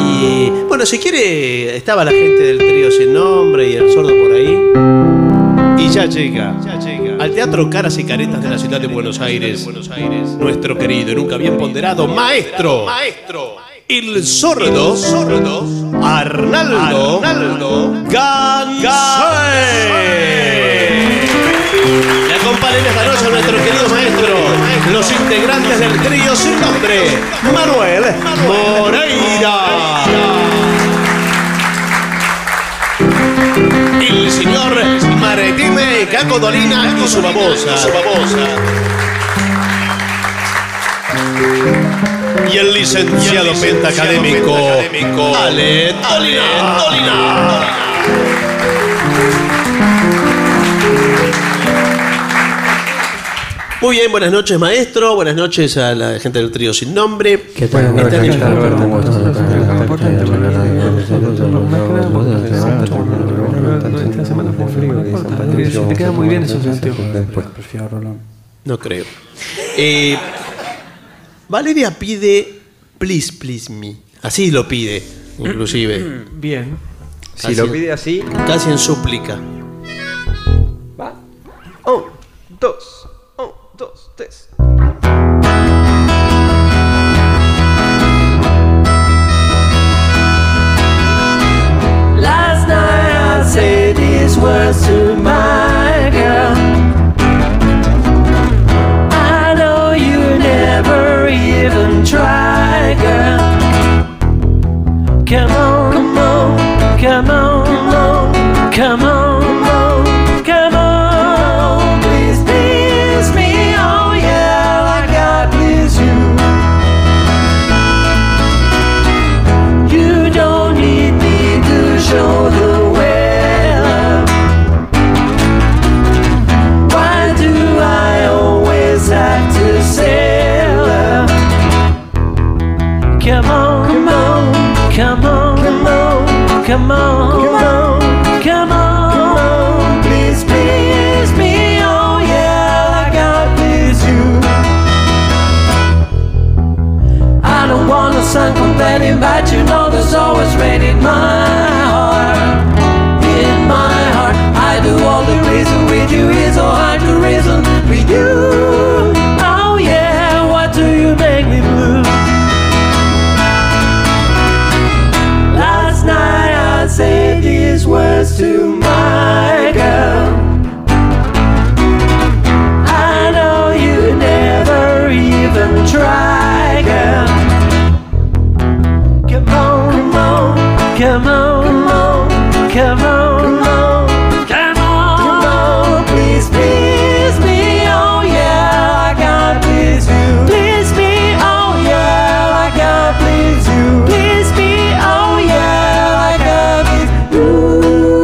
Speaker 2: Y bueno, si quiere, estaba la gente del trío sin nombre y el sordo por ahí. Y ya llega, al Teatro Caras y Caretas de la Ciudad de Buenos Aires, nuestro querido y nunca bien ponderado maestro, maestro, el sordo, sordo, Arnaldo, Arnaldo Le acompañan esta noche a nuestro querido maestro, los integrantes del trío sin nombre, Manuel Moreira. El señor Maretime Caco Dolina y su babosa. Su babosa. Y el licenciado pentacadémico Ale Dolina. Dolina. Muy bien, buenas noches maestro, buenas noches a la gente del trío sin nombre. Están
Speaker 9: Esta semana fue frío. Te quedan muy bien esos anteojos. Prefiero Rolón.
Speaker 2: No creo. Eh, Valeria pide Please, please me. Así lo pide, inclusive.
Speaker 9: Bien.
Speaker 2: Casi-
Speaker 9: así.
Speaker 2: Casi en súplica.
Speaker 9: Un, dos. Un, dos, tres.
Speaker 3: Last night I said these words to my girl. I know you never even try, girl. Come on, come on. oh, Come on, come on, come on, come on, come on, come on, come on. Please, please me, oh yeah, like I please you. I don't want a son complaining, but you know there's always rain in my heart. In my heart, I do all the reason with you is so hard to reason with you. Oh yeah, what do you make me blue? Last night I said these words to my girl. I know you never even try, girl. Come on, come on, come on, come on, come on, come on, come on. Please, please me, oh yeah, I can please you. Please me, oh yeah, I can please you. Please me, oh yeah, I can please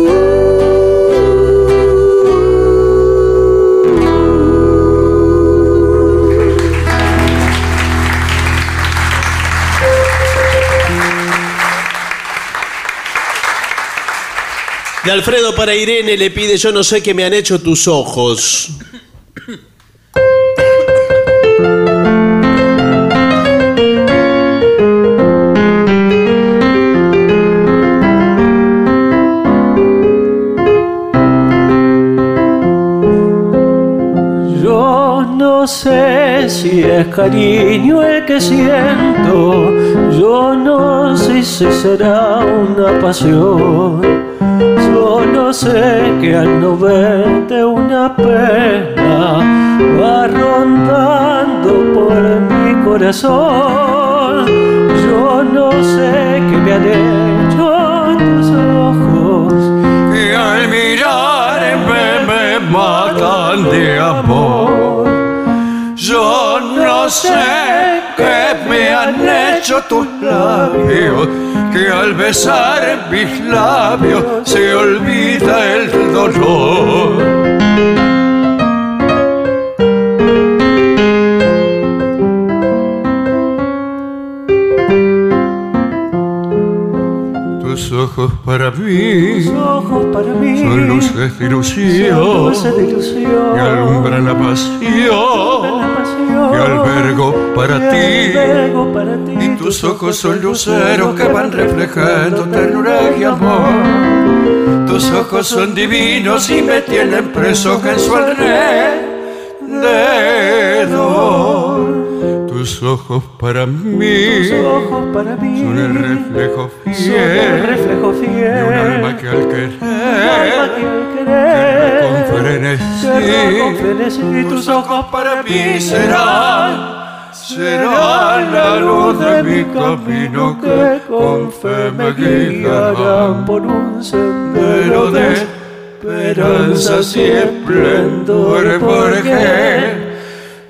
Speaker 2: De Alfredo para Irene le pide Yo no sé qué me han hecho tus ojos.
Speaker 3: Yo no sé si es cariño el que siento, yo no sé si será una pasión. Yo no sé que al no verte una pena va rondando por mi corazón. Yo no sé que me han hecho tus ojos
Speaker 9: que al mirarme me matan de amor. Yo no sé qué me han hecho tus labios, que al besar mis labios se olvida el dolor. Tus ojos para mí, son luces de
Speaker 3: Son
Speaker 9: ilusión,
Speaker 3: luces de ilusión.
Speaker 9: que alumbran la pasión que albergo para ti. Y tus ojos son luceros que van reflejando ternura y amor. Tus ojos son divinos y me tienen preso en su alrededor. Tus ojos para mí son el reflejo fiel de un alma que al querer con frenesí. Tus ojos para mí serán, serán la luz de mi camino que con fe me guiarán por un sendero de esperanzas y esplendor porque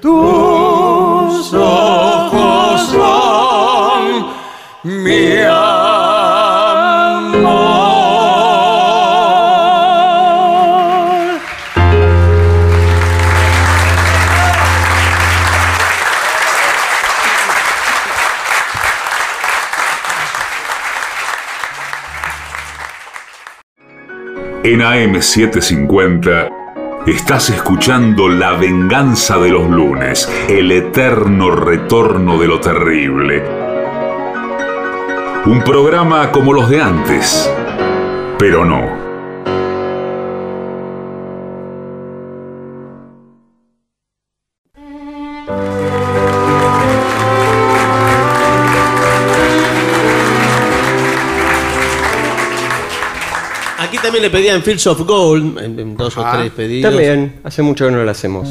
Speaker 9: tus ojos son mi amor.
Speaker 4: En AM750 estás escuchando La venganza de los lunes, el eterno retorno de lo terrible. Un programa como los de antes, pero no.
Speaker 2: Aquí también le pedían Fields of Gold, en, en dos o tres pedidos.
Speaker 10: Ah, También, hace mucho que no la hacemos.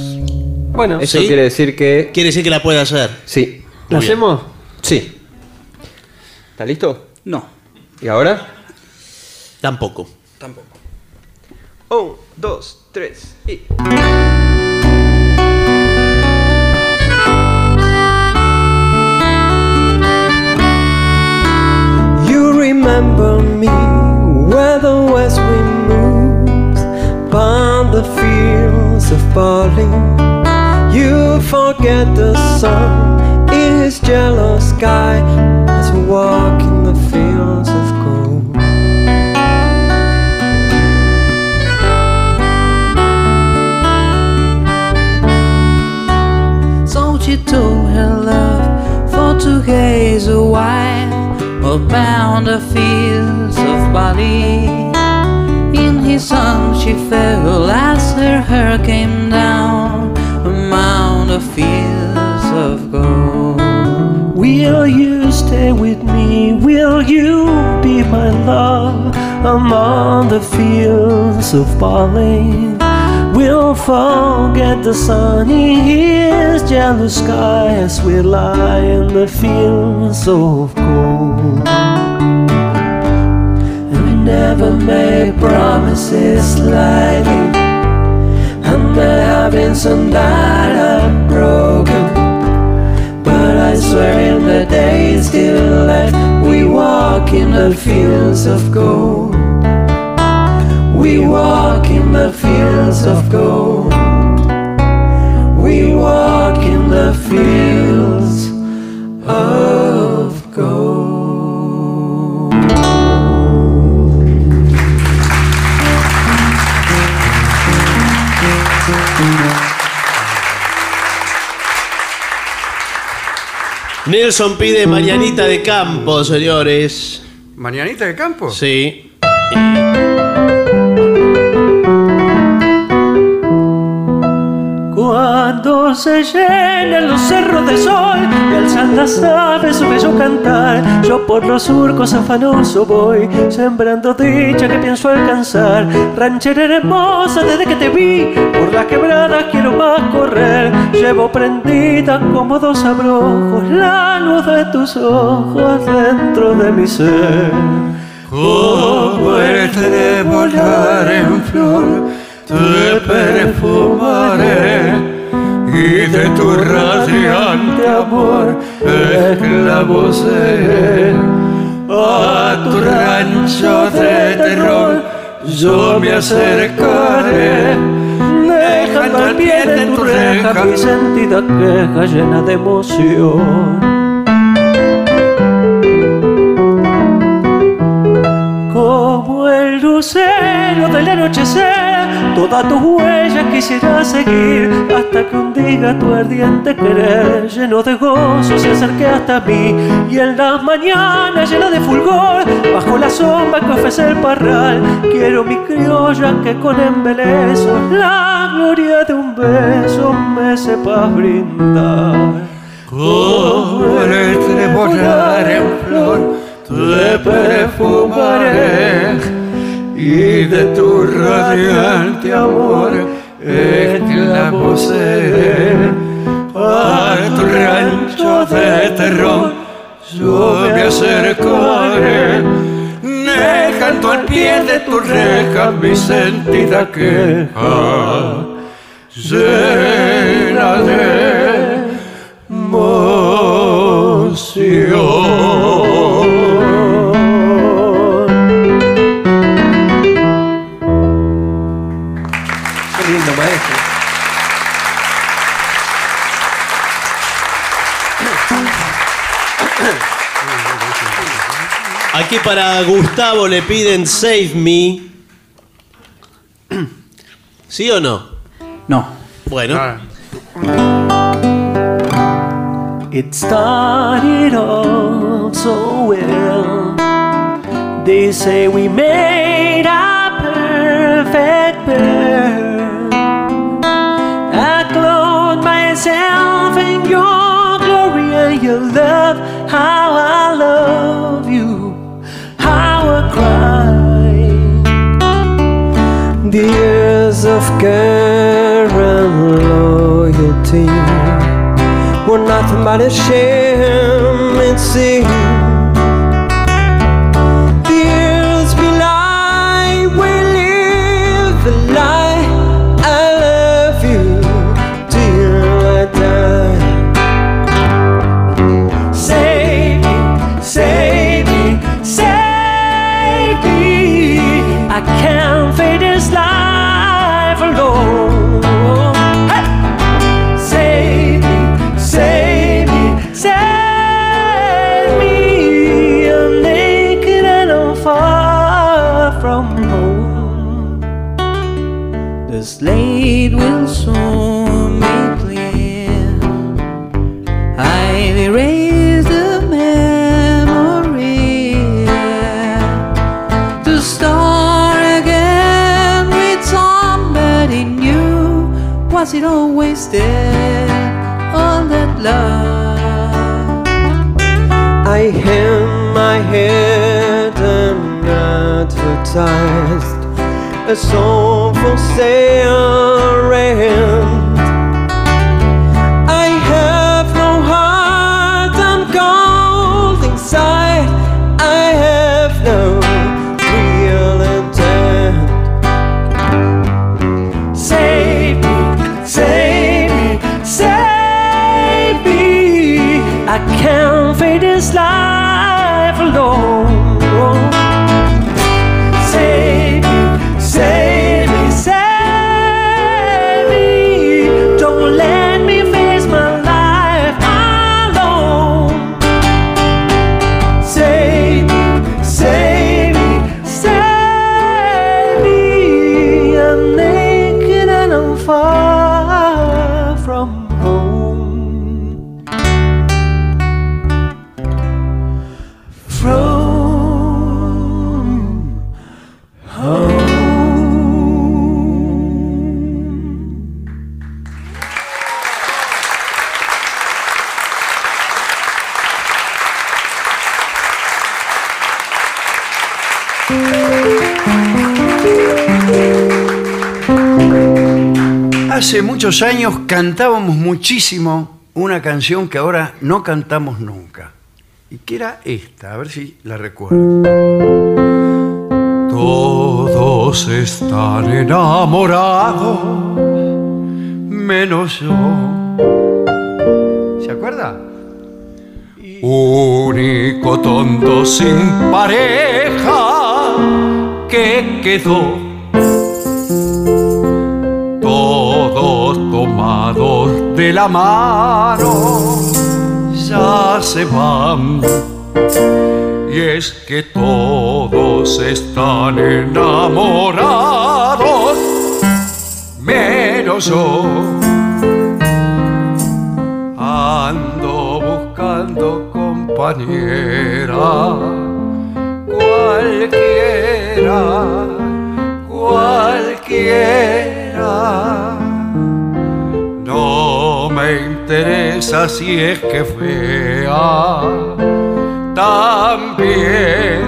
Speaker 2: Bueno,
Speaker 10: Eso
Speaker 2: ¿sí?
Speaker 10: quiere decir que.
Speaker 2: Quiere decir que la puede hacer.
Speaker 10: Sí.
Speaker 2: ¿La
Speaker 10: hacemos? Sí. ¿Está listo?
Speaker 11: No.
Speaker 10: ¿Y ahora?
Speaker 2: Tampoco.
Speaker 10: Tampoco. Un, dos, tres y.
Speaker 3: You remember me whether west wind moves upon the fields of falling. You forget the sun in his yellow sky.
Speaker 12: to gaze a while upon the fields of Bali. In his arms she fell as her hair came down among the fields of gold.
Speaker 3: Will you stay with me? Will you be my love among the fields of Bali? We'll forget the sunny hills, yellow skies. We lie in the fields of gold. And we never make promises lightly. And there have been some that are broken. But I swear in the days still left, we walk in the fields of gold. We walk in the fields of gold. We walk in the fields of gold.
Speaker 2: Nelson pide Marianita de Campo, señores.
Speaker 1: ¿Marianita de Campo?
Speaker 2: Sí.
Speaker 3: Cuando se llenen los cerros de sol y alzan las aves su bello cantar, yo por los surcos afanoso voy, sembrando dicha que pienso alcanzar. Ranchera hermosa, desde que te vi, por las quebradas quiero más correr. Llevo prendida como dos abrojos la luz de tus ojos dentro de mi ser.
Speaker 9: Como el de volar en flor, te perfumaré y de tu radiante amor esclavo seré. A tu rancho de terror yo me acercaré,
Speaker 3: Dejando al pie de tu reja mi sentida queja llena de emoción. Como el lucero del anochecer, todas tus huellas quisiera seguir hasta que un día tu ardiente querer, lleno de gozo, se acerque hasta mí. Y en las mañanas llena de fulgor, bajo la sombra que ofrece el parral, quiero mi criolla que con embeleso la gloria de un beso me sepas brindar.
Speaker 9: como el de volar en flor, te perfumaré y de tu radiante amor esclavo seré. A tu rancho de terror yo me acercaré, dejando al pie de tu reja mi sentida queja llena de emoción.
Speaker 10: Qué lindo, maestro.
Speaker 2: Aquí para Gustavo le piden Save Me. ¿Sí o no?
Speaker 12: No.
Speaker 2: Bueno.
Speaker 3: It started all so well. They say we made a perfect pair. I clothed myself in your glory and your love. How I love you, how I cry. The years of care and loyalty were nothing but a sham, it seems. Tears belie we live the lie. I love you till I die. Save me, save me, save me. I can't face this life alone. Hey! Save me, save me, save me. I'm naked and I'm far from home. The slate will soon be clear. I've erased the
Speaker 5: is it always there? Oh. All that love.
Speaker 3: I hang my head and advertised a song for sale rent. I have no heart, I'm cold inside. I have no real intent. Save me, save me, save me. I can't face this life alone. Save me, save me, save me. Don't let me face my life alone. Save me, save me, save me. I'm naked and I'm far from home. From
Speaker 1: Hace muchos años cantábamos muchísimo una canción que ahora no cantamos nunca. Y que era esta, a ver si la recuerdo.
Speaker 9: Todos están enamorados, menos yo.
Speaker 1: ¿Se acuerda?
Speaker 9: Único tonto sin pareja que quedó. Todos tomados de la mano ya se van. Y es que todos están enamorados, menos yo. Ando buscando compañera, cualquiera, cualquiera. No me interesa si es que es fea, también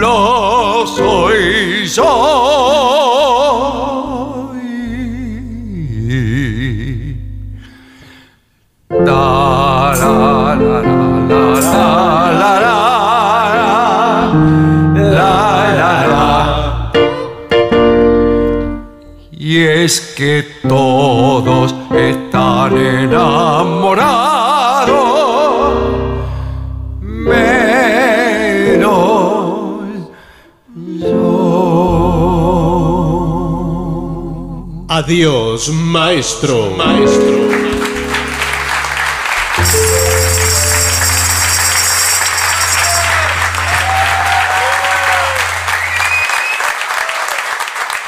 Speaker 9: lo soy yo. Da, la, la, la, la, la, la, la, la, la. Y es que todos están enamorados, menos
Speaker 2: Adiós, maestro. Maestro.